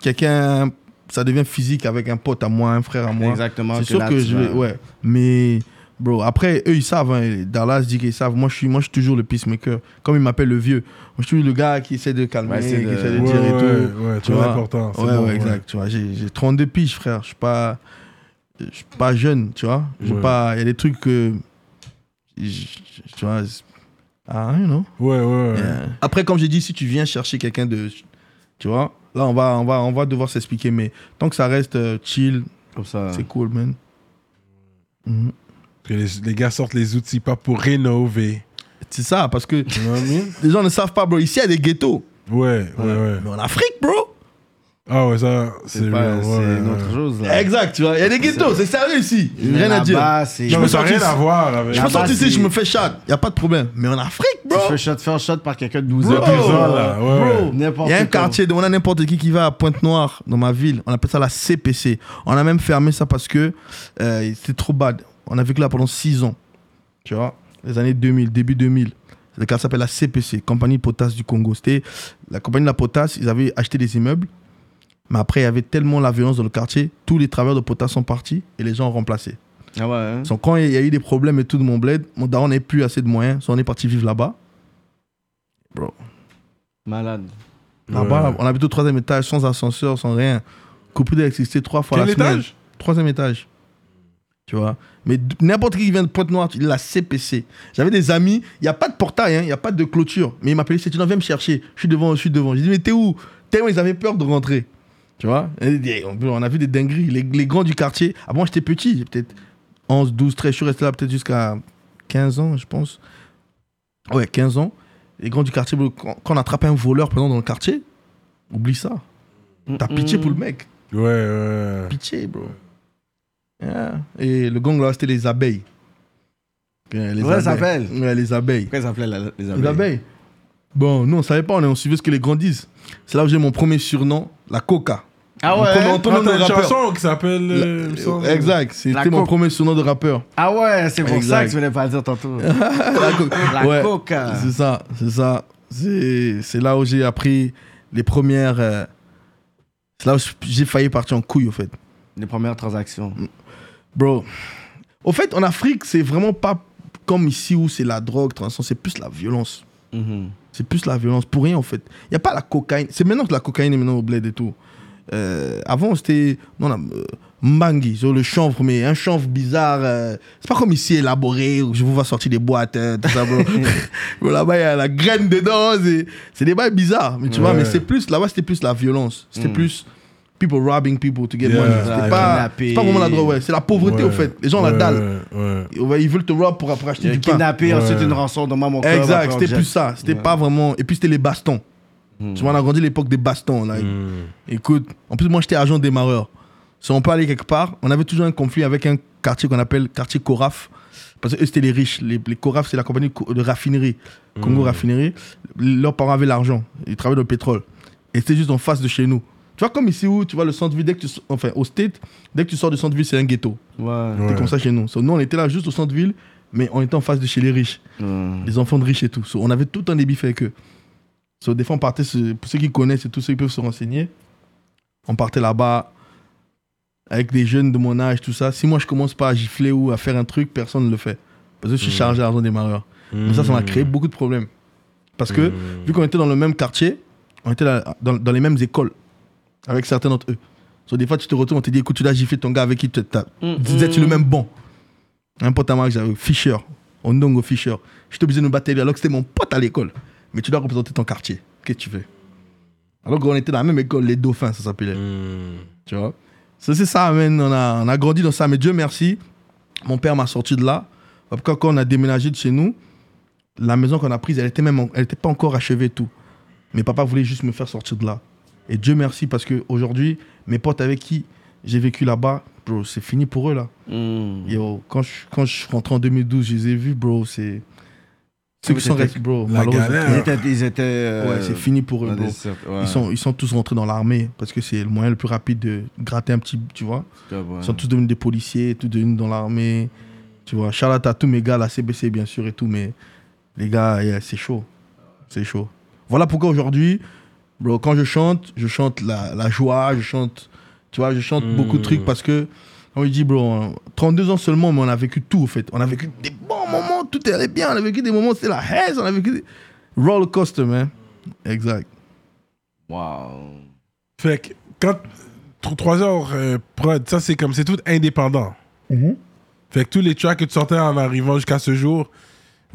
quelqu'un. Ça devient physique avec un pote à moi, un frère à moi. Exactement, C'est que sûr là, que tu je vas- vais. Ouais. Mais, bro, après, eux, ils savent. hein. Dallas dit qu'ils savent. Moi, je suis, moi, je suis toujours le peacemaker. Comme ils m'appellent le vieux. Moi, je suis le gars qui essaie de calmer, Ouais, qui c'est de- essaie de Ouais, dire et ouais, tout. ouais, très important, c'est Ouais, bon, ouais, ouais. exact. Tu vois, j'ai j'ai 32 piges, frère. Je suis pas. Je suis pas jeune, tu vois. Je suis Ouais. pas. Il y a des trucs que. je- je- Tu vois. c'est- Ah, you know. Ouais, ouais. Yeah. Après, comme j'ai dit, si tu viens chercher quelqu'un de. Tu vois, là, on va, on va, on va devoir s'expliquer, mais tant que ça reste euh, chill, Comme ça. c'est cool, man. Que les, les gars sortent les outils pas pour rénover. C'est ça, parce que Tu vois what I mean? les gens ne savent pas, bro. Ici, il y a des ghettos. Ouais, ouais, ouais. Mais en Afrique, bro. Ah ouais, ça, c'est Pas- real, C'est ouais, ouais, une autre ouais. chose, là. Exact, tu vois. Il y a des ghettos, c'est sérieux ici. Rien à dire. Là-bas, c'est- Non, me mais ça n'a sens rien à ici. voir avec. Je me sors Là-bas, ici, c'est- je me fais chat. Il n'y a pas de problème. Mais en Afrique, bro. Tu fais shot, faire shot par quelqu'un de 12 Bro. ans. Deux ans, là, ouais, Oh, Bro. ouais. N'importe Il y a un quoi. quartier, on a n'importe qui qui va à Pointe-Noire, dans ma ville. On appelle ça la CPC. On a même fermé ça parce que euh, c'était trop bad. On a vécu là pendant 6 ans. Tu vois Les années 2000, début 2000. Le quartier s'appelle la CPC, Compagnie Potasse du Congo. C'était la compagnie de la Potasse, ils avaient acheté des immeubles. Mais après, il y avait tellement la violence dans le quartier, tous les travailleurs de potasse sont partis et les gens ont remplacé. Ah ouais, hein? Donc, quand il y a eu des problèmes et tout de mon bled, mon daron n'avait plus assez de moyens, so on est parti vivre là-bas. Bro, Malade. Là-bas, Ouais. là, on habite au troisième étage, sans ascenseur, sans rien. Coupé d'électricité trois fois Quel la semaine. étage Troisième étage. Tu vois Mais d- n'importe qui qui vient de Pointe-Noire, tu- la CPC. J'avais des amis, il n'y a pas de portail, hein, il n'y a pas de clôture. Mais ils m'appelaient, c'est tu viens me chercher. Je suis devant, je suis devant. J'ai dit, mais t'es où Tellement ils avaient peur de rentrer. Tu vois Et- et On on a vu des dingueries. Les, les grands du quartier. Avant, j'étais petit, j'ai peut-être 11, 12, 13. Je suis resté là peut-être jusqu'à 15 ans, je pense. Ouais, 15 ans. Les grands du quartier, bro, quand quand on attrape un voleur, par exemple, dans le quartier, oublie ça. T'as pitié pour le mec. Ouais, ouais. Pitié, bro. Yeah. Et le gang, là, c'était les abeilles. Ouais, les Ouais, ça abeilles. s'appelle. Ouais, les abeilles. Pourquoi ils appelaient la- les Les abeilles? abeilles. Bon, nous, on savait pas, on on suivait ce que les grands disent. C'est là où j'ai mon premier surnom, la coca. Ah Donc, on a ouais? entendu Ah, nos t'as une rappeurs. chanson qui s'appelle. euh, il me semble. La- Exact, La c'était mon coca. premier surnom de rappeur. Ah ouais, c'est pour ça Exact. que tu voulais pas le dire tantôt. la coca. La coca. C'est ça, c'est ça. C'est c'est là où j'ai appris les premières. euh, C'est là où j'ai failli partir en couille, au fait. Les premières transactions. Mm-hmm. Bro, au fait, en Afrique, c'est vraiment pas comme ici où c'est la drogue, transition, c'est plus la violence. Mhm. C'est plus la violence, pour rien en fait. Il n'y a pas la cocaïne. C'est maintenant que la cocaïne est maintenant au bled et tout. Euh, avant, c'était non, non, euh, Mbangi, sur le chanvre, mais un chanvre bizarre. euh, c'est pas comme ici élaboré, où je vous vois sortir des boîtes, euh, tout ça. bro. Bro, là-bas, il y a la graine dedans. C'est, c'est des bails bizarres, mais tu vois, Ouais. mais c'est plus, là-bas, c'était plus la violence. C'était plus people robbing people to get Yeah. money. C'était Ah, pas, kidnapper. c'est pas vraiment la drogue, ouais. C'est la pauvreté, Ouais, au fait. Les gens, la ouais, dalle. Ouais. Et ouais, Ils veulent te rob pour, pour acheter J'ai du pain. kidnappé, ensuite Ouais. une rançon dans mon corps. après, Exact, on c'était jette. plus ça. C'était pas vraiment. Et puis c'était les bastons. Hmm. Tu vois, on a grandi à l'époque des bastons. Là. Écoute, en plus, moi j'étais agent démarreur. Si on peut aller quelque part, on avait toujours un conflit avec un quartier qu'on appelle quartier Coraf. Parce que eux, c'était les riches. Les, les Coraf, c'est la compagnie co- de raffinerie. Hmm. Congo Raffinerie. Leurs parents avaient l'argent. Ils travaillaient dans le pétrole. Et c'était juste en face de chez nous. Tu vois, comme ici où tu vois le centre-ville, dès que tu. so- Enfin, au State, dès que tu sors du centre-ville, c'est un ghetto. Ouais. C'était Ouais. comme ça chez nous. So, nous, on était là juste au centre-ville. mais on était en face de chez les riches, les enfants de riches et tout. So, on avait tout un débit fait avec eux. So, des fois, on partait, se- pour ceux qui connaissent et tous ceux qui peuvent se renseigner, on partait là-bas avec des jeunes de mon âge, tout ça. Si moi, je commence pas à gifler ou à faire un truc, personne ne le fait. Parce que je suis chargé à l'argent des mareurs. Mais ça, ça Mm. Hmm. m'a créé beaucoup de problèmes. Parce que, vu qu'on était dans le même quartier, on était là- dans, dans les mêmes écoles, avec certains d'entre eux. So, des fois, tu te retrouves, on te dit, écoute, tu dois gifler ton gars avec qui tu t'as- disais-tu le même bon un pote à moi que j'avais, Fisher, Ondongo Fisher. J'étais obligé de me battre avec lui alors que c'était mon pote à l'école. Mais tu dois représenter ton quartier. Qu'est-ce que tu veux Alors qu'on était dans la même école, les dauphins, ça s'appelait. Tu vois Ça, C'est ça, man. On a, on a grandi dans ça. Mais Dieu merci, mon père m'a sorti de là. Quand, quand on a déménagé de chez nous, la maison qu'on a prise, elle était même, en- elle était pas encore achevée et tout. Mais papa voulait juste me faire sortir de là. Et Dieu merci parce que aujourd'hui, mes potes avec qui j'ai vécu là-bas, bro, c'est fini pour eux là. Yo, quand je, quand je suis rentré en 2012, je les ai vus, bro, c'est. Ceux qui sont restés, bro, la malheureusement. galère. Ils étaient. Ils étaient euh, Ouais, c'est fini pour eux, dans bro. des cercles, ouais. Ils, sont, ils sont tous rentrés dans l'armée parce que c'est le moyen le plus rapide de gratter un petit, tu vois. Ils sont tous devenus des policiers, tous devenus dans l'armée. Tu vois, Charlotte à tous mes gars, la CBC bien sûr et tout, mais les gars, yeah, c'est chaud. C'est chaud. Voilà pourquoi aujourd'hui, bro, quand je chante, je chante la, la joie, je chante, tu vois, je chante Hmm. beaucoup de trucs parce que, on me dit, bro, on- 32 ans seulement, mais on a vécu tout, en fait. On a vécu des bons moments, tout allait bien, on a vécu des moments, c'est la haise, on a vécu des... Roller coaster, man. Exact. Wow. Fait que quand 3 heures euh, prod, ça c'est comme c'est tout indépendant. Mm-hmm. Fait que tous les tracks que tu sortais en arrivant jusqu'à ce jour,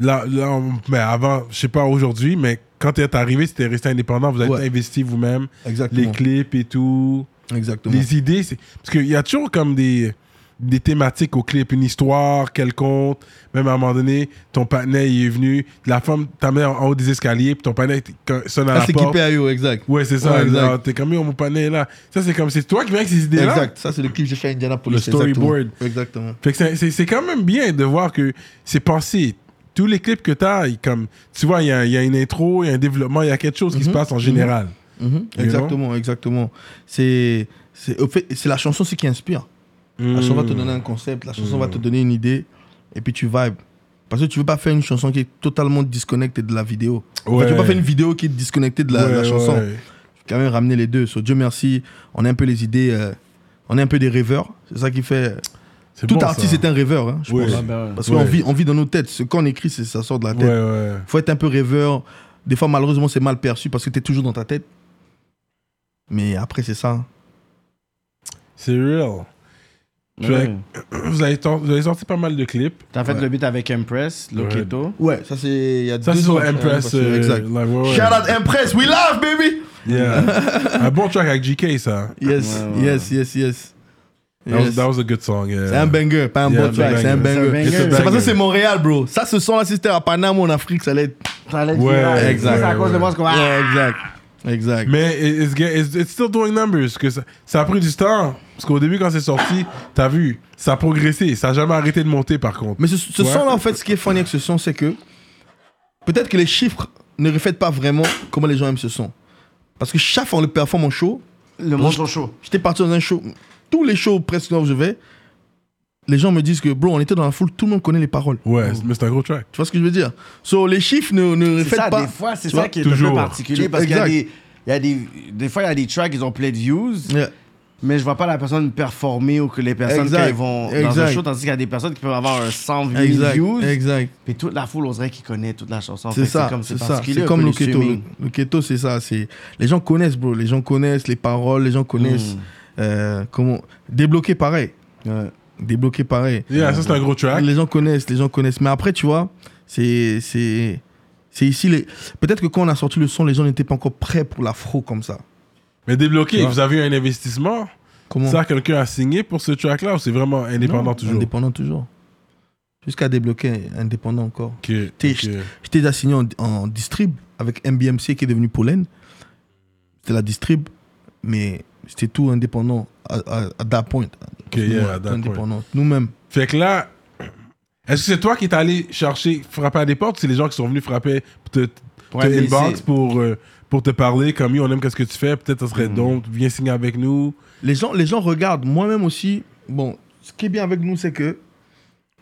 là, là on- mais avant, je sais pas aujourd'hui, mais quand tu es arrivé, c'était resté indépendant, vous avez Ouais. tout investi vous-même, Exactement. les clips et tout, Exactement. les idées, c'est- parce qu'il y a toujours comme des des thématiques au clip, une histoire quelconque, même à un moment donné, ton partenaire il est venu, la femme t'a mis en en haut des escaliers, puis ton partenaire il sonne à Ah, la c'est porte. équipé à eux, exact. Ouais, c'est ça. Ouais, exact. genre, T'es comme, yo, mon panel là. Ça, c'est comme, c'est toi qui viens avec ces idées-là. Exact. Ça, c'est le clip que j'ai fait à Indianapolis. Le storyboard. Exactement. Exactement. Fait que c'est- c'est c'est quand même bien de voir que c'est pensé. Tous les clips que t'as, ils comme, tu vois, il y a, il y a une intro, il y a un développement, il y a quelque chose qui Mhm. se passe en général. Mm-hmm. You Exactement, exactement. C'est, c'est, au fait, c'est la chanson aussi qui inspire. Mhm. Ah, La chanson Mm. va te donner un concept, la chanson va te donner une idée, et puis tu vibes. Parce que tu veux pas faire une chanson qui est totalement disconnectée de la vidéo. En fait, tu veux Ouais. pas faire une vidéo qui est disconnectée de la, Ouais, la chanson. ouais. quand même ramener les deux. So, Dieu merci, on a un peu les idées, euh, on est un peu des rêveurs. C'est ça qui fait. C'est Tout bon, artiste ça. est un rêveur, hein, je Ouais. pense. Ah ben ouais. Parce Ouais. qu'on vit, on vit dans nos têtes. Ce qu'on écrit, c'est- ça sort de la tête. Ouais, ouais. faut être un peu rêveur. Des fois, malheureusement, c'est mal perçu parce que tu es toujours dans ta tête. Mais après, c'est ça. C'est real. Fait Ouais. que, Vous, avez tor- vous avez sorti pas mal de clips. T'as fait le beat avec Empress, Loketo. Ouais, ça, c'est. Il y a Ça, deux c'est sur ans. Empress. Ouais, euh, exact. like, ouais, ouais. Shout out Empress, we love, baby! Yeah. un bon track avec GK, ça. Yes, Ouais, ouais. yes, yes, yes. That, was, Yes. that was a good song. yeah. C'est un banger, pas un Yeah, bon track, c'est un banger. banger. C'est un C'est banger. parce que c'est Montréal, bro. Ça, ce son-là, si c'était à Panama ou en Afrique, ça allait être. Ça allait être Ouais, viral. exact, euh, C'est ah, à ouais, cause de moi, ce qu'on va. Ouais, exact. Exact. Mais it- it's, get- it's, it's still doing numbers. Que ça, ça a pris du temps. Parce qu'au début, quand c'est sorti, t'as vu, ça a progressé. Ça a jamais arrêté de monter, par contre. Mais ce, ce Ouais. son-là, en fait, ce qui est funny avec ce son, c'est que peut-être que les chiffres ne reflètent pas vraiment comment les gens aiment ce son. Parce que chaque fois qu'on le performe en show, Le monde sont chaud. j'étais parti dans un show, tous les shows presque où je vais, les gens me disent que, bro, on était dans la foule, tout le monde connaît les paroles. Ouais, mais c'est un gros track. Tu vois ce que je veux dire So, les chiffres ne, ne C'est reflètent ça, pas. des fois, c'est Tu vois, ça qui est un peu toujours. particulier. Parce qu'il y a Exact. des. Il y a des, des fois, il y a des tracks, ils ont plein de views, Yeah. mais je vois pas la personne performer ou que les personnes Exact. quand ils vont dans un Exact. show, tandis qu'il y a des personnes qui peuvent avoir un 100 000 Exact, views, exact. puis toute la foule oserait qui connaît toute la chanson. Fait C'est que ça, comme- c'est ça. particulier C'est un comme peu le le keto. streaming. Le le keto, c'est ça. C'est les gens connaissent, bro. Les gens connaissent les paroles, les gens connaissent euh, comment débloquer pareil, Mm. Ouais. débloquer pareil. Yeah, ça, c'est un gros track. Les gens connaissent, les gens connaissent. Mais après, tu vois, c'est c'est c'est ici les. Peut-être que quand on a sorti le son, les gens n'étaient pas encore prêts pour l'afro comme ça. Mais débloqué, vous avez eu un investissement. Comment Ça, quelqu'un a signé pour ce track-là ou c'est vraiment indépendant Non, toujours Indépendant toujours. Jusqu'à débloquer indépendant encore. Ok, T'es- ok. J'étais déjà signé en, en distrib avec MBMC qui est devenu Pollen. C'était la distrib, mais c'était tout indépendant à, à, à that point. Ok, yeah, at that point. indépendant. Nous-mêmes. Fait que là, est-ce que c'est toi qui es allé chercher, frapper à des portes ou c'est les gens qui sont venus frapper pour te, te aller inbox essayer. pour, euh, pour te parler comme yo, on aime qu'est-ce que tu fais, peut-être ça Mm. serait donc, viens signer avec nous. Les gens, les gens regardent. Moi-même aussi, bon, ce qui est bien avec nous, c'est que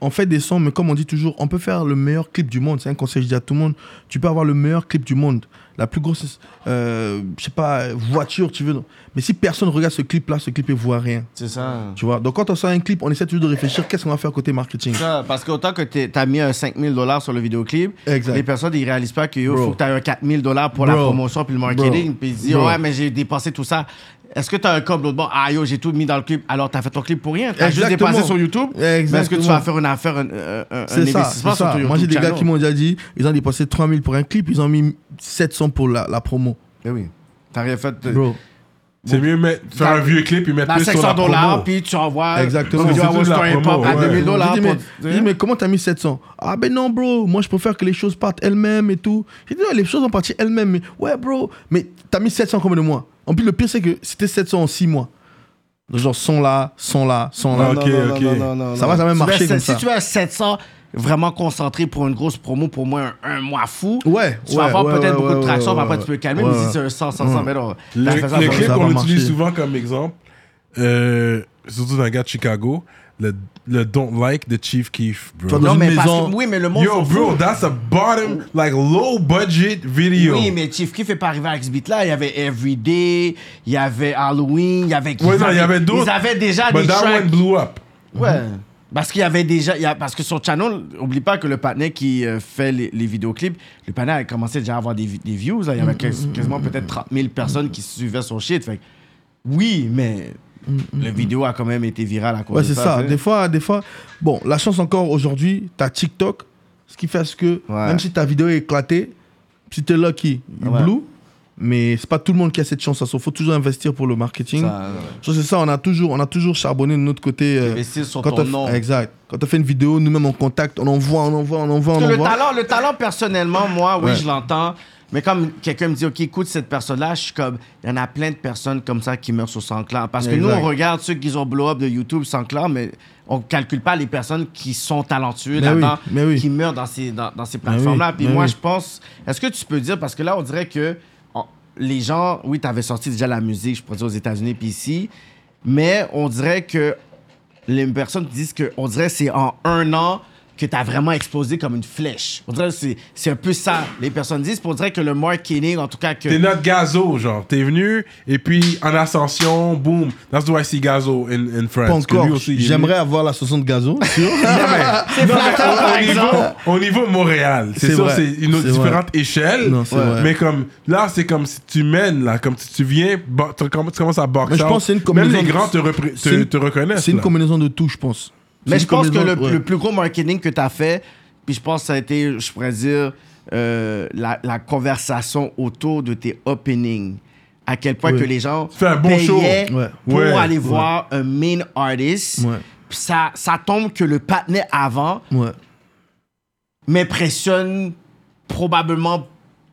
on fait des sons, mais comme on dit toujours, on peut faire le meilleur clip du monde. C'est un conseil que je dis à tout le monde. Tu peux avoir le meilleur clip du monde, la plus grosse, euh, je sais pas, voiture, tu veux. non. Mais si personne regarde ce clip-là, ce clip, il voit rien. C'est ça. Tu vois. Donc quand on sort un clip, on essaie toujours de réfléchir qu'est-ce qu'on va faire côté marketing. Ça, parce qu'autant que t'es- t'as mis un 5000 dollars sur le vidéoclip, Exact. les personnes ils réalisent pas qu'il Bro. faut que t'aies un 4000 dollars pour la Bro. promotion puis le marketing, Bro. puis ils disent Bro. ouais mais j'ai dépensé tout ça. Est-ce que t'as un com de l'autre bord Ah yo j'ai tout mis dans le clip. Alors t'as fait ton clip pour rien. T'as juste Exactement. dépensé sur YouTube. Mais Est-ce que tu Exactement. vas faire une affaire, un, un- un- un C'est ça, investissement c'est sur ça. ton YouTube Moi, j'ai des gars channel? qui m'ont déjà dit, ils ont dépensé 3000 pour un clip, ils ont mis 700 pour la, la promo. Eh oui. T'as rien fait. de- Bro. C'est mieux mettre- faire un vieux clip et mettre Dans plus sur la 700 dollars, promo. puis tu envoies Exactement. une vidéo C'est à toute Wall la Street promo, Pop à ouais. 2000 dollars. J'ai dit, mais, pour- j'ai dit, mais comment t'as mis 700 Ah ben non, bro, moi je préfère que les choses partent elles-mêmes et tout. J'ai dit, non, les choses ont parti elles-mêmes. Mais, ouais, bro, mais t'as mis 700 combien de mois En plus, le pire, c'est que c'était 700 en 6 mois. Donc, genre, sont là, sont là, sont là. Non, ok, ok. Ça va jamais Tu marcher mets- comme si ça. tu as 700 vraiment concentré pour une grosse promo, pour moi, un, un mois fou, Ouais, tu vas ouais, avoir ouais, peut-être ouais, beaucoup ouais, de traction, ouais, mais après ouais. tu peux le calmer, Ouais, mais ouais. si c'est un 100, 100, 100, mais non, Le, t'as fait ça le pour- clip, ça va on marcher. l'utilise souvent comme exemple. Euh, surtout d'un gars de Chicago, le, le Don't Like de Chief Keef, bro. Toi, dans Non, une mais parce maison- que, oui, mais le monde Yo, s'en fout. bro, that's a bottom, like low budget video. Oui, mais Chief Keef est pas arrivé avec ce beat-là. Il y avait Everyday, il y avait Halloween, il y avait... Ouais, non, ils il y avaient- avait d'autres. Ils avaient déjà But des that tracks. one blew up. Ouais. Parce qu'il y avait déjà. il y a- parce que sur Channel, oublie pas que le panel qui euh, fait les, les vidéoclips, le panel a commencé déjà à avoir des, vi- des views. là. Il y Mm, avait quas- quasiment peut-être 30 000 personnes qui suivaient son shit. Fait que, oui, mais la vidéo a quand même été virale à cause Mm, Ouais, de c'est ça. ça. tu sais. Des fois, des fois, bon, la chance encore aujourd'hui, t'as TikTok, ce qui fait à ce que Ouais. même si ta vidéo est éclatée, si t'es lucky, you Ouais. blue. Mais c'est pas tout le monde qui a cette chance. Il faut toujours investir pour le marketing. Ça, ouais. Ça, c'est ça. On a toujours, on a toujours charbonné de notre côté. euh, Investir sur quand ton on- nom. Exact. Quand on fait une vidéo, nous-mêmes on contacte, on envoie, on envoie, on envoie, on Parce que le envoie. talent, le talent, personnellement, moi, oui, Ouais. je l'entends. Mais comme quelqu'un me dit, OK, écoute cette personne-là, je suis comme, il y en a plein de personnes comme ça qui meurent sur SoundCloud. Parce que nous, Exact. on regarde ceux qui ont blow-up de YouTube SoundCloud, mais on calcule pas les personnes qui sont talentueuses Mais là-dedans, oui, mais oui. qui meurent dans ces, dans, dans ces plateformes-là. oui, Puis mais moi, oui. je pense, est-ce que tu peux dire, parce que là, on dirait que on- les gens, oui, tu avais sorti déjà la musique, je pourrais dire, aux États-Unis, puis ici, mais on dirait que les personnes qui disent que on dirait que c'est en un an que tu as vraiment explosé comme une flèche. On dirait que c'est, c'est un peu ça. Les personnes disent, puis on dirait que le marketing, en tout cas, que. T'es notre gazo, genre. T'es venu, et puis en ascension, boom. That's why I see gazo in, in France. Pas Que encore. lui aussi, il est J'aimerais avoir la sauce de gazo. sûr. c'est flatteur, par au niveau, exemple. au niveau Montréal, c'est C'est sûr, vrai, c'est une autre c'est vrai. différente échelle. Non, c'est vrai. Mais comme là, c'est comme si tu mènes, là, comme si tu viens, bo- tu, comm- tu commences à boxer. Mais je pense que c'est une Même combinaison les de- grands te, repré- te- C'est une- te reconnaissent. C'est une là. combinaison de tout, je pense. C'est Mais je une pense que le, combinaison- ouais. le plus gros marketing que tu as fait, puis je pense que ça a été, je pourrais dire, euh, la, la conversation autour de tes openings. À quel point Oui. que les gens Fais un bon show. payaient Ouais. pour Ouais. aller Ouais. voir un main artist. Ouais. Puis ça, ça tombe que le patinet avant Ouais. m'impressionne probablement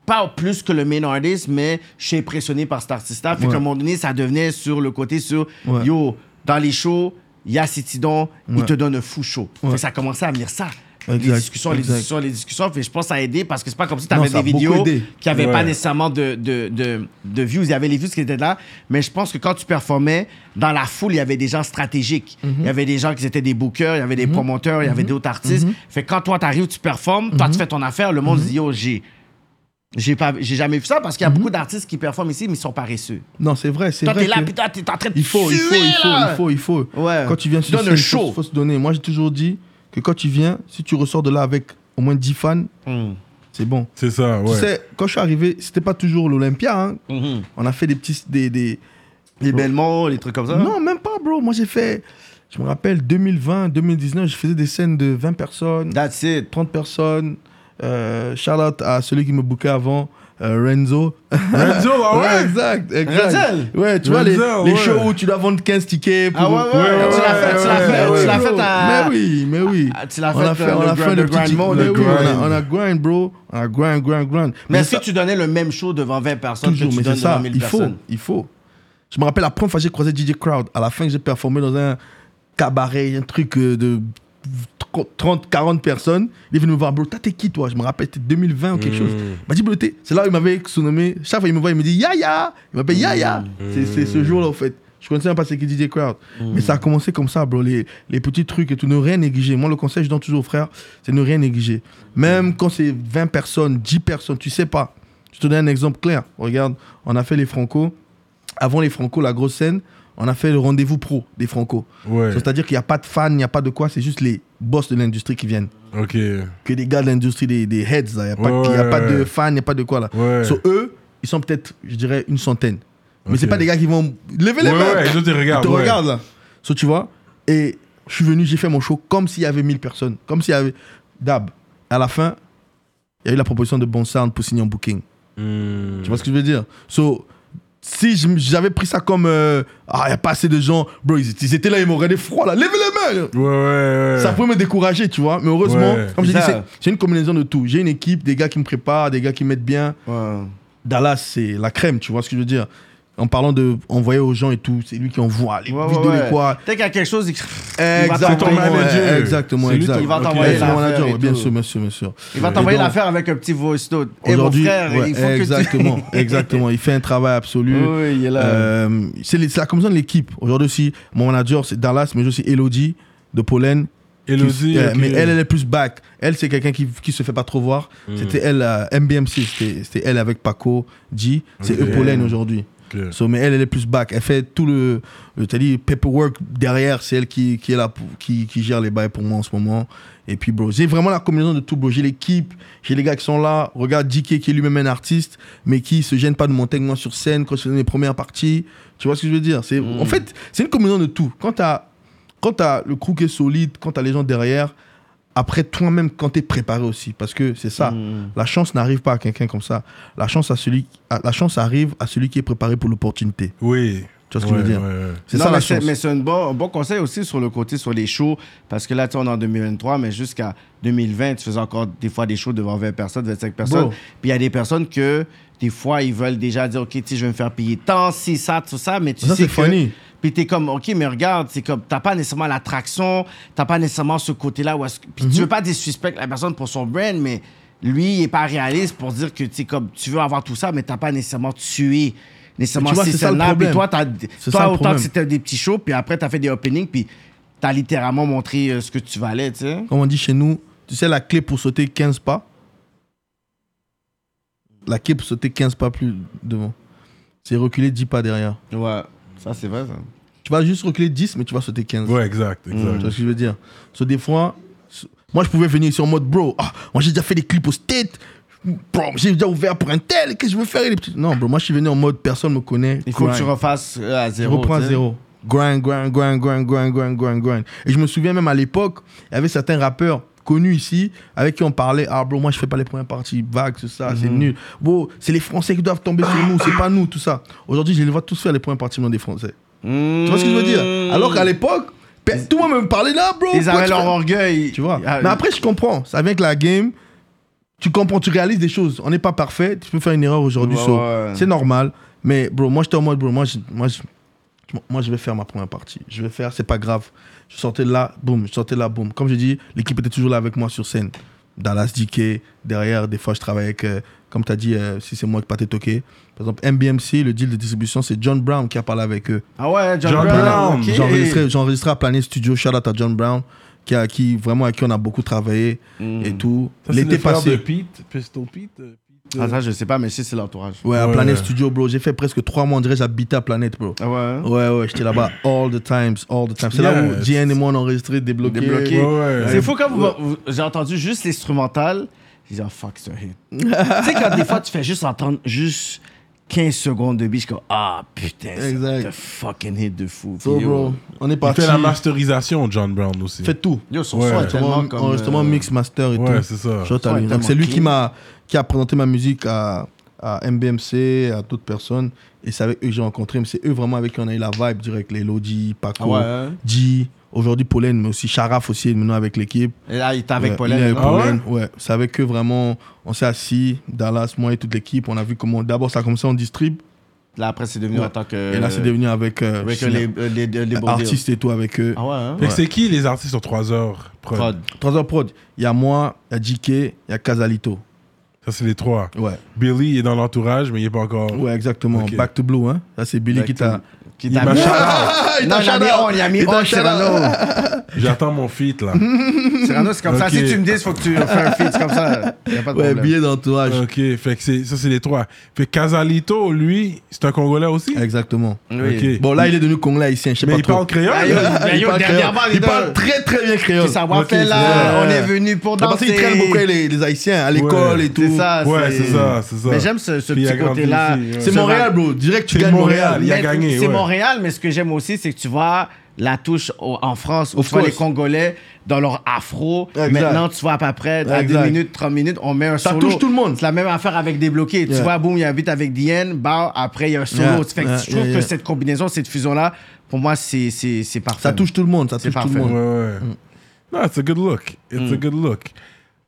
pas plus que le main artist, mais je suis impressionné par cet artiste-là. Fait Ouais. qu'à un moment donné, ça devenait sur le côté sur Ouais. yo, dans les shows, il y a Citidon, il Ouais. te donne un fou show. Fait que Ouais. ça commençait à venir ça. Les Exact, discussions, les exact. discussions, les discussions. Fait que je pense que ça a aidé parce que c'est pas comme si Non, t'avais ça des a beaucoup vidéos aidé. qui avaient Ouais. pas nécessairement de, de, de, de views. Il y avait les views qui étaient là, mais je pense que quand tu performais, dans la foule, il y avait des gens stratégiques. Mhm. Il y avait des gens qui étaient des bookers, il y avait des promoteurs, il y avait d'autres artistes. Mhm. Fait que quand toi, t'arrives, tu performes, toi, tu fais ton affaire, le monde se dit, yo, j'ai. J'ai, pas, j'ai jamais vu ça parce qu'il y a beaucoup d'artistes qui performent ici, mais ils sont paresseux. Non, Mhm. c'est vrai. C'est Toi, vrai t'es là, que- puis toi, t'es en train de Il faut, il faut, suer, il faut, là. il faut, il faut. Ouais. Quand tu viens sur Donne scène, un il faut, show. faut se donner. Moi, j'ai toujours dit que quand tu viens, si tu ressors de là avec au moins 10 fans, Hmm. c'est bon. C'est ça, ouais. Tu sais, quand je suis arrivé, c'était pas toujours l'Olympia. hein. Hmm. On a fait des petits. Des, des... Les Belmonts, les trucs comme ça. Non, même pas, bro. Moi, j'ai fait. Je me rappelle, 2020, 2019, je faisais des scènes de 20 personnes, That's it. 30 personnes. Euh, Charlotte à celui qui me bookait avant, euh, Renzo. Renzo, ah ouais. exact, exact. Renzel. Ouais, tu vois, les, Renzel, les ouais. shows où tu dois vendre 15 tickets. Ah pour- ouais, ouais, tu l'as fait, tu l'as ouais, fait, ouais, tu l'as ouais. fait Mais à... oui, mais oui. Ah, tu l'as on fait, a fait, euh, on le a grind- fait le le petit grind mode, mais le oui, on a- grind. on a grind, bro. On a grind, grind, grind. Mais est-ce ça- que tu donnais le même show devant 20 personnes toujours, que tu mais donnes c'est devant ça, 1000 il faut, personnes? il faut. Je me rappelle la première fois que j'ai croisé DJ Crowd. À la fin, j'ai performé dans un cabaret, un truc euh, de 30, 40 personnes. Il est venu me voir, bro, t'as t'es qui toi Je me rappelle, c'était 2020 ou quelque chose. Il m'a dit, bro, t'es- c'est là où il m'avait surnommé. Chaque fois, il me voit, il me dit, Yaya Il m'appelle Yaya C'est- C'est ce jour-là, en fait. Je connaissais même pas c'est qui DJ Crowd. Mais ça a commencé comme ça, bro. Les, les petits trucs et tout. Ne rien négliger. Moi, le conseil que je donne toujours aux frères, c'est ne rien négliger. Même quand c'est 20 personnes, 10 personnes, tu sais pas. Je te donne un exemple clair. Regarde, on a fait les Franco. Avant les Franco, la grosse scène, on a fait le rendez-vous pro des Franco. Ouais. So, C'est-à-dire qu'il n'y a pas de fans, il n'y a pas de quoi. C'est juste les boss de l'industrie qui viennent Ok. que des gars de l'industrie des, des heads. Il n'y a, pas de- Ouais, y a pas ouais, ouais. de fans, il n'y a pas de quoi là. Ouais. So, eux, ils sont peut-être, je dirais, une centaine. Mais Ok. c'est pas des gars qui vont lever les Ouais, mains. ouais, les autres, ils regardent, Ils te ouais. regardent là. So, tu vois. Et je suis venu, j'ai fait mon show comme s'il y avait 1000 personnes. Comme s'il y avait. Dab. À la fin, il y a eu la proposition de Bon Sound pour signer en booking. Hmm. Tu vois ce que je veux dire? So, si je- j'avais pris ça comme euh, Ah, il n'y a pas assez de gens, bro, ils, ils étaient là, ils m'ont regardé froid là, levez les mains! Ouais, ouais, ouais. Ça pouvait me décourager, tu vois. Mais heureusement, Ouais. comme j'ai dit, Ça- c'est c'est une combinaison de tout. J'ai une équipe, des gars qui me préparent, des gars qui mettent bien. Ouais. Dallas, c'est la crème, tu vois ce que je veux dire. En parlant de envoyer aux gens et tout, c'est lui qui envoie les Ouais, vidéos ouais, et ouais. quoi. Dès qu'il y a quelque chose, il, Exactement, C'est ton manager. ouais, exactement, C'est lui exactement. ton- Il va ok. t'envoyer Ouais, c'est la- mon l'affaire manager, et ouais, bien tout. sûr, monsieur, monsieur. il va t'envoyer Et donc, l'affaire avec un petit voice note. Et mon Aujourd'hui, frère, ouais, il faut exactement, que tu... exactement. Il fait un travail absolu. Oui, il est là. Euh, c'est les- c'est la commission de l'équipe. Aujourd'hui aussi, mon manager c'est Dallas, mais j'ai aussi Elodie de Pollen. Élodie, Qui- euh, ok. mais elle, elle est plus back. Elle, c'est quelqu'un qui, qui se fait pas trop voir. C'était elle, euh, à MBMC, c'était c'était elle avec Paco, G. C'est eux Pollen aujourd'hui. Ok. So, mais elle, elle est plus back. Elle fait tout le, le t'as dit, paperwork derrière. C'est elle qui, qui est là, pour- qui, qui gère les bails pour moi en ce moment. Et puis, bro, j'ai vraiment la combinaison de tout, bro. J'ai l'équipe, j'ai les gars qui sont là. Regarde DK, qui est lui-même un artiste, mais qui se gêne pas de monter avec moi sur scène quand je fais mes premières parties. Tu vois ce que je veux dire? C'est, En fait, c'est une combinaison de tout. Quand t'as, quand t'as le crew qui est solide, quand t'as les gens derrière, après toi-même, quand t'es préparé aussi. Parce que c'est ça. Mm. La chance n'arrive pas à quelqu'un comme ça. La chance, à celui, à- la chance arrive à celui qui est préparé pour l'opportunité. Oui. Tu vois ce que je veux Ouais, dire ouais, ouais. C'est Non, ça mais la c'est- chance. Mais c'est un bon, un bon conseil aussi sur le côté, sur les shows, parce que là, tu sais, on est en 2023, mais jusqu'à 2020, tu faisais encore des fois des shows devant 20 personnes, 25 personnes. Bro. Puis il y a des personnes que, des fois, ils veulent déjà dire, OK, tu sais, je vais me faire payer tant, si, ça, tout ça, mais tu Ça, sais c'est que... funny. Puis t'es comme, OK, mais regarde, c'est comme, t'as pas nécessairement l'attraction, t'as pas nécessairement ce côté-là où est-ce que- Mm-hmm. Puis tu veux pas disrespect la personne pour son brand, mais lui, il est pas réaliste pour dire que, tu sais, comme, tu veux avoir tout ça, mais t'as pas nécessairement tué nécessairement Mais tu vois, ces c'est ça le scènes-là. Puis problème. toi, t'as- C'est toi, ça le autant que problème. c'était des petits shows, puis après, t'as fait des openings, puis t'as littéralement montré euh, ce que tu valais, tu sais. Comme on dit chez nous, tu sais la clé pour sauter 15 pas La clé pour sauter 15 pas plus devant. C'est reculer 10 pas derrière. Ouais, ça, c'est vrai, ça. Tu vas juste reculer 10, mais tu vas sauter 15. Ouais, exact, Tu exact. vois ce que je veux dire So, des fois, so- moi, je pouvais venir ici en mode, bro, ah, moi, j'ai déjà fait des clips au state. Bro, j'ai déjà ouvert pour un tel. Qu'est-ce que je veux faire Et les petits- Non, bro, moi, je suis venu en mode, personne me connaît. Il faut que grind. tu refasses euh, à Je zéro. reprends à tu sais. zéro. Grind, grind, grind, grind, grind, grind, grind, grind. Et je me souviens même à l'époque, il y avait certains rappeurs connus ici avec qui on parlait. Ah, bro, moi, je fais pas les premières parties. Vague, c'est ça, Mhm. c'est nul. Bon, c'est les Français qui doivent tomber sur nous, c'est pas nous, tout ça. Aujourd'hui, je les vois tous faire les premières parties, mais non, des Français. Tu vois ce que je veux dire Alors qu'à l'époque, pe- tout le monde me parlait là, bro. Mhm. Ils pourquoi avaient tu leur fais- orgueil. tu vois. Ah, Mais après, je comprends. Ça vient avec la game. Tu comprends, tu réalises des choses. On n'est pas parfait. Tu peux faire une erreur aujourd'hui. Ouais, so, ouais. C'est normal. Mais, bro, moi, j'étais en mode, bro, moi, je, moi, je, je- moi, je vais faire ma première partie. Je vais faire, c'est pas grave. Je sortais de là, boum. Je sortais de là, boum. Comme je dis, l'équipe était toujours là avec moi sur scène. Dallas DK, derrière, des fois, je travaille avec, euh, comme tu as dit, euh, si c'est moi qui pas toqué. Par exemple, MBMC, le deal de distribution, c'est John Brown qui a parlé avec eux. Ah ouais, John, John Brown. Brown, ok. J'ai enregistré, j'ai enregistré à Planet Studio. Shout out à John Brown, qui, a, qui vraiment avec qui on a beaucoup travaillé Mm. et tout. Ça, c'est L'été le frère de passé. Pete, Pistol Pete. euh, Pete, euh, Ah, ça, je sais pas, mais je sais, c'est l'entourage. Ouais, à Ouais. Planet Studio, bro. J'ai fait presque trois mois, on dirait, j'habitais à Planet, bro. Ah ouais. Ouais, ouais, j'étais là-bas all the times, all the times. C'est là Yeah. où JN et moi on a enregistré, débloqué. Débloqué. Ouais, ouais. C'est fou quand vous- vous- j'ai entendu juste l'instrumental. J'ai dit, oh fuck, c'est un hit. tu sais, quand des fois tu fais juste entendre juste 15 secondes de beat, je suis comme, ah putain, c'est Exact. un fucking hit de fou. So, Puis, oh. bro, on est Il parti. fait la masterisation, John Brown aussi. Fait tout. Yo, son Ouais. son est tellement Justement, comme... enregistrement, euh, mix, master et Ouais, tout. c'est ça. Shout out à Ouais, lui. tellement Donc, c'est lui qui clean. m'a qui a présenté ma musique à, à MBMC, à d'autres personnes. Et c'est avec eux que j'ai rencontré. Mais c'est eux vraiment avec qui on a eu la vibe direct. Les Lodi, Paco, Ah ouais. G, aujourd'hui Pollen, mais aussi Sharaf aussi est maintenant avec l'équipe. Et là, il était avec hein. Ouais, Pauline. il est avec Ah ouais Pollen. Ouais, c'est avec eux vraiment. On s'est assis, Dallas, moi et toute l'équipe. On a vu comment. D'abord, ça a commencé en distrib. Là, après, c'est devenu Ouais. en tant que... et là, c'est devenu avec, euh, Avec je euh, sais les, pas, euh, les, les, les bons artistes et tout avec eux. deals. Ah ouais, hein? Fait que c'est qui les artistes sur 3 heures prod? Prod. 3h prod, il y a moi, il y a JK, il y a Casalito. Ça, c'est les trois. Ouais. Billy est dans l'entourage, mais il n'est pas encore. Ouais, exactement. Ok. Back to Blue, hein. Ça, c'est Billy Back qui to t'a Puis Il t'as m'a mis- shout-out. Il Non, t'a il a shout mis out. on, il a mis Il t'a on, shout out. Cyrano. J'attends mon feat, là. Cyrano, c'est comme ça. Ok. Si tu me dis, faut que tu fasses un feat c'est comme ça. Il a pas de Ouais, problème. billet d'entourage. ok, fait que c'est- ça, c'est les trois. Fait que Casalito, lui, c'est un Congolais aussi? Euh, Exactement. Ok. Bon, là, il est devenu congolais haïtien, je sais Mais pas il trop. parle créole? Ah, yo, mais yo, parle dernièrement, créole. les Il deux- parle très très bien créole. Tu savoir Ok, faire là, c'est- on est venu pour Parce danser. qu'il traîne beaucoup les, les Haïtiens à l'école Ouais. et tout. C'est ça. Ouais, c'est ça, c'est ça. Mais j'aime ce, ce Puis il a petit grandi côté-là. ici, ouais. C'est Ce Montréal, bro. Direct, tu C'est gagnes Montréal. Montréal. Il a Mais gagné, C'est ouais. Montréal, mais ce que j'aime aussi, c'est que tu vois la touche au- en France où Of tu vois les course. Congolais dans leur afro. Exact. Maintenant, tu vois à peu près à Exact. 2 minutes, 3 minutes, on met un Ça solo. touche tout le monde. C'est la même affaire avec Débloqué. Tu Yeah. vois, boum, il y a un beat avec Diane, bah, après, il y a un solo. Yeah, Fait que yeah, je trouve yeah, yeah. que cette combinaison, cette fusion-là, pour moi, c'est c'est- c'est parfait. Ça touche tout le monde, ça C'est touche tout le parfait. monde. Ouais, ouais. Non, it's a good look. It's a good look.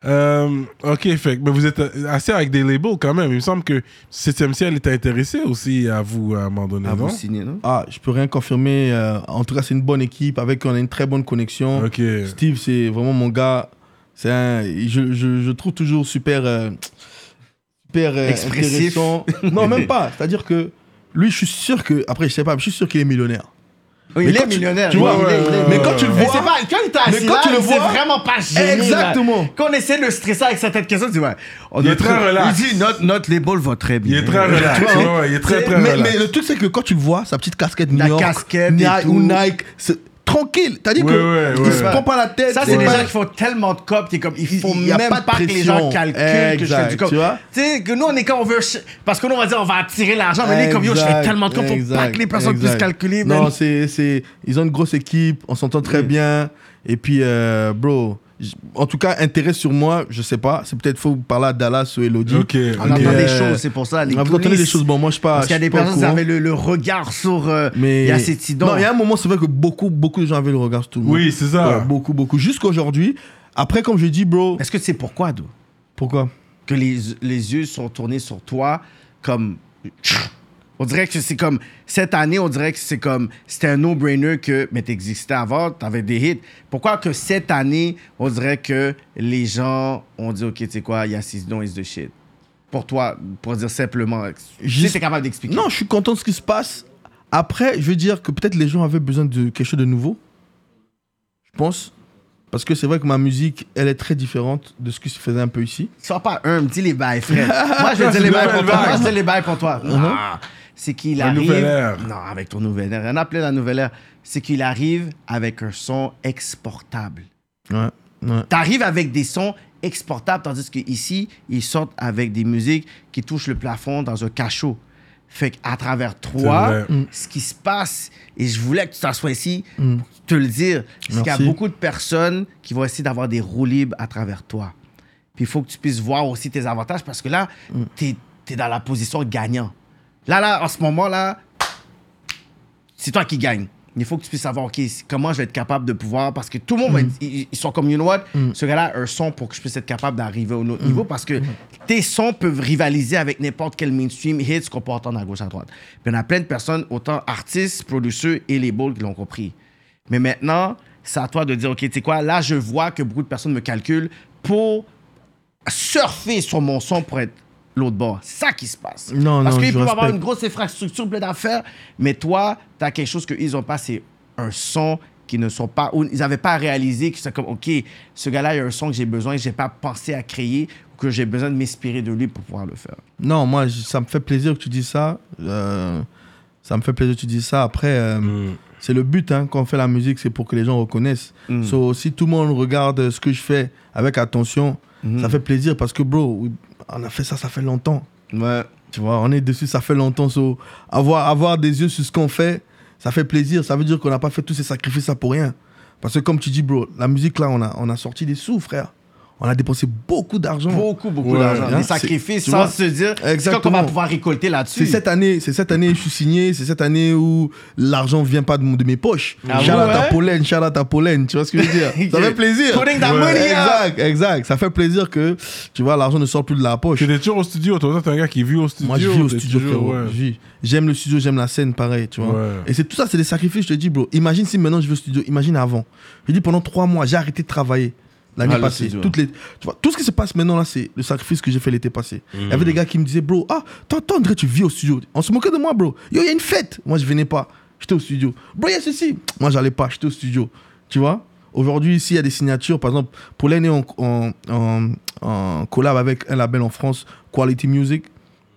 Euh, ok, fait que- mais vous êtes assez avec des labels quand même. Il me semble que 7 Ciel était intéressé aussi à vous à un moment donné, à non? vous signer, non? Ah, je peux rien confirmer. euh, en tout cas, c'est une bonne équipe avec on a une très bonne connexion. Ok. Steve, c'est vraiment mon gars. C'est un- je, je, je trouve toujours super, euh, super euh, Expressif. intéressant. Non, même pas. C'est-à-dire que lui, je suis sûr que après, je sais pas, mais je suis sûr qu'il est millionnaire. Oui, Mais Oh, il quand est millionnaire. Tu oui, vois, il est- il est- mais quand tu le Euh, Mais c'est vois, pas, quand il t'a Mais assis quand là, tu le il s'est vois- vraiment pas gêné. Exactement. là. Quand on essaie de le stresser avec certaines questions, tu dis, ouais. on Il est doit- très relax. Il dit, notre, notre label va très Il bien. est très relax. Tu vois, Ouais, hein? ouais, il est très, très mais, relax. mais le truc, c'est que quand tu le vois, sa petite casquette New La York, casquette et Nike, tout. ou Nike, c'est tranquille. T'as dit Ouais, que ouais, il ouais. se prend pas la tête. Ça, c'est des pas- gens qui font tellement de copes, t'es comme, il faut Il y a même pas pas, de que les pression. gens calculent que je fais Exact, du cop. tu vois? Tu sais, que nous, on est quand on veut. ch- Parce que nous, on va dire, on va attirer l'argent, Ah, mais lui, comme yo, je fais Exact, tellement de copes pour pas exact, que les personnes exact. puissent calculer. man. Non, c'est, c'est, ils ont une grosse équipe, on s'entend très bien. Et puis, euh, bro, j- en tout cas, intérêt sur moi, je sais pas. C'est peut-être faut parler à Dallas ou Elodie. Ok, On ok. entend Mais, des euh, choses, c'est pour ça. les Ah, vous entendez des coulisses. choses, bon, moi, je suis pas. Parce qu'il y a je suis des pas au personnes qui courant. avaient le, le regard sur. euh, Mais Il y a ces petits dons. Non, il y a un moment, c'est vrai que beaucoup, beaucoup de gens avaient le regard sur tout le monde. Oui, c'est ça. Ouais, beaucoup, beaucoup. Jusqu'aujourd'hui. Après, comme je dis, bro. Est-ce que c'est pourquoi, Dou? Pourquoi que les, les yeux sont tournés sur toi comme on dirait que c'est comme cette année on dirait que c'est comme c'était un no-brainer que mais t'existais avant t'avais des hits pourquoi que cette année on dirait que les gens ont dit ok tu sais quoi il y a six dons is the shit pour toi pour dire simplement Juste- si t'es capable d'expliquer Non, je suis content de ce qui se passe. Après, je veux dire que peut-être les gens avaient besoin de quelque chose de nouveau. Je pense. Parce que c'est vrai que ma musique, elle est très différente de ce qui se faisait un peu ici. sois pas un me dis les bails frère moi je C'est vais dire les une bails pour nouvelle vague. Uh-huh. toi moi je dis les bails pour toi Ah, c'est qu'il La arrive nouvelle ère. non avec ton nouvel air on appelé la nouvelle ère c'est qu'il arrive avec un son exportable Ouais. ouais. T'arrives avec des sons exportables, tandis qu'ici, ils sortent avec des musiques qui touchent le plafond dans un cachot. Fait qu'à travers toi, C'est vrai. ce qui se passe, et je voulais que tu t'assoies ici Hmm. pour te le dire, c'est qu'il y a Merci. beaucoup de personnes qui vont essayer d'avoir des roues libres à travers toi. Puis il faut que tu puisses voir aussi tes avantages parce que là, t'es es dans la position gagnant. Là, là, en ce moment-là, c'est toi qui gagne. Il faut que tu puisses savoir, OK, c'est- comment je vais être capable de pouvoir. Parce que tout le monde, va être- ils, ils sont comme, you know what, ce gars-là a un son pour que je puisse être capable d'arriver au autre niveau. Parce que tes sons peuvent rivaliser avec n'importe quel mainstream hits qu'on peut entendre à gauche, à droite. Puis il y en a plein de personnes, autant artistes, producteurs et les balls qui l'ont compris. Mais maintenant, c'est à toi de dire, OK, tu sais quoi, là, je vois que beaucoup de personnes me calculent pour surfer sur mon son pour être l'autre bord. C'est ça qui se passe. Non, Parce non, qu'ils je peuvent avoir respecte. une grosse infrastructure, plein d'affaires, mais toi, tu as quelque chose qu'ils ont pas, c'est un son qui ne sont pas, ou ils n'avaient pas réalisé que c'est comme, OK, ce gars-là, il y a un son que j'ai besoin, que j'ai pas pensé à créer, ou que j'ai besoin de m'inspirer de lui pour pouvoir le faire. Non, moi, je- ça me fait plaisir que tu dis ça. Euh, ça me fait plaisir que tu dis ça. Après, euh, c'est le but hein, quand on fait la musique, c'est pour que les gens reconnaissent. So, si tout le monde regarde euh, ce que je fais avec attention, ça fait plaisir parce que, bro, on a fait ça, ça fait longtemps. Ouais. Tu vois, on est dessus, ça fait longtemps. so, avoir, avoir des yeux sur ce qu'on fait, ça fait plaisir. Ça veut dire qu'on n'a pas fait tous ces sacrifices là pour rien. Parce que comme tu dis, bro, la musique là, on a, on a sorti des sous, frère. On a dépensé beaucoup d'argent. Beaucoup, beaucoup Ouais, d'argent. hein, des c'est- sacrifices tu sans vois, se dire, c'est quand qu'on exactement. va pouvoir récolter là-dessus. C'est cette année, c'est cette année, je suis signé. C'est cette année où l'argent vient pas de, mon- de mes poches. Ah shout out ouais? à Pollen, shout out à Pollen. Tu vois ce que je veux dire Ça fait plaisir. Putting that money up. exact, exact. Ça fait plaisir que tu vois l'argent ne sort plus de la poche. T'es toujours au studio. Toi, t'es un gars qui vit au studio. Moi, je vis au t'es studio, toujours- frérot. ouais. Je vis. J'aime le studio, j'aime la scène, pareil, tu vois. Ouais. Et c'est tout ça, c'est des sacrifices, je te dis, bro. Imagine si maintenant je vais au studio, imagine avant. Je dis, pendant trois mois, j'ai arrêté de travailler l'année Ah, le passée. studio. Toutes les, tu vois, tout ce qui se passe maintenant, là, c'est le sacrifice que j'ai fait l'été passé. Il y avait Mhm. des gars qui me disaient, bro, ah, toi, toi, André, tu vis au studio. On se moquait de moi, bro. Yo, il y a une fête. Moi, je venais pas. Je j'étais au studio. Bro, il y a ceci. Moi, j'allais pas, j'étais au studio. Tu vois Aujourd'hui, ici, il y a des signatures. Par exemple, pour l'année, on, on, on- on collab avec un label en France, Quality Music,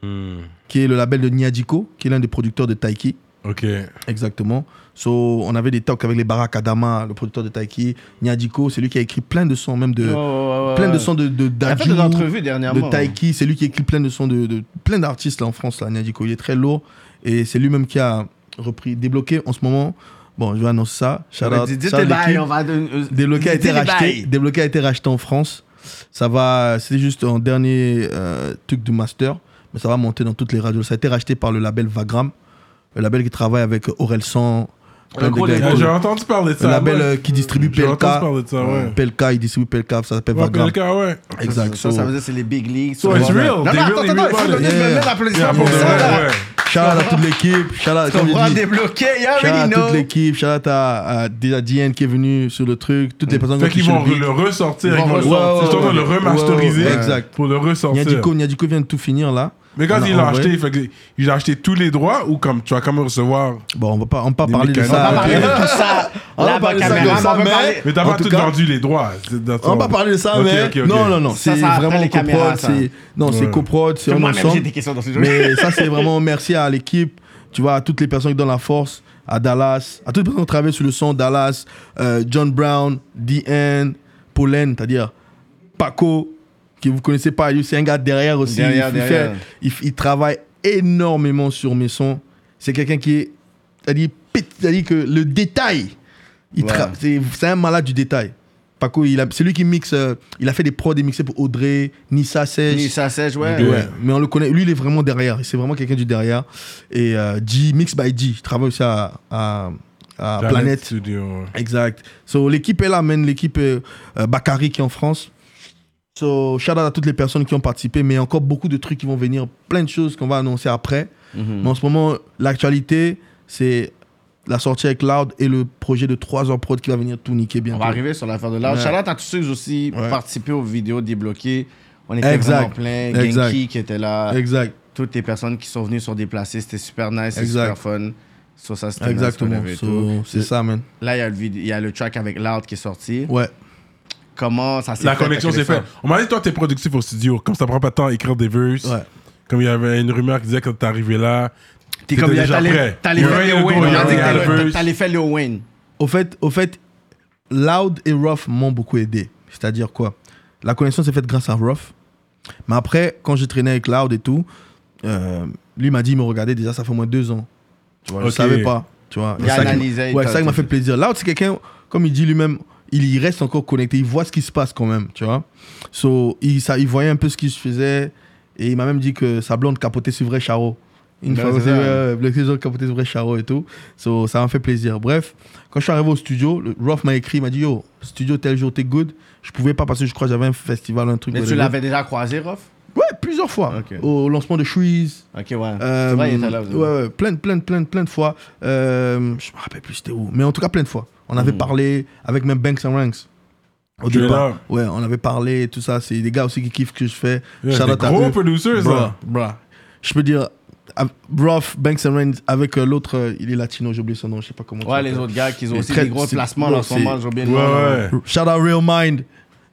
Hmm. qui est le label de Niadiko, qui est l'un des producteurs de Taiki. Ok. Ah, Exactement. So, on avait des talks avec les Barak Adama, le producteur de Taiki, Niadiko, c'est lui qui a écrit plein de sons, même de. Oh, Plein de sons de, de Il a Euh, fait Daju, des entrevues dernièrement. de Taiki, c'est lui qui écrit plein de sons de, de- plein d'artistes là en France là, Niadiko. Il est très lourd et c'est lui-même qui a repris, débloqué en ce moment. Bon, je vais annoncer ça. Shout Ouais, out, dis- dis shout tes out bails, l'équipe. on va de- euh, Débloqué a été dis tes racheté. bails. Débloqué a été racheté en France. Ça va, c'est juste en dernier euh, truc du master, mais ça va monter dans toutes les radios. Ça a été racheté par le label Vagram, le label qui travaille avec Aurel San. plein de gros gars label. et tout. J'ai entendu parler de Le ça. label Ah, ouais. euh, qui distribue J'ai PLK. entendu parler de ça, ouais. PLK, il distribue PLK, ça s'appelle Ouais, Vagram. PLK, ouais. Exact. Ça, So, ça veut dire que c'est les big leagues. So it's real. Non, non, They attends, really attends, read il faut about donner it. même Yeah. Yeah, l'applaudissement Ah, pour pour de ça, vrai, là. ouais. Shout out à toute l'équipe. Shout out, On comme va je dis, débloquer, you shout out à already toute know. l'équipe. Shout out à, à déjà Diane qui est venue sur le truc. Toutes les personnes Fait qui qu'ils ont vont touché le le ressortir. Ils Ils vont vont le- ressortir. Ils sont en train de le Ouais, ouais, remasteriser. ouais, exact. Pour le beat. ressortir. Niadiko, Niadiko vient de tout finir là. Mais quand On a- ils en l'ont vrai- acheté, il fait que- ils ont acheté tous les droits ou comme tu vas quand même recevoir. Bon, on va pas, on va pas Des parler de mécanos. ça. On va ok. parler de Tout ça, On va là, parler de ça caméra, comme ça, on va mais- parler- Mais t'as En pas tout tout cas- vendu les droits. c'est dans On ton- va pas parler de ça, Ok, mais ok, ok. non, non, non, Ça, c'est ça après vraiment les caméras, coprod, ça. c'est non, c'est Ouais. coprod, c'est en Moi-même, j'ai ensemble. des questions dans ce jeu. Mais ça, c'est vraiment merci à l'équipe, tu vois, à toutes les personnes dans la force, à Dallas, à toutes les personnes qui travaillent sur le son, Dallas, euh, John Brown, DN, Pauline, c'est-à-dire Paco, que vous connaissez pas, lui, c'est un gars derrière aussi. Derrière, il, fait- derrière. il, il travaille énormément sur mes sons. C'est quelqu'un qui est, c'est-à-dire pét- c'est-à-dire que le détail, il Ouais. tra- c'est c'est un malade du détail. Paco, il a- c'est lui qui mixe, euh, il a fait des prods, des mixés pour Audrey, Nissa Sèche. Ni ça sèche, ouais. Ouais, mais on le connaît. Lui, il est vraiment derrière. C'est vraiment quelqu'un du derrière. Et euh, G, Mix by G, je travaille aussi à, à, à Planet Planète. Studio, ouais. Exact. So, l'équipe est là, man. L'équipe euh, euh, Bakary qui est en France. So, shout out à toutes les personnes qui ont participé, mais encore beaucoup de trucs qui vont venir, plein de choses qu'on va annoncer après. Mhm. Mais en ce moment, l'actualité, c'est la sortie avec Loud et le projet de 3 heures prod qui va venir tout niquer On bientôt. va arriver sur l'affaire de l'art. Ouais. Shout out à tous ceux qui ont aussi Ouais. participé aux vidéos débloquées. On était Exact. vraiment plein. Exact. Genki qui était là. Ah, Exact. Toutes les personnes qui sont venues sont déplacées. C'était super nice. C'était Exact. super fun. So, ça, c'était nice qu'on Exactement. avait et So, tout. c'est ça, man. Là, il y, a le vid- il y a le track avec Loud qui est sorti. Ouais. Comment ça s'est La fait, connexion ta s'est faite. connexion? On m'a dit, toi, t'es productif au studio. Comme ça prend pas de temps à écrire des verses. Ouais. Comme il y avait une rumeur qui disait que t'es arrivé là. T'es T'étais comme, déjà t'allais- prêt. t'allais You're faire ready Lil to go, Wayne. On you're a dit que ready to t'allais- verse. T'allais faire Lil Wayne. Au fait, au fait, Loud et Ruff m'ont beaucoup aidé. C'est-à-dire quoi La connexion s'est faite grâce à Ruff. Mais après, quand j'ai traîné avec Loud et tout, euh, lui m'a dit, il me regardait déjà, ça fait au moins deux ans. Tu vois, Ok. je savais pas. Tu vois, Il Et ça qui- analysait, il ouais, t'a- ça qui m'a fait plaisir. Loud, c'est quelqu'un, comme il dit lui-même, il y reste encore connecté. Il voit ce qui se passe quand même, tu vois. So, il, ça, il voyait un peu ce qui se faisait. Et il m'a même dit que sa blonde capotait sur vrai Charo. Une Ben, fois, c'est c'est ça. euh, Black Season capotait sur vrai Charo et tout. So, ça m'a fait plaisir. Bref, quand je suis arrivé au studio, le- Rolf m'a écrit, il m'a dit Yo, studio tel jour, t'es good. Je pouvais pas parce que je crois que j'avais un festival, un truc. Mais tu whatever. l'avais déjà croisé, Rof Ouais, plusieurs fois. Ok. Au lancement de Shreeze. Ok, ouais. Euh, C'est vrai, il était là. vous- ouais, ouais, plein, de- plein, de- plein, de- plein de fois. Euh, je me rappelle plus c'était où, mais en tout cas plein de fois. On avait Mhm. parlé avec même Banks and Ranks. Au Tu es départ. là. Ouais, on avait parlé, tout ça. C'est des gars aussi qui kiffent ce que je fais. Yeah, Shout des out à gros eux. producers, Bruh, là. bruh. Je peux dire, à- Ruff, Banks and Ranks, avec euh, l'autre, euh, il est latino, j'ai oublié son nom, je sais pas comment. tu Ouais, l'appelles. les autres gars qui ont Mais aussi très- des gros c'est- placements là, en ce c'est- moment, j'ai oublié le Ouais, nom, là. ouais. Shout out Real Mind,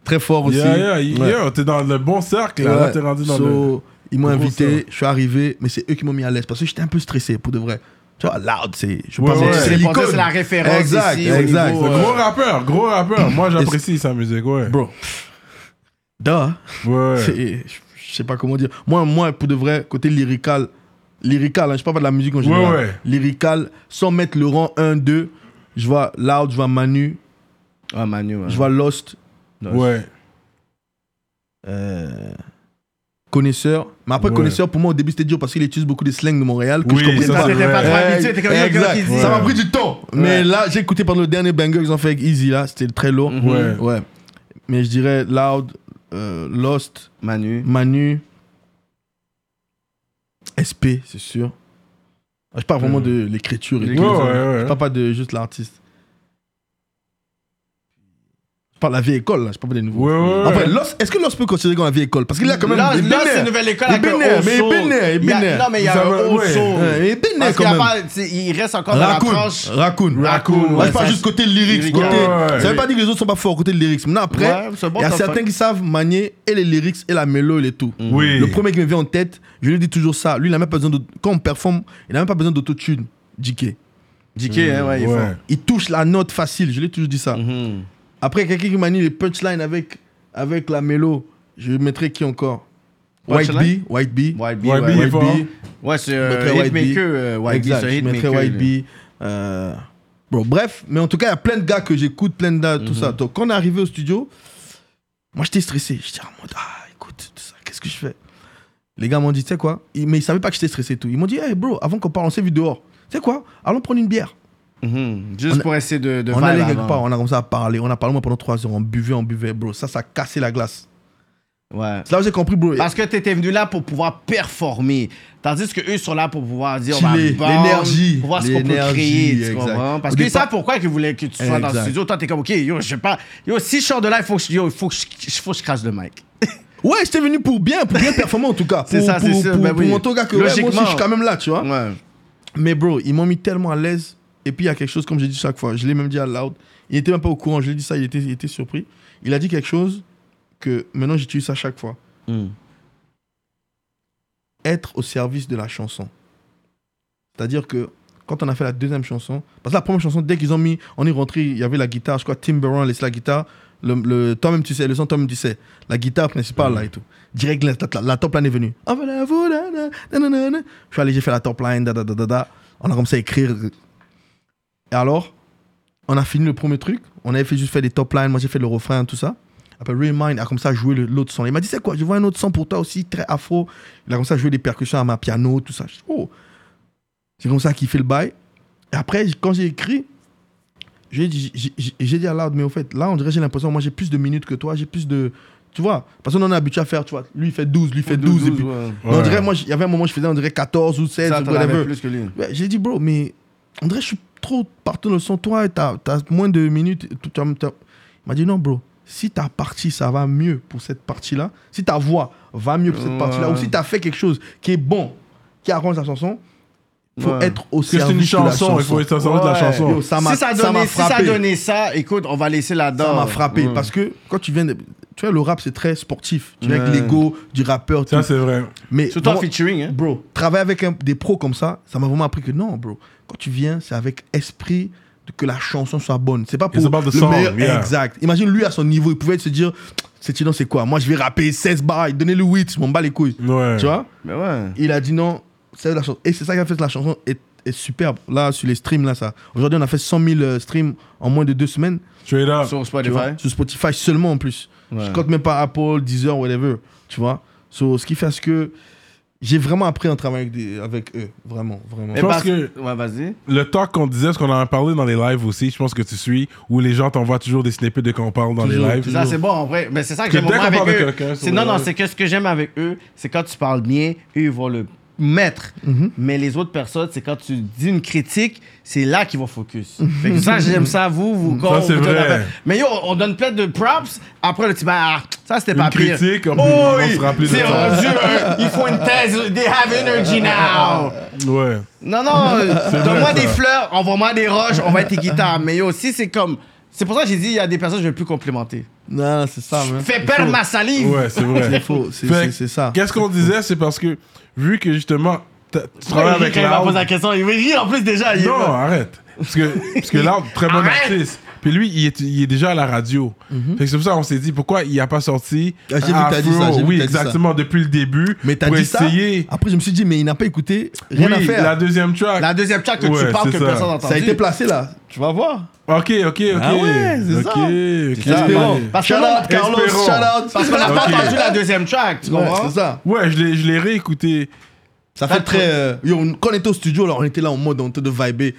très fort aussi. Yeah, yeah, yeah, Ouais. yeah, T'es dans le bon cercle. Ouais. Là, t'es rendu dans le. So, Ils m'ont le gros invité, cercle. je suis arrivé, mais c'est eux qui m'ont mis à l'aise parce que j'étais un peu stressé pour de vrai. Tu vois, loud, c'est. Je Ouais, pense ouais. que C'est c'est pour ça, l'icône. c'est la référence Exact, ici, au exact. niveau, euh. So, Gros rappeur, gros rappeur. Moi, j'apprécie sa musique, ouais. Bro. Duh. Ouais, ouais. C'est- Je je sais pas comment dire. Moi, moi pour de vrai, côté lyrical, lyrical, hein, je parle pas de la musique en général. ouais. Lyrical, sans mettre le rang 1, 2, je vois Loud, je vois Manu, Ouais, Manu. ouais. je vois Lost, Ouais. euh, Connaisseur. Mais après, Ouais. Connaisseur, pour moi, au début, c'était dur parce qu'il utilise beaucoup de slang de Montréal que Oui, je comprenais ça, pas. c'est T'étais pas vrai. trop Ouais, habitué, t'es comme yo, yo, exact. qui dit. Ça m'a pris du temps. Mais là, j'ai écouté par le dernier banger qu'ils ont fait avec Easy, là, c'était très lourd. Ouais. Ouais. Mais je dirais Loud, euh, Lost, Manu. Manu, SP, c'est sûr. Je parle Euh, vraiment de l'écriture et Ouais, tout. ouais, ouais. Je parle pas de juste l'artiste. Je parle de la vieille école, là. Je parle pas des nouveaux. Ouais, ouais, Après, ouais. Los, est-ce que Los peut considérer comme la vieille école Parce qu'il a quand même. Là, il est là, bénin. c'est une nouvelle école Il est avec un bénin, haut mais il saut. est bénin, il est Il y a- bénin. non, mais il y a Ça un va- haut ouais, saut. ouais, Il est bénin Parce qu'il y Ah, quand a même. pas- c'est- il reste encore dans la Raccoon, tranche. Raccoon, Raccoon, Moi, ouais, je parle ça- juste côté lyrics. Ouais, Côté... ouais. Ça veut pas dire que les autres sont pas forts côté lyrics. Maintenant, après, Ouais, il c'est bon, y a t'as certains fait. qui savent manier et les lyrics et la mélodie et tout. Oui. Le premier qui me vient en tête, je lui dis toujours ça. Lui, il n'a même pas besoin de. Quand on performe, il n'a même pas besoin d'autotune. JK. JK, hein, ouais, Mhm. il Ouais. est fort. Il touche la note facile. Je lui ai toujours dit Mm. ça. Après, quelqu'un qui manie les punchlines avec, avec la mélodie, je mettrai qui encore White Punchline B. White B. White B, Ouais, ouais. il est White fort. B. Ouais, c'est Je euh, mettrais White Hitmaker, Bee. euh, White B, Exact, c'est je mettrais Hitmaker. White lui. Bee, euh, bro, bref, mais en tout cas, il y a plein de gars que j'écoute, plein de Mhm. gars, tout ça. Donc, quand on est arrivé au studio, moi, j'étais stressé. J'étais en mode, ah, écoute, tout ça, qu'est-ce que je fais Les gars m'ont dit, tu sais quoi Ils- Mais ils savaient pas que j'étais stressé et tout. Ils m'ont dit, hey, bro, avant qu'on parle, on s'est vu dehors. Tu sais quoi Allons prendre une bière. Mhm. Juste On- pour essayer de, de on vibe allait avant. quelque part, on a commencé à parler. On a parlé moi, pendant trois heures. On buvait, on buvait, bro. Ça, ça a cassé la glace. Ouais. C'est là où j'ai compris, bro. Parce que t'étais venu là pour pouvoir performer. Tandis que eux sont là pour pouvoir dire, on va Chiller, vendre, l'énergie, pour voir ce qu'on peut l'énergie, créer, tu exact. comprends? Parce Au qu'ils départ- savent pourquoi ils voulaient que tu sois dans le Exact. studio. Toi, t'es comme, OK, yo, je sais pas. Yo, si je sors de là, il faut que je, yo, il faut que je, il faut que je crache le mic. Ouais, j'étais venu pour bien, pour bien performer en tout cas. C'est Pour- ça, c'est pour- ça, Pour, ben pour oui. montrer aux gars que ouais, moi aussi, Logiquement. je suis quand même là, tu vois. Ouais. Mais bro, ils m'ont mis tellement à l'aise. Et puis il y a quelque chose, comme j'ai dit chaque fois, je l'ai même dit à Loud. Il n'était même pas au courant, je l'ai dit ça, il était, il était surpris. Il a dit quelque chose que maintenant j'utilise ça chaque fois. Mm. Être au service de la chanson. C'est-à-dire que quand on a fait la deuxième chanson, parce que la première chanson, dès qu'ils ont mis, on est rentré, il y avait la guitare, je crois, Tim Burron a laissé la guitare. Le, le- toi-même, tu sais, le son, toi-même, tu sais. La guitare principale, là et tout. Direct, la, la- la top line est venue. Ah, voilà, vous, là, là, na, na, na, na. Je suis allé, j'ai fait la top line, da, da, da, da, da. On a commencé à écrire. Et alors, on a fini le premier truc. On avait fait juste fait des top lines. Moi, j'ai fait le refrain, tout ça. Après, Remind a comme ça joué le- l'autre son. Il m'a dit, c'est quoi Je vois un autre son pour toi aussi, très afro. Il a comme ça joué des percussions à ma piano, tout ça. Je dis, oh C'est comme ça qu'il fait le bail. Et après, quand j'ai écrit, j'ai dit, j'ai- j'ai- j'ai dit à Loud, mais au fait, là, on dirait, j'ai l'impression, moi, j'ai plus de minutes que toi, j'ai plus de. Tu vois Parce qu'on en est habitué à faire, tu vois. Lui, il fait 12, lui, il fait 12. et puis- ouais. Mais On dirait, moi, j'- il y avait un moment, je faisais, on dirait 14 ou 16, Ça, ou t'en whatever. avais plus que lui. Ouais, j'ai dit, bro, mais on dirait que je suis trop partout dans le son. Toi, t'as as moins de minutes. tout- t'as- t'as- Il m'a dit, non, bro, si ta partie, ça va mieux pour cette partie-là, si ta voix va mieux pour cette Ouais. partie-là, ou si t'as fait quelque chose qui est bon, qui arrange la chanson, faut Ouais. être au Parce que c'est une service de la chanson, il faut être ensemble de la Ouais. chanson. Yo, ça m'a si ça a ça m'a donné, si ça Mm. a frappé. donné ça, écoute, on va laisser la Ça dent. m'a frappé Ouais. parce que quand tu viens de. Tu vois, le rap, c'est très sportif. Tu viens Ouais. avec l'ego du rappeur. Ça, tout. c'est vrai. Mais Surtout en vraiment- featuring, hein. Bro, travailler avec un- des pros comme ça, ça m'a vraiment appris que non, bro. Quand tu viens, c'est avec esprit de- que la chanson soit bonne. C'est pas pour It's about the le song, meilleur. yeah. Exact. Imagine lui à son niveau, il pouvait se dire, c'est non, c'est quoi Moi, je vais rapper 16 bars, donner le 8, je m'en bats les couilles. Ouais. Tu vois Mais ouais. Il a dit non, c'est la chanson. Et c'est ça qui a fait que la chanson est, est superbe. Là, sur les streams, là, ça. Aujourd'hui, on a fait 100 000 euh, streams en moins de deux semaines. Straight up. Sur tu vois, Spotify. Eh sur Spotify seulement en plus. Ouais. Je compte même pas Apple, Deezer, whatever. Tu vois So, Ce qui fait à ce que j'ai vraiment appris en travaillant avec, des- avec eux. Vraiment, vraiment. Mais pense parce- que- Ouais, vas-y. Le talk qu'on disait, ce qu'on en a parlé dans les lives aussi, je pense que tu suis, où les gens t'envoient toujours des snippets de quand on parle dans Toujours, les C'est lives. ça, c'est bon, en vrai. Mais c'est ça que Parce j'aime Ah, que dès vraiment qu'on avec parle de eux. quelqu'un, C'est- sur Non, le non, live. c'est que ce que j'aime avec eux, c'est quand tu parles bien, eux, ils vont le mettre. Mhm. Mais les autres personnes, c'est quand tu dis une critique, c'est là qu'ils vont focus. Fait que ça, j'aime ça, vous, vous, quand Mhm. c'est vous donnez vrai. la- Mais yo, on donne plein de props, après le petit, bah, ah, ça, c'était pas Une pire. critique, on- oh, on oui, se rappelait de c'est ça. rendu, euh, ils font une thèse, they have energy now. Ouais. Non, non, euh, donne-moi vrai, des ça. fleurs, envoie-moi des roches, on va être guitare. Mais yo, si c'est comme. C'est pour ça que j'ai dit, il y a des personnes que je ne vais plus complimenter. Non, non, c'est ça, man. Fais perdre ma salive! Ouais, c'est vrai. C'est faux, c'est- Fait c'est c'est ça. Qu'est-ce qu'on disait, c'est parce que, vu que justement, t'as- tu Pourquoi travailles il rit avec quand il va Loud. poser la question, il rit en plus déjà. il est Non, pas- arrête. Parce que, parce que Loud, très bon Arrête. artiste. Puis lui, il est, il est déjà à la radio. Fait que c'est pour ça qu'on s'est dit pourquoi il n'a pas sorti. Mhm. Ah, j'ai vu que t'as dit ça, Afro. j'ai vu que Oui, t'as dit ça. exactement, depuis le début. Mais t'as pour dit essayer. ça. Après, je me suis dit, mais il n'a pas écouté. Rien oui, à faire. la deuxième track. La deuxième chat que Ouais, tu parles c'est que ça. personne n'a Ça a entendu. été placé là. Tu vas voir. Ok, ok, ok. Ah ouais, c'est ça. Ok, ok. Espérons. Parce que Shout là, out, Carlos. Shout espérons. out. Parce qu'on n'a Ok. pas entendu la deuxième track, tu Ouais, comprends? c'est ça. Ouais, je l'ai- je l'ai réécouté. Ça fait très. euh, yo, on- quand on était au studio, là, on était là en mode, on était de vibrer.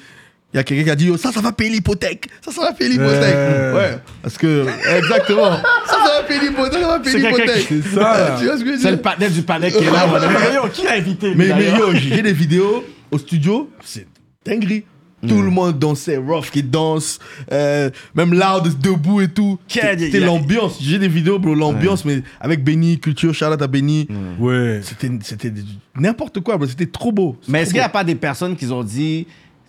Il y a quelqu'un qui a dit, yo, ça, ça va payer l'hypothèque. Ça, ça va payer l'hypothèque. Euh. Ouais. Parce que, exactement. ça, ça va payer l'hypothèque. Ça va payer C'est quelqu'un l'hypothèque. Ah, qui- C'est ça, là. tu vois ce que je veux C'est le dire? panel du panel qui est là. on est- Yo, qui l'a invité? lui, Mais, mais d'ailleurs? yo, j'ai des vidéos au studio. C'est dinguerie. Mm. Tout le monde dansait, Ruff qui danse, euh, même Loud debout et tout. Quel- C'était y a- l'ambiance. J'ai des vidéos, bro, l'ambiance, mais avec Benny, Culture, Charlotte à Benny. Mm. Ouais. C'était c'était du- n'importe quoi, bro. C'était trop beau. Mais est-ce Trop qu'il n'y a beau. pas des personnes qui ont dit,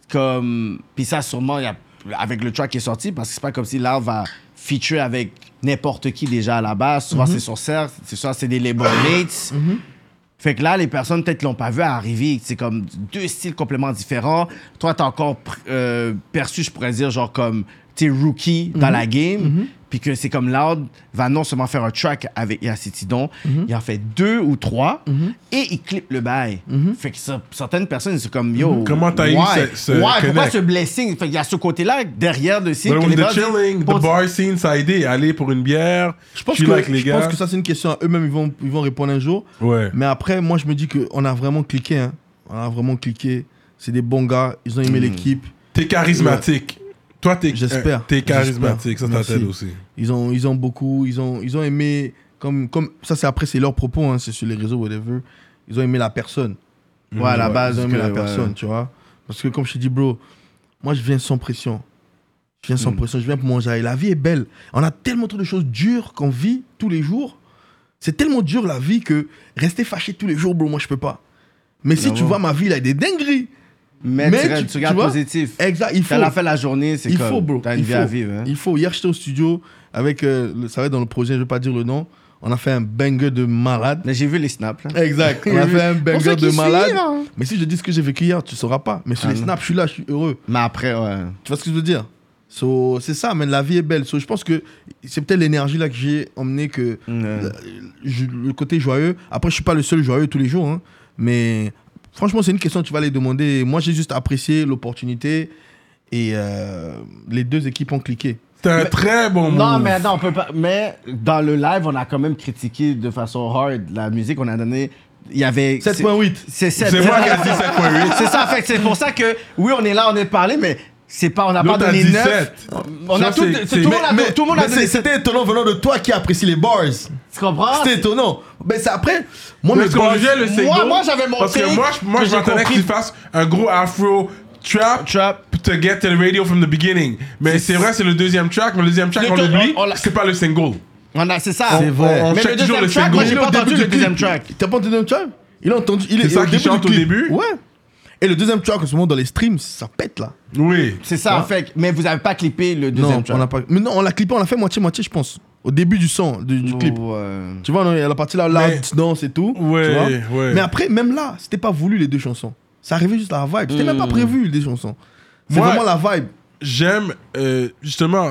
comme. Puis ça, sûrement, il y a- avec le track qui est sorti, parce que c'est pas comme si l'art va feature avec n'importe qui déjà à la base. Souvent, c'est sur serre, c'est soit c'est des label mates. Fait que là, les personnes peut-être qui l'ont pas vu arriver, c'est comme deux styles complètement différents. Toi, t'as encore pr- euh, perçu, je pourrais dire, genre comme, t'es rookie dans la game, puis que c'est comme Loud va non seulement faire un track avec Yacitidon, il en fait deux ou trois, et il clip le bail. Fait que ça- certaines personnes, c'est comme, yo, Comment t'as eu why? ce- ce Why? pourquoi connect? ce blessing? Fait qu'il y a ce côté-là derrière le site. But que with les the gens disent, chilling, the pour- bar scene, ça a aidé. Aller pour une bière, Je pense, chill que, avec les je gars. pense que ça, c'est une question à eux-mêmes. Ils vont, ils vont répondre un jour. Ouais. Mais après, moi, je me dis qu'on a vraiment cliqué. hein. On a vraiment cliqué. C'est des bons gars. Ils ont Hmm. aimé l'équipe. T'es charismatique. Toi, t'es J'espère. euh, T'es charismatique, ça J'espère. t'aide Merci. aussi. Ils ont, ils ont beaucoup, ils ont, ils ont aimé, comme, comme ça c'est après, c'est leurs propos, hein, c'est sur les réseaux, whatever. Ils ont aimé la personne. Mhm. Ouais, à la Ouais, base, ils ont aimé que- la ouais. personne, tu vois. Parce que comme je te dis, bro, moi je viens sans pression. Je viens sans Mhm. pression, je viens pour manger. Et la vie est belle. On a tellement trop de choses dures qu'on vit tous les jours. C'est tellement dur la vie que rester fâché tous les jours, bro, moi je peux pas. Mais si tu vois ma vie, là, il y a des dingueries. Mais, Mais tu, tu- tu tu regardes vois? positif. Exact, il faut. T'as la fin de la journée, c'est Il comme, faut, bro. T'as une il vie faut. à vivre. hein. Il faut. Hier, j'étais au studio avec. euh, le- ça va être dans le projet, je vais pas dire le nom. On a fait un banger de malade. Mais j'ai vu les snaps, là. Exact. On a fait un Pour ceux banger qui de suivent, malade. hein. Ah Mais si je dis ce que j'ai vécu hier, tu sauras pas. Mais sur les non. snaps, je suis là, je suis heureux. Mais après, ouais. Tu vois ce que je veux dire So, C'est ça, mais la vie est belle. So, je pense que c'est peut-être l'énergie là que j'ai emmené que euh, je- le côté joyeux. Après, je suis pas le seul joyeux tous les jours, hein. mais franchement, c'est une question que tu vas les demander. Moi, j'ai juste apprécié l'opportunité et euh, les deux équipes ont cliqué. C'était un très bon move. Non, mais non, on peut pas. Mais dans le live, on a quand même critiqué de façon hard la musique. On a donné. Il y avait. 7.8. C'est sept. C'est moi qui ai dit 7.8. C'est ça, fait que c'est pour ça que. Oui, on est là, on est parlé, mais c'est pas. On n'a pas L'autre a donné dit 9. 7. On Ça, a tout, c'est- c'est- c'est- tout, mais- le monde a- tout le monde a Mais c'est- donné. C'était étonnant venant de toi qui apprécie les bars. Tu comprends? C'était étonnant. Mais c'est après, moi, mes Parce qu'on bars- jugeait le Sego. Moi- moi, j'avais mon Parce que take moi, je- moi que je j'ai m'attendais que compris. tu fasses un gros afro trap, Trap. to get to the radio from the beginning. Mais c'est vrai, c'est le deuxième track. Mais le deuxième track, Le on deux- l'oublie. on- on l'a- C'est pas le single. On a- C'est ça. C'est vrai. On Mais check le toujours deuxième le track, single. moi, j'ai Il est pas au début entendu du le clip. deuxième track. T'as pas entendu le deuxième track Il a entendu. il est- C'est ça il est qu'il chante au clip. début Ouais. Et le deuxième track, en ce moment, dans les streams, ça pète là. Oui. C'est ça, fait que- Mais vous avez pas clippé le deuxième Non, on track. n'a pas. Mais non, on l'a clippé, on l'a fait moitié-moitié, je pense. Au début du son, du, du clip. Ouais. Tu vois, non, il y a la partie là, là, Mais- tu danses et tout. tu Ouais, vois. ouais. Mais après, même là, c'était pas voulu les deux chansons. Ça arrivait juste à la vibe. C'était même pas prévu les deux chansons. C'est Hmm. Moi- vraiment la vibe. j'aime euh, justement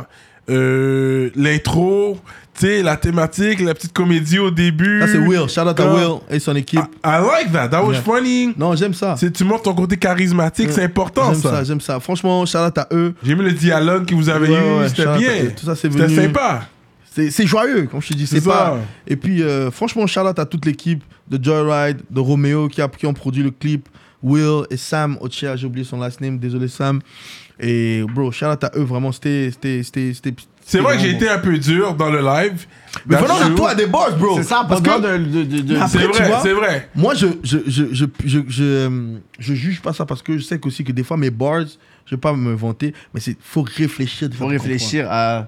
euh, l'intro, tu sais, la thématique, la petite comédie au début. Ça, c'est Will. Shout out à Quand- Will et son I, équipe. I like that. That was Yeah. funny. Non, j'aime ça. Ah. C'est- Tu montres ton côté charismatique, c'est important J'aime ça, ça. j'aime ça. Franchement, shout out à eux. J'ai aimé le dialogue que vous avez Ouais, eu, ouais, c'était shout-out à bien. eux. Tout ça, c'est C'était venu- sympa. C'est c'est joyeux, comme je te dis. C'est C'est ça. pas. Et puis, euh, franchement, shout out à toute l'équipe de Joyride, de Romeo qui, a, qui ont produit le clip, Will et Sam Ochea. J'ai oublié son last name, désolé Sam. Et bro, shout out à eux, vraiment. C'était. c'était- c'était- c'était- C'est vrai que j'ai vraiment été un peu dur dans le live. Mais That's venant de true. toi, des boss, bro. C'est ça, parce que de, de, de- de- Ah, C'est Après, tu vrai, vois- c'est vrai. moi, je je, je, je, je, je, euh, je juge pas ça parce que je sais qu'aussi que des fois, mes bars, je vais pas me vanter, mais il faut réfléchir. faut réfléchir à.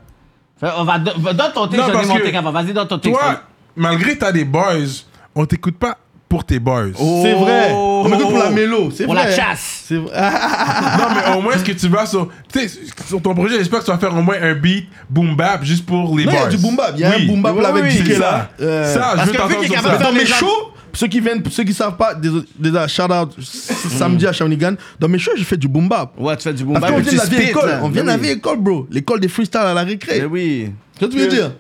Fait, on va, va- donne ton texte, Non, j'en ai parce mon que texte avant. Vas-y, donne ton texte. Toi, malgré que t'as des bars, on t'écoute pas pour tes bars. C'est vrai. On m'écoute pour la mélo. C'est on vrai. la chasse. C'est vrai. Ah, Non, mais au moins, ce que tu vas sur. Tu sais, sur ton projet, j'espère que tu vas faire au moins un beat boom bap juste pour les Non, il y bars. a du boom bap. Il y a Oui. un boom bap Oui, là avec oui, Diké c'est là. Ça, Euh, Ça, je parce veux que vu t'entendre qu'il est sur capable ça. dans mes les gens- shows, ceux qui viennent, ceux qui savent pas, désolé, déjà shout out samedi à Shawinigan. Dans mes shows, je fais du boom bap. Mm. Ouais, tu fais du boom Parce bap. qu'on mais vient tu de la vieille spit, école, là. on vient de Mais la oui. vieille école, bro. L'école des freestyles à la récré. Mais oui. Tu vois ce que je veux dire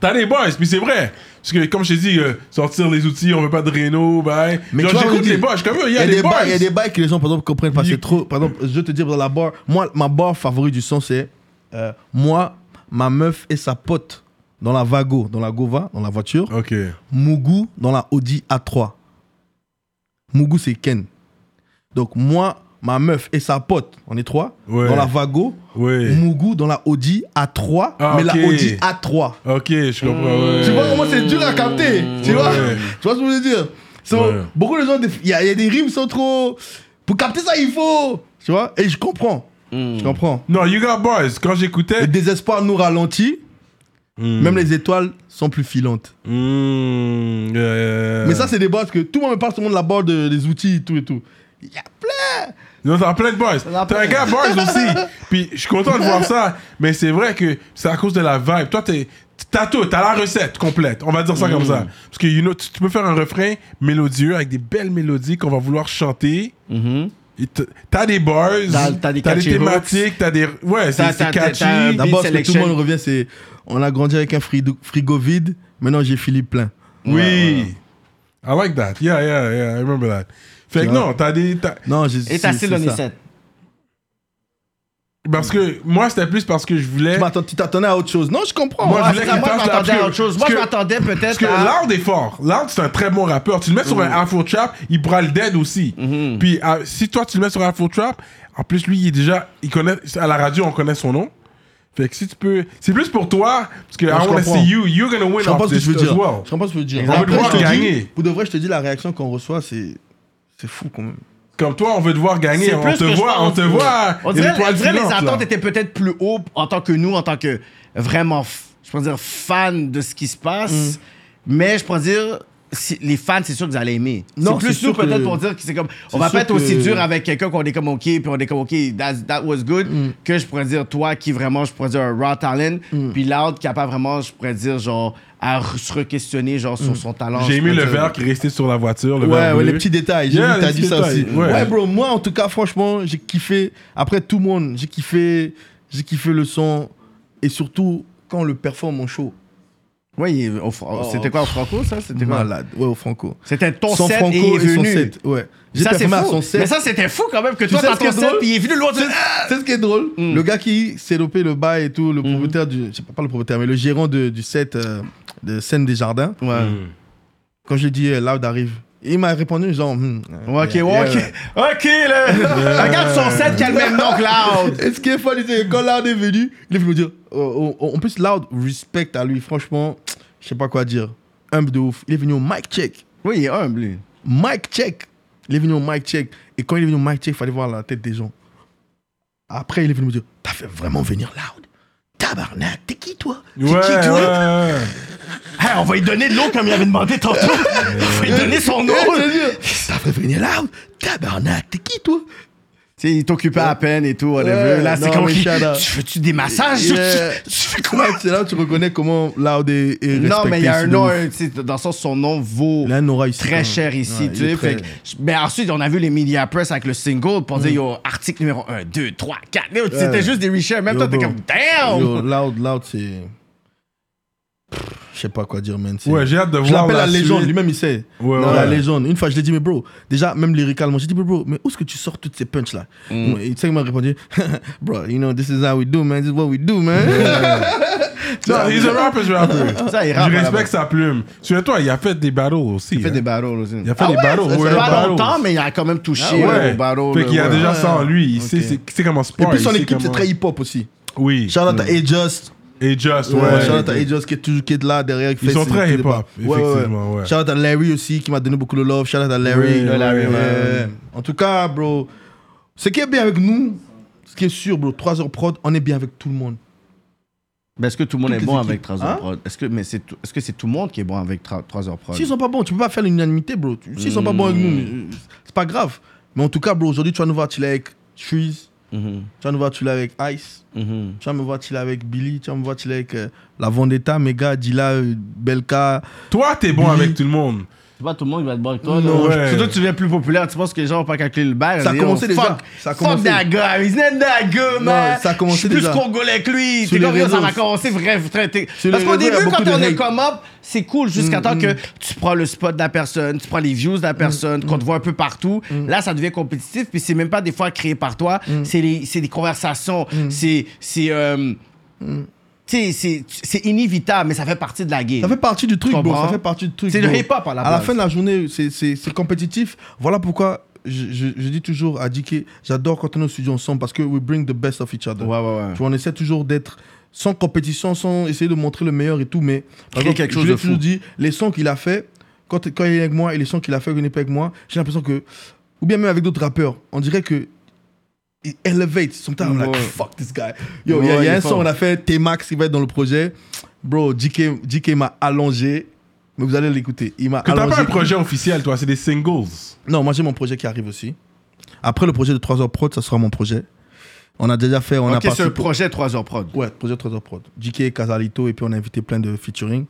T'as des bars, puis c'est vrai. Parce que, comme je t'ai dit, euh, sortir les outils, on veut pas de réno, bye. Mais Mais Genre, tu vois, on j'écoute dit- les bars, je suis comme, il y Il a des bars. bails- Il y a des bails que les gens, par exemple, comprennent pas. Il- C'est trop. Par exemple, je vais te dire dans la barre, moi, ma barre favorite du son, c'est euh, moi, ma meuf et sa pote dans la Vago, dans la Gova, dans la voiture. Ok. Mougou dans la Audi A3. Mougou, c'est Ken. Donc, moi, ma meuf et sa pote, on est trois, Ouais. dans la Vago. Ouais. Mougou dans la Audi A3, Ah, mais ok. la Audi A3. Ok, je comprends. Ouais. Tu vois comment c'est dur à capter Tu vois Ouais. Tu vois ce que je veux dire So, Ouais. Beaucoup de gens, des- il y, a il y a des rimes sont trop. Pour capter ça, il faut. Tu vois Et je comprends. Je comprends. Non, You Got Boys, quand Le j'écoutais. désespoir nous ralentit. Hmm. Même les étoiles sont plus filantes. Mm, euh, Mais ça, c'est des bases que tout le monde me parle, tout le monde l'aborde, euh, des outils et tout et tout. Il y a plein Non, t'as plein de boys. T'as un gars boys aussi. Puis je suis content de voir ça. Mais c'est vrai que c'est à cause de la vibe. Toi, t'es. T'as tout, t'as la recette complète. On va dire ça comme Hmm. ça. Parce que you know, tu, tu peux faire un refrain mélodieux avec des belles mélodies qu'on va vouloir chanter. Et t- T'as des bars, Mm-hmm. T'as- t'as des catchy hooks. thématiques, t'as des. Ouais, c'est T'as- c'est t'as- t'as- catchy. t'as- Beat D'abord, ce que tout le selection. monde revient, c'est on a grandi avec un frigo, frigo vide, maintenant j'ai Philippe plein. Oui. I like that. Yeah, yeah, yeah. I remember that. Fait que Tu vois? non, t'as des. t'as- Non, j'ai. Et t'as c'est- still c'est on ça. set. Parce que moi, c'était plus parce que je voulais. Tu m'attends- tu t'attendais à autre chose. Non, je comprends. Moi, Ah, je voulais c'est- qu'il Moi, fasse je la- m'attendais parce à que- autre chose. Moi, parce je que- m'attendais Parce que peut-être à... Loud est fort. Loud, c'est un très bon rappeur. Tu le mets sur Mm. un Afro Trap, il bras le dead aussi. Mm-hmm. Puis ah, si toi, tu le mets sur un Afro Trap, en plus, lui, il est déjà. Il connaît, à la radio, on connaît son nom. Fait que si tu peux. C'est plus pour toi, parce que I je wanna comprends. see you. You're gonna win Je comprends off ce que this tu veux as dire. well. Je comprends ce que tu veux dire. On veut te Après, voir je te dis- gagner. Pour de vrai, je te dis, la réaction qu'on reçoit, c'est. C'est fou quand même. Comme toi, on veut te voir gagner. C'est On plus te que je voit, on pense, te ouais. voit. On Il y a dirait, des toiles on dirait les filantes, là. attentes étaient peut-être plus hautes en tant que nous, en tant que vraiment, f- je pourrais dire, fans de ce qui se passe. Mais je pourrais dire, si- les fans, c'est sûr qu'ils allaient aimer. Non, C'est c'est plus nous sûr peut-être que- pour dire que c'est comme, c'est on va sûr pas être aussi que- dur avec quelqu'un qu'on est comme OK, puis on est comme OK, that's- that was good, que je pourrais dire toi qui vraiment, je pourrais dire un raw talent, puis l'autre qui a pas vraiment, je pourrais dire genre, à re- se re-questionner genre sur son talent. J'ai je aimé pourrais le dire. verre qui restait sur la voiture. Le Ouais, verre ouais, les bleu. petits détails. J'ai Yeah, vu que t'as les dit petits ça aussi. détails, ouais. Ouais. bro, moi, en tout cas, franchement, j'ai kiffé. Après tout le monde, j'ai kiffé, j'ai kiffé le son. Et surtout, quand on le performe en show. Ouais, il est au Fran- Oh. c'était quoi au Franco ça C'était quoi Malade. Ouais, au Franco. C'était ton Son set Franco et il est et son venu. set. Ouais. J'ai Ça, c'est performé à fou. son set. Mais ça, c'était fou quand même que Tu toi, sais t'as ce qui est ton set, drôle puis il est venu loin. C'est c'est ce qui est drôle. hmm. Le gars qui s'est dopé le bail et tout, le propriétaire du. Je sais pas, pas le propriétaire, mais le gérant de- du set euh, de Scène des Jardins. Ouais. Quand j'ai dit euh, Loud arrive, il m'a répondu genre. hmm, euh, Ok, yeah, ok. yeah. Ok, là. Regarde son set qui a le même nom que Loud. Et ce qui est fun, c'est que quand Loud est venu, il est venu me dire. oh, oh, en plus, Loud, respect à lui, franchement, je sais pas quoi dire. Humble de ouf. Il est venu au mic check. Oui, il est humble, lui. Mic check. Il est venu au mic check. Et quand il est venu au mic check, il fallait voir la tête des gens. Après, il est venu me dire T'as fait vraiment venir Loud Tabarnak, t'es qui toi T'es Ouais, qui, ouais, toi ouais. Hey, on va lui donner de l'eau comme il avait demandé tantôt. on va lui donner son eau. T'as fait venir Loud Tabarnak, t'es qui toi Tu sais, il t'occupait à peine et tout, whatever. Ouais, là, c'est non, comme mais qu'il- shout out. Tu fais-tu des massages? Yeah. Tu, tu fais quoi? C'est là que tu reconnais comment Loud est, est Non, respecté mais il y a ici un de nom, ouf. un- tu sais, dans le sens, son nom vaut Il a un aura ici, hein. très cher ici. Ouais, tu il est sais, très- Mm. fait que- mais ensuite, on a vu les media press avec le single pour dire, yo, article numéro 1, 2, 3, 4. Yo, C'était juste des reshares. Même Yo, toi, t'es bro. comme, damn! Yo, Loud, Loud, c'est. Je sais pas quoi dire, man. c'est- Ouais, j'ai hâte de je voir. l'appelle la, suite. légende, lui-même il sait. Ouais, Non, ouais. La légende. Une fois, je l'ai dit, mais bro, déjà, même lyricalement, j'ai dit, mais bro, mais où est-ce que tu sors toutes ces punches là Mm. Et Tu sais, il m'a répondu, bro, you know, this is how we do, man, this is what we do, man. Non, he's a rapper's rapper. Ça, il rappe, Je là-bas. respecte sa plume. Souviens-toi, il a fait des battles aussi. Il fait hein. des barreaux aussi. Il a fait des battles. Ça fait ouais, pas battles. Ah longtemps, mais il a quand même touché Ah euh, Ouais. au barreau. Fait là, qu'il y a ouais. déjà ça en lui. Il sait, c'est, c'est comment se Et parle, puis son il sait équipe, c'est comment- très hip-hop aussi. Oui. Shout out à A-Just. Et Just, ouais. Ouais, shout out à A-Just qui est toujours qui est là derrière. qui Ils fait sont ses- très ses hip-hop, débats. Ouais, ouais, effectivement, ouais. Shout out à Larry aussi qui m'a donné beaucoup de love. Shout out à Ouais, Larry. ouais, Larry, ouais. Euh, En tout cas, bro, ce qui est bien avec nous, ce qui est sûr, bro, 3 heures prod, on est bien avec tout le monde. Mais est-ce que tout le monde est Toutes bon les avec équipes. 3 Hein? heures prod? Est-ce que mais c'est tout- est-ce que c'est tout le monde qui est bon avec 3 heures prod? S'ils sont pas bons, tu peux pas faire l'unanimité, bro. Tu- S'ils sont pas bons avec Hmm. nous, mais, euh, c'est pas grave. Mais en tout cas, bro, aujourd'hui, tu vas nous voir, tu l'es avec Trees. Mhm, Tu vas nous voir, tu l'es avec Ice. mhm. Tu vas me voir, tu l'es avec Billy. Tu vas me voir, tu l'es avec euh, La Vendetta, Mega, Dila, euh, Belka. Toi, t'es bon Oui. avec tout le monde. C'est pas tout le monde qui va être bon avec toi. Non, là. ouais. Surtout que tu viens plus populaire, tu penses que les gens vont pas calculer le bail. Ça a Ils commencé disent, déjà. Fuck, Ça a Fuck commencé. that guy, he's not that good, man. ça a commencé Je suis déjà. plus congolais que lui. Sur T'es comme les yo, ça réseaux. va commencer vrai, vrai. t'es- Sur Parce les qu'au réseaux, il y a début, quand beaucoup de on est hate. Mm, comme up, c'est cool jusqu'à temps que tu prends le spot de la personne, tu prends les views de la personne, mm. qu'on te voit un peu partout. Là, ça devient compétitif, puis c'est même pas des fois créé par toi. Mm. C'est les- c'est des conversations, c'est. c'est, euh, Mm. tu sais, c'est- c'est inévitable, mais ça fait partie de la game. Ça fait partie du truc, Tu bro. comprends? Ça fait partie du truc. C'est le bro. hip-hop à la À la base. fin de la journée, c'est- c'est c'est compétitif. Voilà pourquoi je, je- je dis toujours à Dicky, j'adore quand on est au studio ensemble parce que we bring the best of each other. Ouais, ouais, ouais. Tu vois, on essaie toujours d'être sans compétition, sans essayer de montrer le meilleur et tout, mais par Créer exemple, quelque je chose l'ai de fou. toujours dit, les sons qu'il a fait, quand, quand il est avec moi et les sons qu'il a fait quand il n'est pas avec moi, j'ai l'impression que, ou bien même avec d'autres rappeurs, on dirait que il elevate. Sometimes I'm like, Ouais. fuck this guy. Yo, Ouais, il y a- il y, il a est un son, fort. on a fait T-Max, il va être dans le projet. Bro, JK, JK m'a allongé. Mais vous allez l'écouter. Il m'a Que t'as allongé. pas un projet officiel, toi, c'est des singles. Non, moi j'ai mon projet qui arrive aussi. Après le projet de 3 heures prod, ça sera mon projet. On a déjà fait, on a Ok, c'est un participé. projet 3 heures prod. Ouais, projet 3 heures prod. JK, Casalito, et puis on a invité plein de featuring.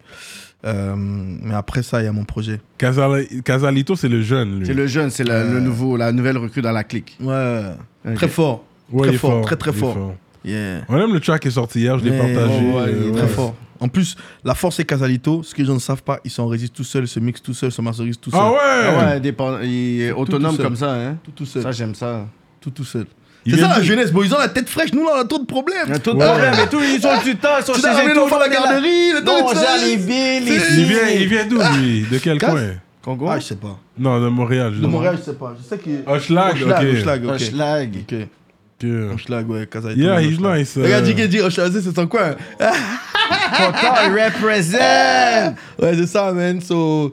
Euh, mais après ça, il y a mon projet. Casal- Casalito, c'est le jeune, lui. C'est le jeune, c'est la, le nouveau, la nouvelle recrue dans la clique. Ouais, Ok. très fort. Ouais, il très est fort, très très il est fort. Yeah. On aime le track qui est sorti hier, je l'ai Mais- partagé. oh, ouais, il est euh, très ouais. fort. En plus, la force c'est Casalito. Ce que les gens ne savent pas, ils s'enregistrent tout seuls, ils se mixent tout seuls, ils se masterisent tout seuls. Ah Ah ouais! ouais, dépend- il est autonome tout seul. comme ça, hein. Tout tout seul. Ça, j'aime ça. Tout tout seul. Il C'est ça vient la de- jeunesse, bon, ils ont la tête fraîche, nous là, on a trop de problèmes. Il y a tout de Ouais. problème et tout, ils ont du temps, ils sont Tu chez dois ramener eux tout le l'enfant à la temps, là. garderie, le temps Non, de on ça. gère les billes, les Il filles. vient, il vient d'où, Ah. lui? De quel Casse- coin? Congo Ah, je sais pas. Non, de Montréal. je De demande. Montréal, je sais pas. Je sais qu'il. Hochelag, Hochelag, ok. Hochelag, ok. Hochelag. Ok. Ok. Hochelag, ouais, Casa et Yeah, tout, he's Hochelag. nice, euh. Regarde, JK dit Hochelag, c'est son coin. Ah, Content, il represent. Ouais, c'est ça, man. So.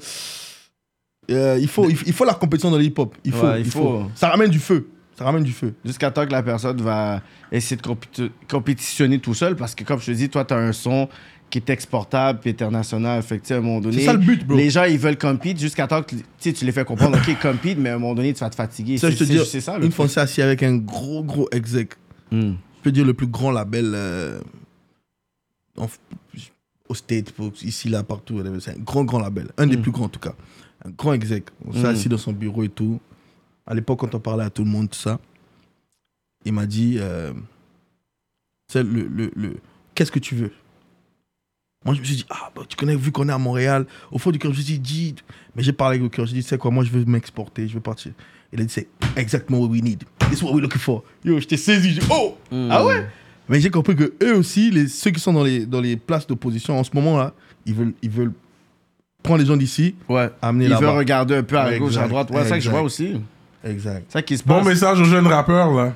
euh, il, faut, il il faut la compétition dans le hip-hop. Il faut, Ouais, il il faut. faut. Ça ramène du feu. Ça ramène du feu. Jusqu'à temps que la personne va essayer de compéti- compétitionner tout seul, parce que comme je te dis, toi, t'as un son qui est exportable puis international. Fait que, tu sais, à un moment donné, C'est ça le but, bro. les gens, ils veulent compete jusqu'à temps que tu sais, tu les fais comprendre, OK, compete, mais à un moment donné, tu vas te fatiguer. Ça, je te C'est- dis, c'est ça, le une fois on s'est assis avec un gros, gros exec. Hmm. Je peux dire le plus grand label euh, en f- au State, pour- ici, là, partout. whatever. C'est un grand, grand label. Un des plus grands, en tout cas. Un grand exec. On s'est Mm. assis dans son bureau et tout. À l'époque, quand on parlait à tout le monde, tout ça, il m'a dit euh, tu sais, le, le- le- Qu'est-ce que tu veux Moi, je me suis dit Ah, bah, tu connais, vu qu'on est à Montréal, au fond du cœur, je me suis dit Dis- Mais j'ai parlé avec le cœur, j'ai dit Tu sais quoi, moi, je veux m'exporter, je veux partir. Il a dit C'est exactement what we need. This is what we're looking for. Yo, je t'ai saisi. J'ai dit, Oh Ah ouais mais j'ai compris que eux aussi, les, ceux qui sont dans les, dans les places d'opposition en ce moment-là, ils veulent, ils veulent prendre les gens d'ici, Ouais. amener Il veut là-bas. regarder un peu à Exact, gauche, à droite. Ouais, c'est ça que je exact. vois aussi. Exact, C'est ça qui se Bon passe. message aux jeunes rappeurs, là.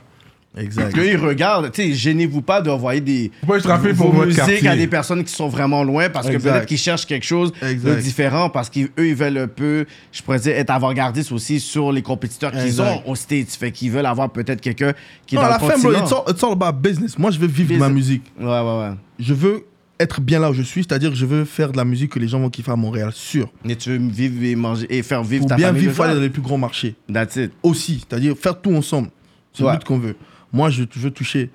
exact. Parce que eux, ils regardent, tu sais, gênez-vous pas d'envoyer des Faut pas être frappé pour vos votre musiques quartier. à des personnes qui sont vraiment loin parce que Exact. peut-être qu'ils cherchent quelque chose Exact. de différent parce qu'eux ils veulent un peu, je pourrais dire, être avant-gardistes aussi sur les compétiteurs qu'ils Exact. ont au States. Fait qu'ils veulent avoir peut-être quelqu'un qui est Non, dans à la le fin, bro, continent. it's all, it's all about business. Moi, je veux vivre de ma Business. musique. Ouais, ouais, ouais. Je veux être bien là où je suis, c'est-à-dire que je veux faire de la musique que les gens vont kiffer à Montréal, sûr. Mais tu veux vivre et manger et faire vivre Pour ta bien famille. vivre, le faut aller soir. dans les plus grands marchés. That's it. aussi, c'est-à-dire faire tout ensemble. C'est Ouais. le but qu'on veut. Moi, je je veux toucher,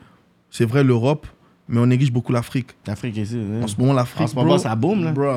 c'est vrai, l'Europe, mais on néglige beaucoup l'Afrique. L'Afrique ici. hein. En ce moment, l'Afrique. Mm. En ce moment, bro, ça boom, là. bro,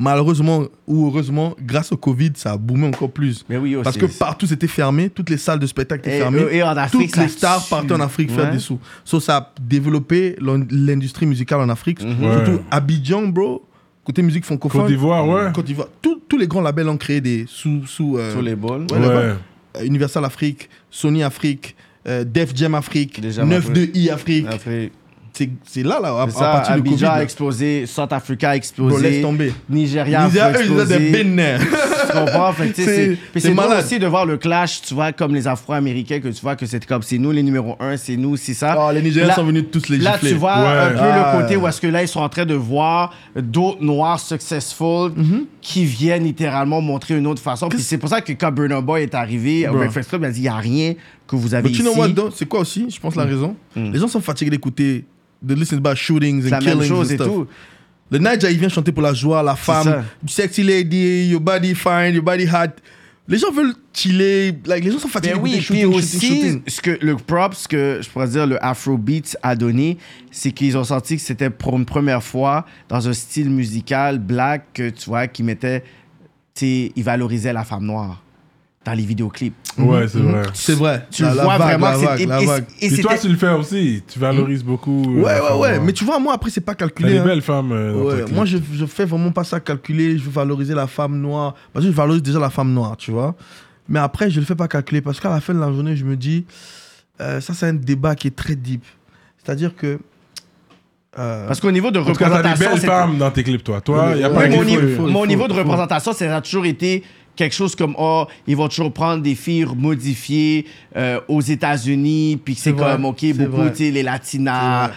Malheureusement ou heureusement, grâce au Covid, ça a boomé encore plus. Mais oui, aussi. Parce que partout c'était fermé, toutes les salles de spectacle étaient Et- fermées. et en Afrique, toutes les ça stars tue. partaient en Afrique faire Ouais. des sous. So, ça a développé l'in- l'industrie musicale en Afrique. Mm-hmm. Ouais. Surtout Abidjan, bro. Côté musique francophone. Côte d'Ivoire, ouais. Côte d'Ivoire. Tous- Tous les grands labels ont créé des sous. sous euh, Sur les balles. Ouais, Ouais. là-bas. Euh, Universal Afrique, Sony Afrique, euh, Def Jam Afrique, Def Jam 92i Afrique. L'Afrique. C'est c'est là, là, à, à C'est ça, partir du Covid. Abidjan a là. explosé, South Africa a Bro, laisse explosé, tomber. Nigeria a Ils disaient, eux, ils disaient explosé. des Bénins. Tu comprends? Fait que, tu sais, C'est- c'est- puis c'est c'est drôle malade. aussi de voir le clash, tu vois, comme les Afro-Américains, que tu vois que c'est comme c'est nous les numéros un, c'est nous, c'est ça. Oh, les Nigériens Ah, Là- sont venus tous les Là, gifler. tu vois un peu Ah. le côté où est-ce que là, ils sont en train de voir d'autres noirs successful Mhm. qui viennent littéralement montrer une autre façon. Puis c'est pour ça que quand Burna Boy est arrivé, au Bro. Breakfast Club, il a dit, il n'y a rien que vous avez Mais tu ici. Mm. know what, though? C'est quoi aussi? Je pense la raison. Les gens sont fatigués d'écouter, de listen about shootings C'est and la même killings chose and et stuff. tout. Le Niger, il vient chanter pour la joie, la femme, ça. sexy lady, your body fine, your body hot. Les gens veulent chiller. like, les gens sont fatigués Ben oui, d'écouter puis shooting, aussi, shooting, shooting. ce que le prop, ce que je pourrais dire, le Afrobeat a donné, c'est qu'ils ont senti que c'était pour une première fois dans un style musical black que tu vois, qui mettait, tu sais, il valorisait la femme noire dans les vidéoclips. Ouais, c'est vrai. C'est vrai. Tu La- la vois vague, vraiment la que c'est- vague, la et- et- vague. et Et toi, c'était- tu le fais aussi. Tu valorises beaucoup. euh, Ouais, la ouais, femme, ouais. hein. Mais tu vois, moi, après, c'est pas T'as calculé. des hein. belles femmes. euh, dans Ouais, ton clip. moi, je, je fais vraiment pas ça calculer. Je veux valoriser la femme noire. Parce que je valorise déjà la femme noire, tu vois. Mais après, je le fais pas calculer. Parce qu'à la fin de la journée, je me dis, euh, ça, c'est un débat qui est très deep. C'est-à-dire que. euh, Parce qu'au niveau de En tout cas, t'as des représentation, belles c'est- femmes dans tes clips, toi. Toi, il y a Ouais, pas Ouais, il mais faut- au niveau, il faut- mais il au faut- niveau de il faut. représentation, ça a toujours été quelque chose comme oh, ils vont toujours prendre des filles modifiées euh, aux États-Unis, puis que c'est C'est vrai, comme ok c'est beaucoup vrai. tu sais les latinas.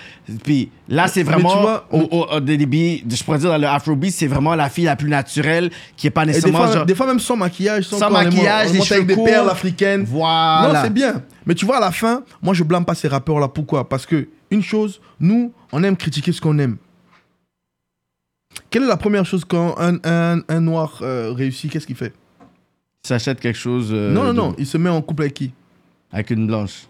Puis là c'est Mais vraiment tu vois, au, au- au début, je pourrais dire dans le Afrobeat, c'est vraiment la fille la plus naturelle qui est pas Et des nécessairement fois, genre des fois, même sans maquillage, sans, Sans quoi, on est- maquillage, on des monte avec cheveux des perles courts. africaines. voilà. Non, c'est bien. Mais tu vois, à la fin, moi, je blâme pas ces rappeurs-là. Pourquoi Parce que, une chose, nous, on aime critiquer ce qu'on aime. Quelle est la première chose quand un, un- un noir euh, réussit Qu'est-ce qu'il fait S'achète quelque chose. euh, Non, non, de- non. Il se met en couple avec qui Avec une blanche.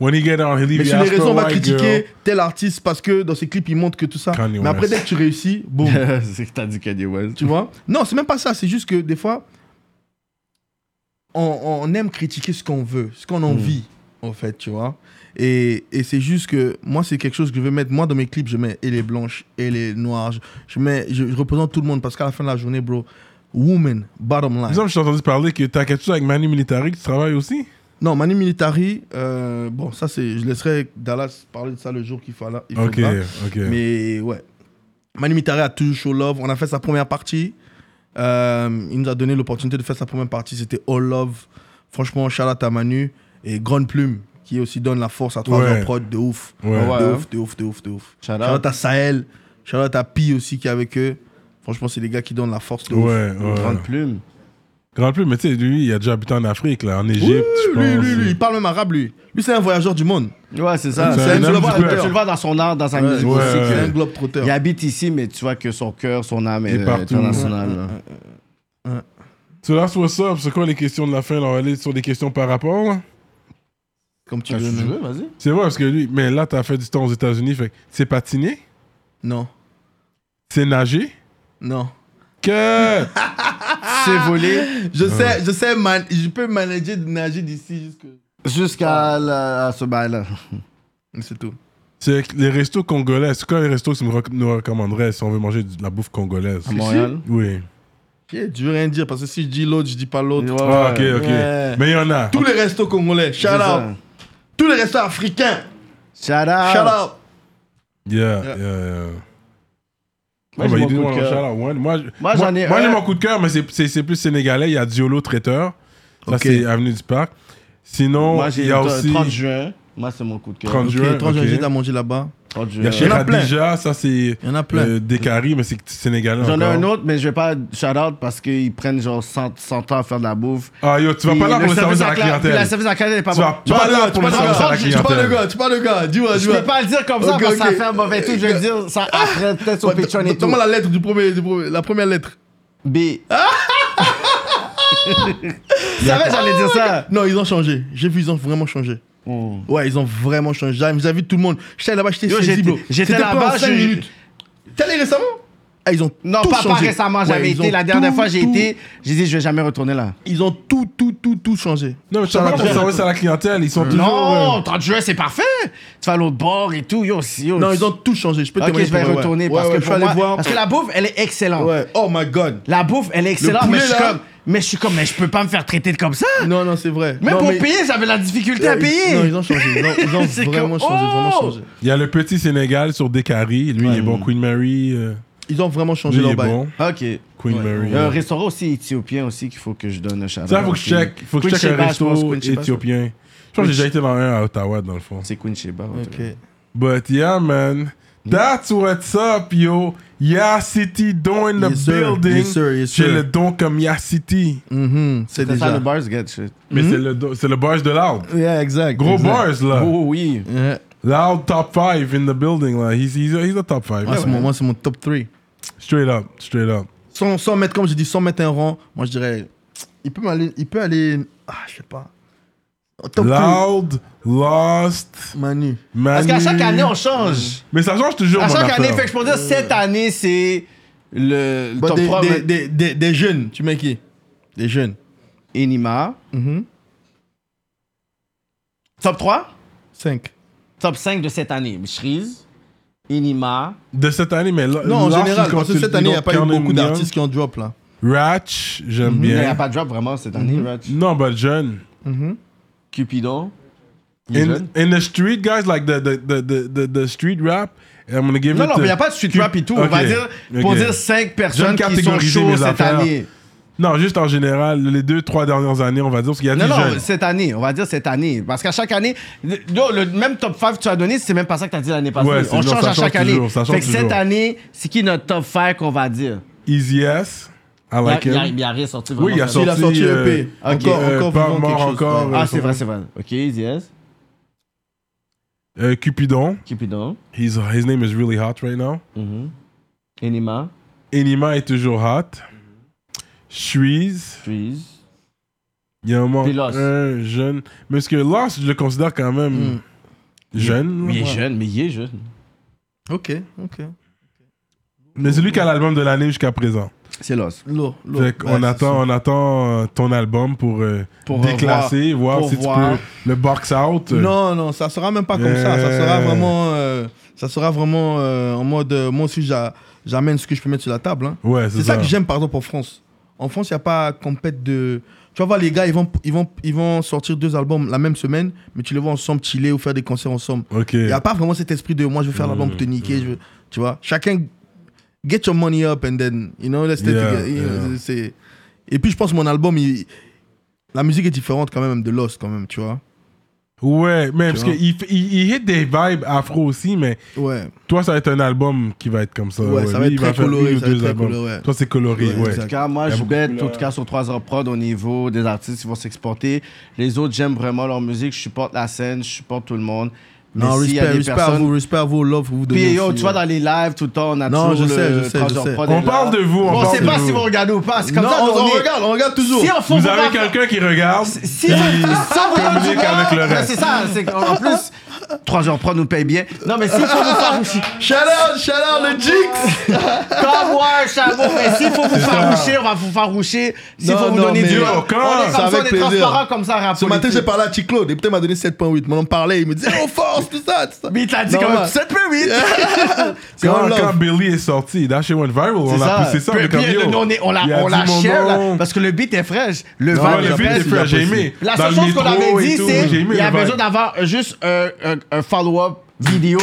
When he get out, he leave you Mais sur les after réseaux, on va white critiquer girl. tel artiste parce que dans ses clips, il montre que tout ça. Kanye Mais après, West. dès que tu réussis, boum. C'est que t'as dit Kanye West. Tu vois Non, c'est même pas ça. C'est juste que des fois, on, on aime critiquer ce qu'on veut, ce Hmm. qu'on a envie, en fait, tu vois. Et, et c'est juste que moi, c'est quelque chose que je veux mettre. Moi, dans mes clips, je mets et les blanches et les noires. Je, je mets, je, je représente tout le monde parce qu'à la fin de la journée, bro, woman, bottom Il me semble line. que je t'ai entendu parler que t'as quelque chose avec Manu Militari qui travaille aussi. Non, Manu Militari, euh, bon, ça, c'est, je laisserai Dallas parler de ça le jour qu'il fallait. il Ok, faudra. ok. Mais ouais. Manu Mitari a toujours show love. On a fait sa première partie. Euh, il nous a donné l'opportunité de faire sa première partie. C'était All Love. Franchement, Charlotte à Manu. Et Grande Plume, qui aussi donne la force à 3 Ouais. heures prod de ouf. Ouais. De Ouais. ouf, de ouf, de ouf, de ouf. Shout out. Charlotte à Sahel. Charlotte à Pi aussi, qui est avec eux. Franchement, c'est des gars qui donnent la force de ouf. Ouais, ouais. Grande plume. Grand plus, mais tu sais, lui, il a déjà habité en Afrique, là, en Égypte, je Lui, lui, pense. lui, il parle même arabe, lui. Lui, c'est un voyageur du monde. Ouais, c'est ça. C'est un tu, le homme vois, du peuple. tu le vois dans son art, dans sa musique Ouais, aussi. C'est que- un globe trotteur. Il habite ici, mais tu vois que son cœur, son âme Il est, est partout. internationale. là. So that's what's up. C'est quoi les questions de la fin? Là, on va aller sur des questions par rapport, là. Comme tu Ah, veux. si tu non. veux, C'est vrai, parce que lui, mais là, t'as fait du temps aux États-Unis, fait que c'est patiner, Non, c'est nager. non. Que. C'est volé Ah. Je sais, je sais, man- je peux manager de nager d'ici jusque. jusqu'à la- à ce bail-là. Ah, Mais C'est tout. C'est les restos congolais. C'est quoi les restos que tu me rec- nous recommanderais si on veut manger de la bouffe congolaise? À Montréal. Oui. Ok, tu veux rien dire parce que si je dis l'autre, je dis pas l'autre. Ouais. Ah, ok, ok. Ouais. Mais il y en a. Tous les restos congolais, shout C'est ça. Ah. out. Tous les restos africains, Shout out. shout out. Yeah, yeah, yeah. Moi, Ah, bah, j'ai il mon dit, coup de ouais, cœur. shout out, one. Moi, je- Moi, j'en ai moi, j'ai un. mon coup de cœur, mais c'est- c'est c'est plus sénégalais. Il y a Diolo Traiteur. Ça, Ok. c'est Avenue du Parc. Sinon, Moi, il j'ai y a le aussi 30 juin. Moi, c'est mon coup de cœur. 30 Ok, juin. trois ok. jours, j'ai à manger là-bas. 30 juin. Il y a chez Il y en a plein. Khadija, ça c'est Il y en a plein. euh, des caries, mais c'est sénégalais. J'en ai encore. un autre, mais je vais pas shout out parce qu'ils prennent genre 100, 100 ans à faire de la bouffe. Ah yo, tu vas pas là pour le service à la Puis la clientèle. service à la clientèle est pas Tu vas bon. pas là Tu pour le parles service à la de gars, tu clientèle. parles de gars, tu parles de gars. Dis-moi, Je dis-moi. peux pas le dire comme ça Ok, parce que ça ok. fait un mauvais truc. Je vais le dire ça Ah. après peut-être sur Ouais, Patreon et tout. Donne-moi la lettre du premier, du premier- la première lettre. B. Ah. Tu savais que j'allais dire Ah. ça. Hmm. Non, ils ont changé. J'ai vu, ils ont vraiment changé. Ouais, ils ont vraiment changé. J'avais j'avais vu tout le monde. J'étais là-bas, j'étais Yo, saisi, j'étais- bro. j'étais C'était là-bas, pas en cinq je- minutes. T'es allé récemment Ah, ils ont Non, tout pas, pas changé. récemment, Ouais, j'avais ils été. ont La dernière tout, fois, j'ai tout- été. J'ai dit, je vais jamais retourner là. Ils ont tout, tout, tout, tout changé. Non, mais tu vas pas là pour le service à la clientèle, ils sont toujours. Non, euh, 30 juin, c'est parfait. Tu vas à l'autre bord et tout. Yo, si, yo. Non, ils ont tout changé. Je peux Ok, témoigner je vais pour eux, ouais. retourner Ouais, parce ouais, que je pour suis allé moi- voir. parce que la bouffe, elle est excellente. Ouais. Oh my god. La bouffe, elle est excellente, poulet, mais je suis là. comme, mais je suis comme, mais je peux pas me faire traiter de comme ça. Non, non, c'est vrai. Même Non, pour mais- payer, j'avais la difficulté à Ils- payer. Non, ils ont changé. Ils ont, ils ont C'est vraiment comme- changé, vraiment Oh changé. Il y a le petit Sénégal sur Descaries, lui il est bon, Queen Mary, euh, Ils ont vraiment changé lui il leur est bail. bon, Ok. Il Queen y a un Mary. euh. restaurant aussi éthiopien aussi qu'il faut que je donne un shout Ça faut que je check, faut que je check un resto éthiopien. Je pense que j'ai déjà été dans un à Ottawa dans le fond. C'est Queen Sheba. Ok. But yeah man, that's what's up yo. Ya City doing the Yes, sir. building. Yes, sir. Yes, C'est sir. le don comme Ya City. Mhm, C'est C'est ça déjà. le bars get shit. Mais c'est le don- c'est le bars de Loud. Yeah, exact. Gros exact. bars là. Oh oui. Yeah. Loud top five in the building. Like he's he's a, he's a top five. Moi, Ah, c'est mon- moi, c'est mon top 3. Straight up, straight up. 100, 100 mètres, comme j'ai dit, 100 mètres un rang. Moi, je dirais. Il peut aller. Il peut aller. Ah, je sais pas. Au Top 3. Loud, lost, Manu. Manu. Parce qu'à chaque année, on change. Mais ça change toujours. À mon chaque année, affaire. fait que je peux dire, cette année, c'est le Bah, top des, 3. des, des, des, des jeunes. Tu mets qui Des jeunes. Enima. Mhm. Top 3 5. Top 5 de cette année. Shreeze, Enima, De cette année, mais lo- Non, en lost, général, il compte parce que sur- cette année, il n'y a don't pas eu count beaucoup him young. d'artistes Mm-hmm. qui ont drop là. Ratch, j'aime Mais il n'y a bien. Mm-hmm. pas de drop vraiment cette année, Mm-hmm. Ratch. Non, but jeune. Mm-hmm. Cupidon. Il est In, jeune. in the street, guys, like the, the, the, the, the, the street rap, I'm gonna give Non, it non, to- mais il n'y a pas de street rap et tout. On Ok, va dire, pour ok. dire 5 personnes qui sont catégoriser mes chauds cette affaires. année. Non, juste en général, les deux, trois dernières années, on va dire, parce qu'il y a Non, des non, jeunes. cette année. On va dire cette année. Parce qu'à chaque année, le, yo, le même top 5 que tu as donné, c'est même pas ça que tu as dit l'année passée. Ouais, c'est- on non, change ça à chaque change année. toujours, ça change fait que cette toujours. année, c'est qui notre top 5 qu'on va dire Easy S, I Il a, like il a- him. il a rien sorti vraiment. Oui, il a ça. sorti. Il a sorti euh, EP. Encore, euh, encore, pas vivant, quelque mort chose, encore. ouais. euh, Ah, c'est son- vrai, c'est vrai. Ok, yes. euh, Cupidon. Cupidon. He's, his name is really hot right now. Mm-hmm. Mhm. Enima. Enima est toujours hot. Shreeze. Trees. Il y a un moment. Puis Lost. Un jeune. Mais parce que Lost, je le considère quand même Mm. jeune. Mais il est là. jeune, mais il est jeune. Ok, ok. Mais c'est lui qui a l'album de l'année jusqu'à présent. C'est l'os. Lourd, lourd. Fait qu'on Ouais, attend, on attend euh, ton album pour, euh, Pour déclasser, voir, pour si voir. tu peux le box out. c'est ça. Non, non, ça sera même pas comme ça. Ça sera vraiment, euh, ça sera vraiment euh, en mode, euh, moi aussi, j'a- j'amène ce que je peux mettre sur la table. hein. Ouais, C'est ça que j'aime, par exemple, en France. En France, il n'y a pas compète de. Tu vas voir, les gars, ils vont, ils, vont, ils vont sortir deux albums la même semaine, mais tu les vois ensemble chiller ou faire des concerts ensemble. Ok. Il n'y a pas vraiment cet esprit de moi, je veux faire l'album pour te niquer. je veux- tu vois, chacun, get your money up and then, you know, let's stay Yeah, together. You know, yeah. c'est- Et puis, je pense que mon album, il- la musique est différente quand même de Lost, quand même, tu vois. Ouais, mais parce vois. qu'il fait- il, il hit des vibes afro aussi, mais Ouais. toi, ça va être un album qui va être comme ça. Ouais, ça Lui, va être il très faire coloré, une ou ça va être deux très albums. coloré, ouais. Toi, c'est coloré, Ouais, ouais. exact. En tout cas, moi, Il y a je beaucoup voulais de être, en tout cas, sur 3 heures prod au niveau des artistes qui vont s'exporter. Les autres, j'aime vraiment leur musique. Je supporte la scène, je supporte tout le monde. Mais Non, s'il respect, y a des respect à personnes- vous, respect à vous, love que vous donnez. Puis, yo, aussi, tu vois, ouais. dans les lives, tout le temps, on a Non, toujours je sais, le je sais, trois je heures sais. prod est On là. parle de vous, on On parle sait de pas vous. si vous regardez ou pas. C'est comme Non, ça, on, on est- regarde, on regarde toujours. Si on faut Vous vous avez parler- quelqu'un qui regarde. Si vous ça vous donne du communique bien, avec le ben reste. c'est ça, c'est en plus 3 heures prod nous paye bien. Non mais si faut vous faire Shout out, shout out, le Jinx! comme moi, chameau, mais s'il faut vous faire roucher, on va vous faire roucher. S'il Non, faut vous non, donner mais- du Yo, on est quand? comme C'est ça, on avec est plaisir. transparent comme ça rap Ce matin, j'ai politique. parlé à Chiclaude et peut-être m'a donné 7.8. Mais on en parlait, il me disait, on force, tout ça, tout ça. Mais il t'a dit Non, quand ouais. même 7 peu 8. C'est Quand, un love. quand Billy est sorti, that shit went viral. On a poussé ça. Puis- mais comme, puis, yo, nous, on, est- on la, il a on dit la mon share, là, nom. parce que le beat est fraîche. Le Ouais, van le est beat fraîche. est frère, j'ai aimé. La Dans seule le chose qu'on métro avait et dit, tout, c'est j'ai aimé qu'il y le a vibe. besoin d'avoir euh, juste euh, un, un follow-up vidéo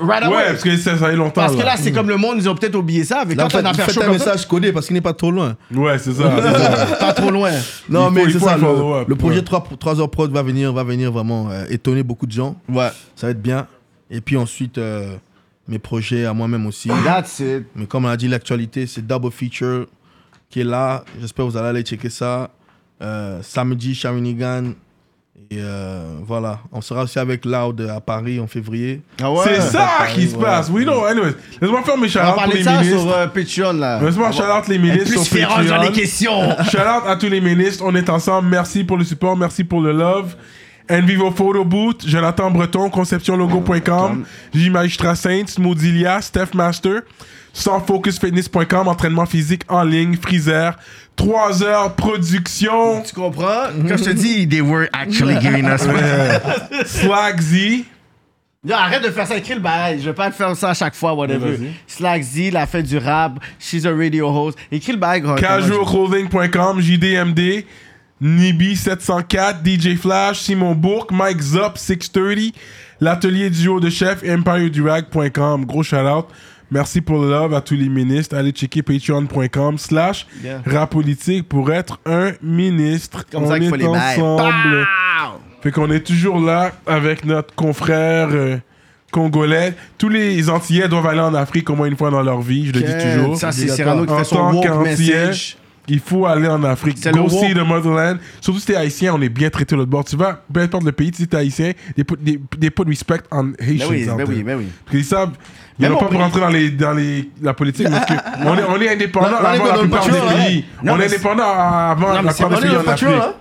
right away. Ouais, parce que ça, ça a eu longtemps. Parce que là, c'est comme le monde, ils ont peut-être oublié ça. Mais Là, quand faites, on a fait faites chaud un comme ça, message codé parce qu'il n'est pas trop loin. Ouais, c'est ça. c'est ça. pas trop loin. Non, faut- mais il c'est faut ça, un le, follow-up, le projet ouais. 3, heures prod va venir, va venir vraiment euh, étonner beaucoup de gens. Ouais. Ça va être bien. Et puis ensuite, euh, mes projets à moi-même aussi. That's it. Mais comme on a dit, l'actualité, c'est Double Feature qui est là. J'espère que vous allez aller checker ça. Euh, samedi, Shawinigan. Et euh, voilà. On sera aussi avec Loud à Paris en février. Ah ouais. C'est ça Ouais. qui se passe. Oui, non, anyways. Laisse-moi faire mes shout On va pour parler les de ça sur ministres. euh, Patreon, là. Laisse-moi shout out les ministres sur Plus féroce dans les Patreon. questions. Shout out à tous les ministres. On est ensemble. Merci pour le support. Merci pour le love. Envivo Photo Boot, Jonathan Breton, conceptionlogo.com, J Magistra Saints, Modilia, Steph Master, sansfocusfitness.com, entraînement physique en ligne, Freezer, 3 heures production, Tu comprends? Quand je te dis, they were actually giving us money. Slack Z, Yo, arrête de faire ça, écris le bail. Je vais pas te faire ça à chaque fois, whatever. Slack Z, la fête du rap, she's a radio host. Écris le bail, gros. casualclothing.com, JDMD, Nibi704, DJ Flash, Simon Bourque, Mike Zop, 630, l'atelier duo de chef, empiredurag.com. Gros shout-out. Merci pour le love à tous les ministres. Allez checker patreon.com slash Yeah. rapolitique pour être un ministre. Comme On ça qu'il faut est les bails. ensemble. Fait qu'on est toujours là avec notre confrère euh, congolais. Tous les Antillais doivent aller en Afrique au moins une fois dans leur vie, je le dis toujours. Ça, c'est Cyrano qui En fait son tant woke qu'Antillais, message. il faut aller en Afrique. C'est le Go see woke. the motherland. Surtout si t'es haïtien, on est bien traité de l'autre bord. Tu vas, peu importe le pays, si t'es haïtien, they put, they, they put respect on Ben Haitians. oui, out ben oui, there. ben oui. Parce qu'ils savent, ils Même Ah, n'ont au pas pour pays. rentrer dans, les, dans les, la politique. parce que on, est, on est indépendant Non, on est avant dans la le plupart Patreon, des hein. pays. Non, on mais est c'est- indépendant avant mais la c'est- plupart on des est pays dans en le Patreon, Afrique. hein.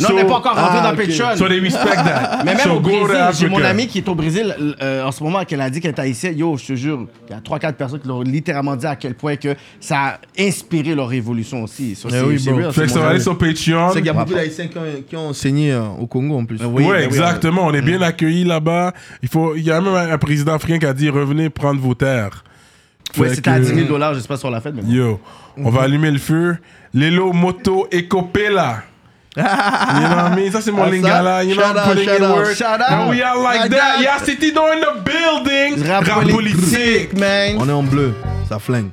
Non, on n'est pas encore rentré Ah, dans ok. Patreon. So they respect that. Ah, Mais même So au go to Brésil, j'ai mon Africa. ami qui est au Brésil l- euh, en ce moment, qui a dit qu'elle est haïtienne. Yo, je te jure, il y a 3-4 personnes qui l'ont littéralement dit à quel point que ça a inspiré leur révolution aussi. Ça, c'est- oui, c'est bro. real, Fait c'est que ça mon va aller ami. sur Ah, Patreon. C'est qu'il y a beaucoup d'Haïtiens qui, ont- qui ont enseigné euh, au Congo en plus. Oui, Ouais, ben oui, Mm. exactement. On est bien accueillis là-bas. Il faut. Il y a même un un président africain qui a dit revenez prendre vos terres. Ouais, Fait c'était à que- 10 000 dollars, Mm-hmm. j'espère, sur la fête. Mais bon. Yo, on va allumer le feu. Lelo Moto Ecopela. you know what I mean? Ça c'est mon Ah, ça? lingala. You know, Shout out, putting shout in out, work. shout out. And we are like Like that. that. Yeah, City Door in the building. Rap Rap politique. politique, man. On est en bleu, ça flingue.